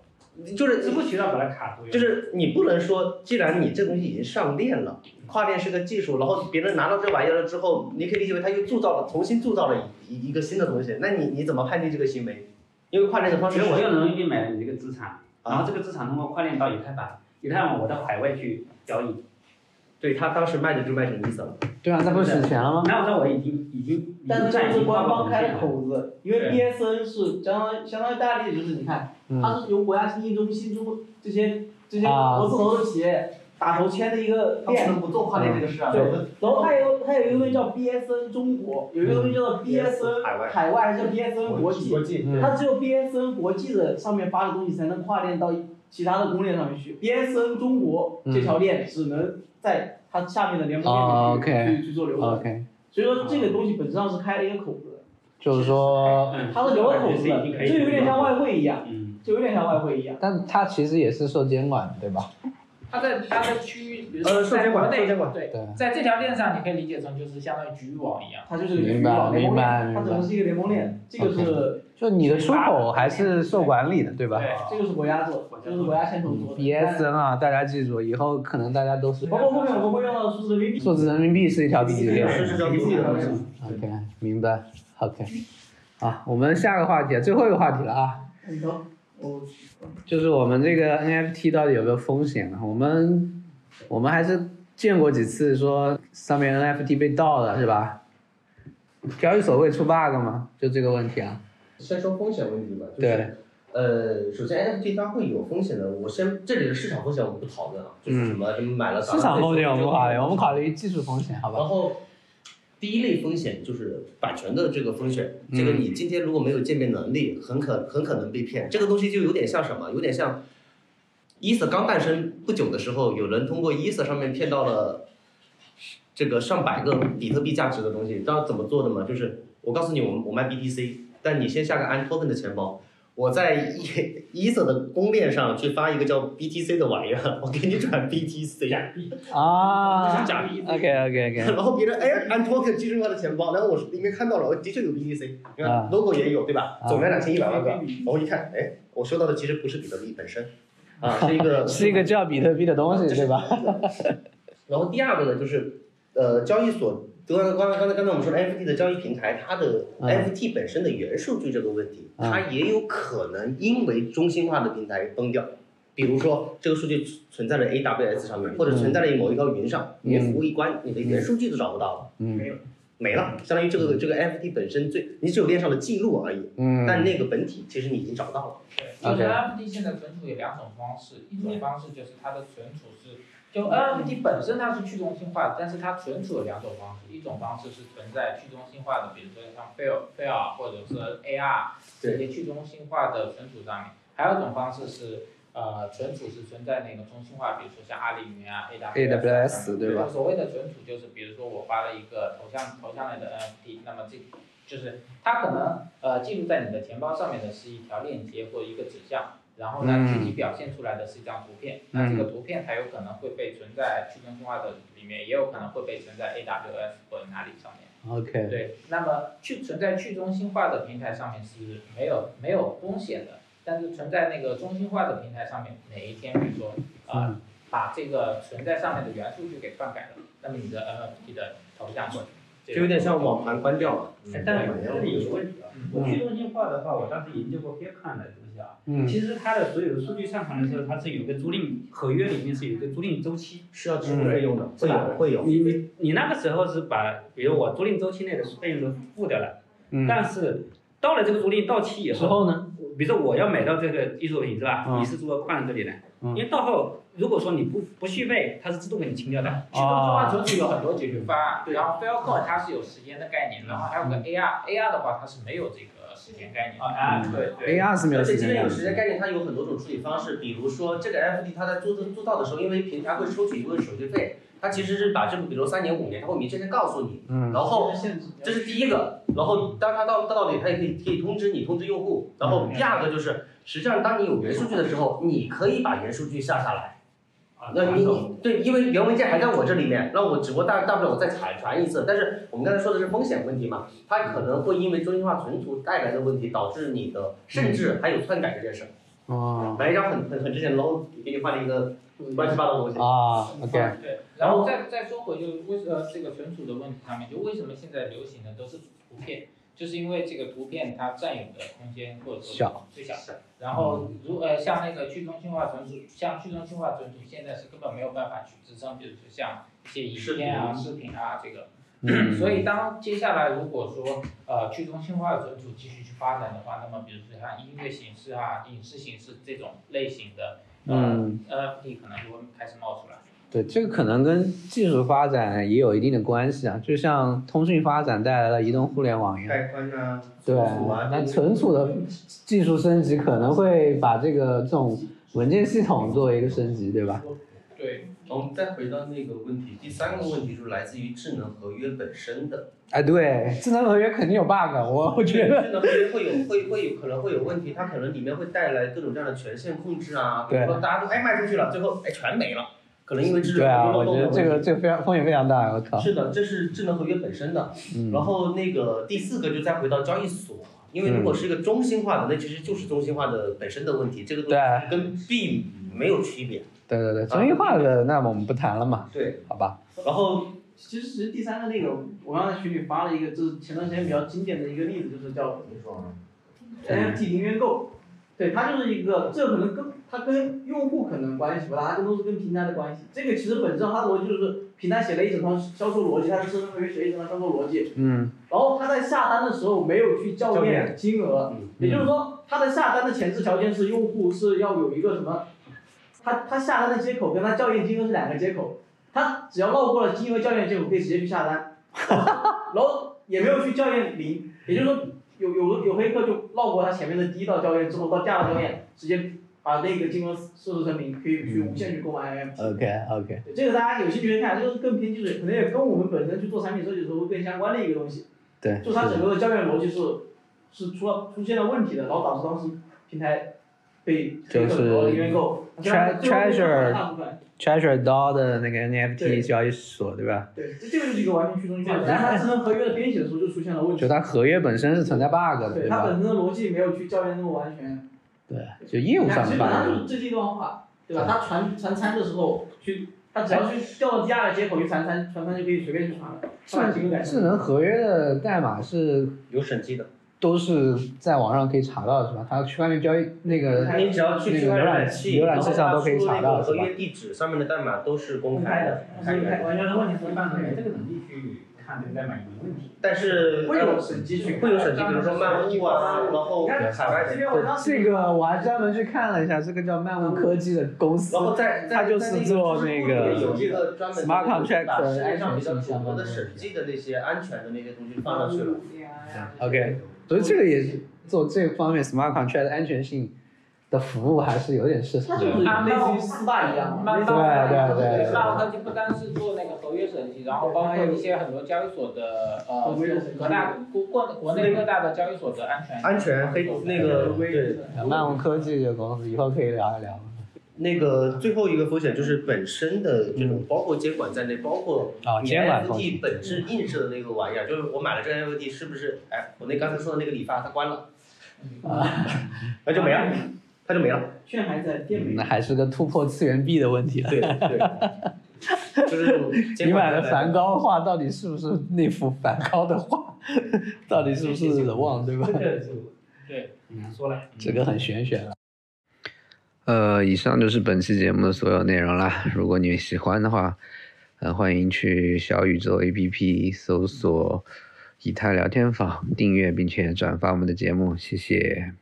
[SPEAKER 2] 就是
[SPEAKER 3] 支付渠道把它卡住了。
[SPEAKER 2] 就是你不能说，既然你这东西已经上链了，跨链是个技术，然后别人拿到这玩意儿了之后，你可以理解为他又铸造了，重新铸造了一一个新的东西。那你你怎么判定这个行为？因为跨链的方
[SPEAKER 3] 其
[SPEAKER 2] 式
[SPEAKER 3] 实
[SPEAKER 2] 是，啊
[SPEAKER 3] 我又容易买了你这个资产，然后这个资产通过跨链到以太坊，以太坊我到海外去交易，
[SPEAKER 2] 对他当时卖的就卖成 ETH 了。
[SPEAKER 1] 对啊，那不是洗钱了吗？
[SPEAKER 3] 那我说我已经已经已
[SPEAKER 7] 但
[SPEAKER 3] 经
[SPEAKER 7] 是
[SPEAKER 3] 占
[SPEAKER 7] 这
[SPEAKER 3] 已
[SPEAKER 7] 是
[SPEAKER 3] 经跨
[SPEAKER 7] 官
[SPEAKER 3] 过
[SPEAKER 7] 方
[SPEAKER 3] 红
[SPEAKER 7] 开
[SPEAKER 3] 线
[SPEAKER 7] 的
[SPEAKER 3] 了。
[SPEAKER 7] 口子，因为 BSN 是相当于相当于大例子，就是你看，
[SPEAKER 1] 嗯
[SPEAKER 7] 它是由国家经济中心中这些这些
[SPEAKER 1] 啊
[SPEAKER 7] 国字头的企业打头签的一个
[SPEAKER 17] 他不
[SPEAKER 7] 链
[SPEAKER 17] 能不做跨链这个事啊
[SPEAKER 7] 对
[SPEAKER 17] 我们，
[SPEAKER 7] 然后还有还有一个东西叫 BSN 中国，有一个东西叫
[SPEAKER 1] 嗯
[SPEAKER 7] 做 BSN
[SPEAKER 17] 海外
[SPEAKER 7] 海外还是叫 BSN 国
[SPEAKER 17] 国际
[SPEAKER 7] 际
[SPEAKER 17] 嗯，
[SPEAKER 7] 它只有 BSN 国际的上面发的东西才能跨链到其他的公链上面去，BSN 中国这条链只能在它下面的联盟
[SPEAKER 1] 嗯哦
[SPEAKER 7] 链里
[SPEAKER 1] ，OK
[SPEAKER 7] 面去去去做流转，
[SPEAKER 1] OK，
[SPEAKER 7] 所以说这个东西本质上是开了一个口子。
[SPEAKER 1] 就是
[SPEAKER 3] 嗯
[SPEAKER 1] 说，
[SPEAKER 7] 它是留了口嗯子的，就有点像外汇一样，
[SPEAKER 1] 嗯
[SPEAKER 7] 就有点像外汇一样。
[SPEAKER 1] 但它其实也是受监管的，对吧？
[SPEAKER 13] 它在它在区域，比如
[SPEAKER 1] 呃
[SPEAKER 13] 说
[SPEAKER 1] 受
[SPEAKER 13] 在
[SPEAKER 1] 监
[SPEAKER 13] 国
[SPEAKER 1] 管
[SPEAKER 13] 内
[SPEAKER 1] 受监管
[SPEAKER 13] 对
[SPEAKER 1] 对，
[SPEAKER 13] 在这条链上，你可以理解成就是相当于局域网一样，
[SPEAKER 7] 它就是
[SPEAKER 1] 明白，明白，明白。
[SPEAKER 7] 它只能是一个联盟链，这个是
[SPEAKER 1] OK 就你的出口还是受管理的，对吧？
[SPEAKER 7] 这个是国家做，这个是国家牵头做的。
[SPEAKER 1] BSN 啊，大家记住，以后可能大家都是
[SPEAKER 7] 包括后面我们会用到数字人民币，
[SPEAKER 1] 数字人民币是一条自己的链
[SPEAKER 7] 嗯
[SPEAKER 3] 啊
[SPEAKER 7] 是是是是是是是是
[SPEAKER 1] OK，明白。OK，啊，我们下个话题，最后一个话题了啊，
[SPEAKER 7] 你说，我
[SPEAKER 1] 就是我们这个 NFT 到底有没有风险啊呢？我们我们还是见过几次说上面 NFT 被盗了，是吧？交易所会出 bug 吗？就这个问题啊？
[SPEAKER 2] 先说风险问题吧，就是
[SPEAKER 1] 对，
[SPEAKER 2] 呃，首先 NFT 它会有风险的，我先这里的市场风险我们不讨论啊，就是什么什么买了
[SPEAKER 1] 市场风险我们不考虑，
[SPEAKER 2] 虑，
[SPEAKER 1] 我们考虑技术风险，好吧？
[SPEAKER 2] 然后第一类风险就是版权的这个风险，
[SPEAKER 1] 嗯
[SPEAKER 2] 这个你今天如果没有鉴别能力，很可很可能被骗。这个东西就有点像什么？有点像 ETH 刚诞生不久的时候，有人通过 ETH 上面骗到了这个上百个比特币价值的东西。知道怎么做的吗？就是我告诉你，我我卖 BTC，但你先下个 N token 的钱包。我在 E ETH 的公链上去发一个叫 BTC 的玩意儿，我给你转 BTC，
[SPEAKER 1] 啊，
[SPEAKER 2] 这是假币
[SPEAKER 1] OK OK OK。
[SPEAKER 2] 然后别人哎按 token 技术化的钱包，然后我是里面看到了，我的确有 BTC，你
[SPEAKER 1] 啊
[SPEAKER 2] 看 logo 也有对吧？
[SPEAKER 1] 啊
[SPEAKER 2] 总量两千一百万个，然后一看，哎，我收到的其实不是比特币本身，啊，是一 个
[SPEAKER 1] 是一个叫比特币的东西，对吧？
[SPEAKER 2] 然后第二个呢，就是呃，交易所，刚刚刚才刚才我们说的 NFT 的交易平台，它的
[SPEAKER 1] 嗯
[SPEAKER 2] NFT 本身的原数据这个问题，
[SPEAKER 1] 嗯
[SPEAKER 2] 它也有可能因为中心化的平台崩掉。比如说，这个数据存在了 AWS 上面，或者存在了某一条云上，你的
[SPEAKER 1] 嗯
[SPEAKER 2] 服务一关，你的原数据都找不到了，
[SPEAKER 1] 嗯
[SPEAKER 2] 没了，没了，相当于这个这个 NFT 本身最，你只有链上的记录而已，
[SPEAKER 1] 嗯
[SPEAKER 2] 但那个本体其实你已经找到了，
[SPEAKER 13] 就是 NFT 现在存储有两种方式，一种方式就是它的存储是，就 NFT 本身它是去中心化的，但是它存储有两种方式，一种方式是存在去中心化的，比如说像 Fair Fair 或者是 AR 这些去中心化的存储上面，还有一种方式是呃存储是存在那个中心化，比如说像阿里云啊
[SPEAKER 1] AWS
[SPEAKER 13] 上面
[SPEAKER 1] 对吧
[SPEAKER 13] 就所谓的存储就是比如说我发了一个头像头像类的 NFT，那么这就是它可能呃记录在你的钱包上面的是一条链接或一个指向，然后呢
[SPEAKER 1] 嗯
[SPEAKER 13] 自己表现出来的是一张图片，
[SPEAKER 2] 嗯
[SPEAKER 13] 那这个图片它有可能会被存在去中心化的里面，也有可能会被存在 AWS 或者哪里上面。
[SPEAKER 1] OK
[SPEAKER 13] 对，那么去存在去中心化的平台上面是没有没有风险的，但是存在那个中心化的平台上面，哪一天比如说啊、
[SPEAKER 1] 嗯
[SPEAKER 13] 把这个存在上面的元数据给篡改了，那么你的 NFT 的头像会
[SPEAKER 2] 就有点像网盘关掉了。
[SPEAKER 3] 哎，但是这里有个问题啊，我
[SPEAKER 2] 嗯
[SPEAKER 3] 去中心化的话，我当时研究过 Bitcoin 的东西啊，
[SPEAKER 2] 嗯
[SPEAKER 3] 其实它的所有的数据上传的时候，它是有个租赁合约，里面是有一个租赁周期，
[SPEAKER 2] 是要支付费用的
[SPEAKER 3] 是吧
[SPEAKER 2] 嗯会有会有
[SPEAKER 3] 你你你那个时候是把，比如我租赁周期内的费用都付掉了，
[SPEAKER 1] 嗯
[SPEAKER 3] 但是到了这个租赁到期以后，
[SPEAKER 7] 嗯
[SPEAKER 1] 之后呢？
[SPEAKER 3] 比如说我要买到这个艺术品是吧？
[SPEAKER 1] 嗯
[SPEAKER 3] 你是做放在这里的，
[SPEAKER 1] 嗯
[SPEAKER 3] 因为到后如果说你不不续费，它是自动给你清掉的。
[SPEAKER 7] 哦
[SPEAKER 13] 去中
[SPEAKER 2] 啊
[SPEAKER 13] 心
[SPEAKER 1] 啊
[SPEAKER 13] 化存储有很多解决方案，然后 Filecoin 它是有时间的概念，然后还有
[SPEAKER 2] 嗯
[SPEAKER 13] 个 AR，AR、的话它是没有这个时间概念的。
[SPEAKER 3] 啊
[SPEAKER 13] 对对。
[SPEAKER 1] AR 嗯是没有
[SPEAKER 2] 而且
[SPEAKER 1] 时
[SPEAKER 2] 这
[SPEAKER 1] 间
[SPEAKER 2] 边
[SPEAKER 1] 概
[SPEAKER 2] 有
[SPEAKER 1] 念
[SPEAKER 2] 时间概念，它有很多种处理方式，比如说这个 FD 它在做做到的时候，因为平台会收取一部分手续费，它其实是把这个，比如三年五年，它会明确的告诉你，
[SPEAKER 1] 嗯
[SPEAKER 2] 然后这是第一个，然后当它到到底，它也可以可以通知你通知用户，然后第二个就是，实际上当你有原数据的时候，你可以把原数据下下来。那你你对，因为原文件还在我这里面，那我只不过大大不了我再采传一次。但是我们刚才说的是风险问题嘛，它可能会因为中心化存储带来的问题，导致你的甚至还有篡改这件事。
[SPEAKER 1] 哦
[SPEAKER 2] 买一张很很很值钱的捞，给你换了一个乱七八糟的东西。
[SPEAKER 1] 啊，OK，
[SPEAKER 13] 对，然后再再说回就是为呃这个存储的问题上面，就为什么现在流行的都是图片，就是因为这个图片它占有的空间或者说
[SPEAKER 1] 小
[SPEAKER 13] 最小。然后如呃像那个去中心化存储，像去中心化存储现在是根本没有办法去支撑，比如说像一些影片啊、视频啊这个。
[SPEAKER 1] 嗯
[SPEAKER 13] 所以当接下来如果说呃去中心化的存储继续去发展的话，那么比如说像音乐形式啊、影视形式这种类型的。呃
[SPEAKER 1] 嗯
[SPEAKER 13] NFT 可能就会开始冒出来。
[SPEAKER 1] 对，这个可能跟技术发展也有一定的关系啊，就像通讯发展带来了移动互联网一样。
[SPEAKER 2] 带宽啊，
[SPEAKER 1] 对，那存储的技术升级可能会把这个这种文件系统作为一个升级，对吧？
[SPEAKER 2] 对，我们再回到那个问题，第三个问题就是来自于智能合约本身的。
[SPEAKER 1] 哎，对，智能合约肯定有 bug，我我 觉
[SPEAKER 2] 智
[SPEAKER 1] 得。
[SPEAKER 2] 能合约会有会会有可能会有问题，它可能里面会带来各种各样的权限控制啊，比如说
[SPEAKER 1] 对
[SPEAKER 2] 大家都哎卖出去了，最后哎全没了，可能因为这是
[SPEAKER 1] 对啊，
[SPEAKER 2] 漏
[SPEAKER 1] 我
[SPEAKER 2] 洞
[SPEAKER 1] 觉
[SPEAKER 2] 的
[SPEAKER 1] 得
[SPEAKER 2] 问
[SPEAKER 1] 这个
[SPEAKER 2] 题
[SPEAKER 1] 这个非常风险非常大，我靠。
[SPEAKER 2] 是的，这是智能合约本身的。
[SPEAKER 1] 嗯
[SPEAKER 2] 然后那个第四个就再回到交易所，因为如
[SPEAKER 1] 嗯
[SPEAKER 2] 果是一个中心化的，那其实就是中心化的本身的问题，这个东
[SPEAKER 1] 啊
[SPEAKER 2] 西跟币没有区别。
[SPEAKER 1] 对对对，中心化的那我们不谈了嘛。
[SPEAKER 2] 对，
[SPEAKER 1] 好吧。
[SPEAKER 2] 然后
[SPEAKER 7] 其实其实第三个那个，我刚才群里发了一个，就是前段时间比较经典的一个例子，就是叫呃 NFT 零元购，对，它就是一个，这可能跟它跟用户可能关系不大，它更多是跟平台的关系。这个其实本质上它的逻辑就是平台写了一整套销售逻辑，它是智能合约写了一整套销售逻辑，
[SPEAKER 1] 嗯
[SPEAKER 7] 然后他在下单的时候没有去校
[SPEAKER 18] 校
[SPEAKER 7] 验
[SPEAKER 18] 验
[SPEAKER 7] 金额，也就是说他的下单的前置条件是用户是要有一个什么，他他下单的接口跟他校验金额是两个接口，他只要绕过了金额校验接口可以直接去下单，然后也没有去校验零，也就是说有有有黑客就绕过他前面的第一道校验之后到第二道校验，直接把那个金额设置成零，可以去无限去购买
[SPEAKER 1] 嗯
[SPEAKER 7] NFT。
[SPEAKER 1] OK OK。
[SPEAKER 7] 这个大家有兴趣可以看，这个更偏技术，可能也跟我们本身去做产品设计的时候会更相关的一个东西。
[SPEAKER 1] 对
[SPEAKER 7] 就它整个的交易逻辑是是出了出现了问题的，然后导致当时平台被
[SPEAKER 1] 就
[SPEAKER 7] 黑客
[SPEAKER 1] 是
[SPEAKER 7] 搞了一元购，
[SPEAKER 1] Tre-
[SPEAKER 7] 虽然最后被砍了大部
[SPEAKER 1] Treasure
[SPEAKER 7] 分
[SPEAKER 1] Treasure DAO 的那个
[SPEAKER 7] 对
[SPEAKER 1] NFT 交易所，对吧？
[SPEAKER 7] 对，这这个就是一个完全去中心化的，但是它智能合约的编写的时候就出现了问题，
[SPEAKER 1] 就它合约本身是存在 bug 的，
[SPEAKER 7] 对它本
[SPEAKER 1] 吧？
[SPEAKER 7] 身的逻辑没有去校验那么完全。
[SPEAKER 1] 对，就业务上
[SPEAKER 7] 其
[SPEAKER 1] 的
[SPEAKER 7] 实本上
[SPEAKER 1] bug
[SPEAKER 7] 就。是最低端化，对吧？他传传餐的时候去，他只要去调到第二个接口去传餐，传餐就可以随便去传了。他把结构改
[SPEAKER 1] 智智能合约的代码是
[SPEAKER 2] 有审计的，
[SPEAKER 1] 都是在网上可以查到的是吧？它去外面交易那个，
[SPEAKER 2] 你只要去
[SPEAKER 1] 那
[SPEAKER 2] 浏
[SPEAKER 1] 个浏览
[SPEAKER 2] 器，
[SPEAKER 1] 浏览器上都可以查到
[SPEAKER 2] 然后它
[SPEAKER 1] 的
[SPEAKER 2] 输
[SPEAKER 1] 是
[SPEAKER 2] 入那个
[SPEAKER 1] 吧
[SPEAKER 2] 合？约地址上面的代码都是公开的，
[SPEAKER 19] 是完全的问题是一般的人，这个能力去看这个代码有没有问题。
[SPEAKER 2] 但是呃
[SPEAKER 19] 会有审计去
[SPEAKER 2] 会有审计，比如说漫步啊，然后海外的。
[SPEAKER 1] 对，这个我还专门去看了一下，这个叫漫问科技的公司，
[SPEAKER 7] 哦
[SPEAKER 2] 然后在在
[SPEAKER 1] 它就是做那个
[SPEAKER 2] 有一个专门
[SPEAKER 1] smart contract
[SPEAKER 2] 把世界
[SPEAKER 1] 安
[SPEAKER 2] 上
[SPEAKER 1] 全
[SPEAKER 2] 比较
[SPEAKER 1] 性
[SPEAKER 2] 主
[SPEAKER 1] 相
[SPEAKER 2] 流
[SPEAKER 1] 关
[SPEAKER 2] 的审计的那些安全的那些东西放上去了。
[SPEAKER 1] OK，所以这个也是做这方面 smart contract 的安全性的服务还是有点市场
[SPEAKER 7] 它
[SPEAKER 1] 的。
[SPEAKER 7] 就是类似于四大一样嘛，
[SPEAKER 13] 漫道
[SPEAKER 1] 对对对
[SPEAKER 13] 漫科技不单是做那个合约审计，然后包括一些很多交易所的呃
[SPEAKER 2] 合约审计
[SPEAKER 13] 各大国国国内各大的交易所的安全
[SPEAKER 2] 安全黑那个对，
[SPEAKER 1] 漫问科技这个公司以后可以聊一聊。
[SPEAKER 2] 那个最后一个风险就是本身的这种，包括监管在内，包括
[SPEAKER 1] 啊
[SPEAKER 2] 你
[SPEAKER 1] 监管风险
[SPEAKER 2] NFT 本质映射的那个玩意儿，就是我买了这 NFT 是不是？哎，我那刚才说的那个理发它关了，啊 那就没了，它就没了。
[SPEAKER 7] 券还在店里。
[SPEAKER 1] 那嗯还是个突破次元壁的问题了。
[SPEAKER 2] 对对，就是
[SPEAKER 1] 你买的梵高画到底是不是那幅梵高的画？ 到底是不是惹忘，对吧？
[SPEAKER 19] 对，说了。
[SPEAKER 1] 这个很玄学了。
[SPEAKER 20] 呃，以上就是本期节目的所有内容啦。如果你喜欢的话，呃，欢迎去小宇宙 APP 搜索“以太聊天坊”，订阅并且转发我们的节目，谢谢。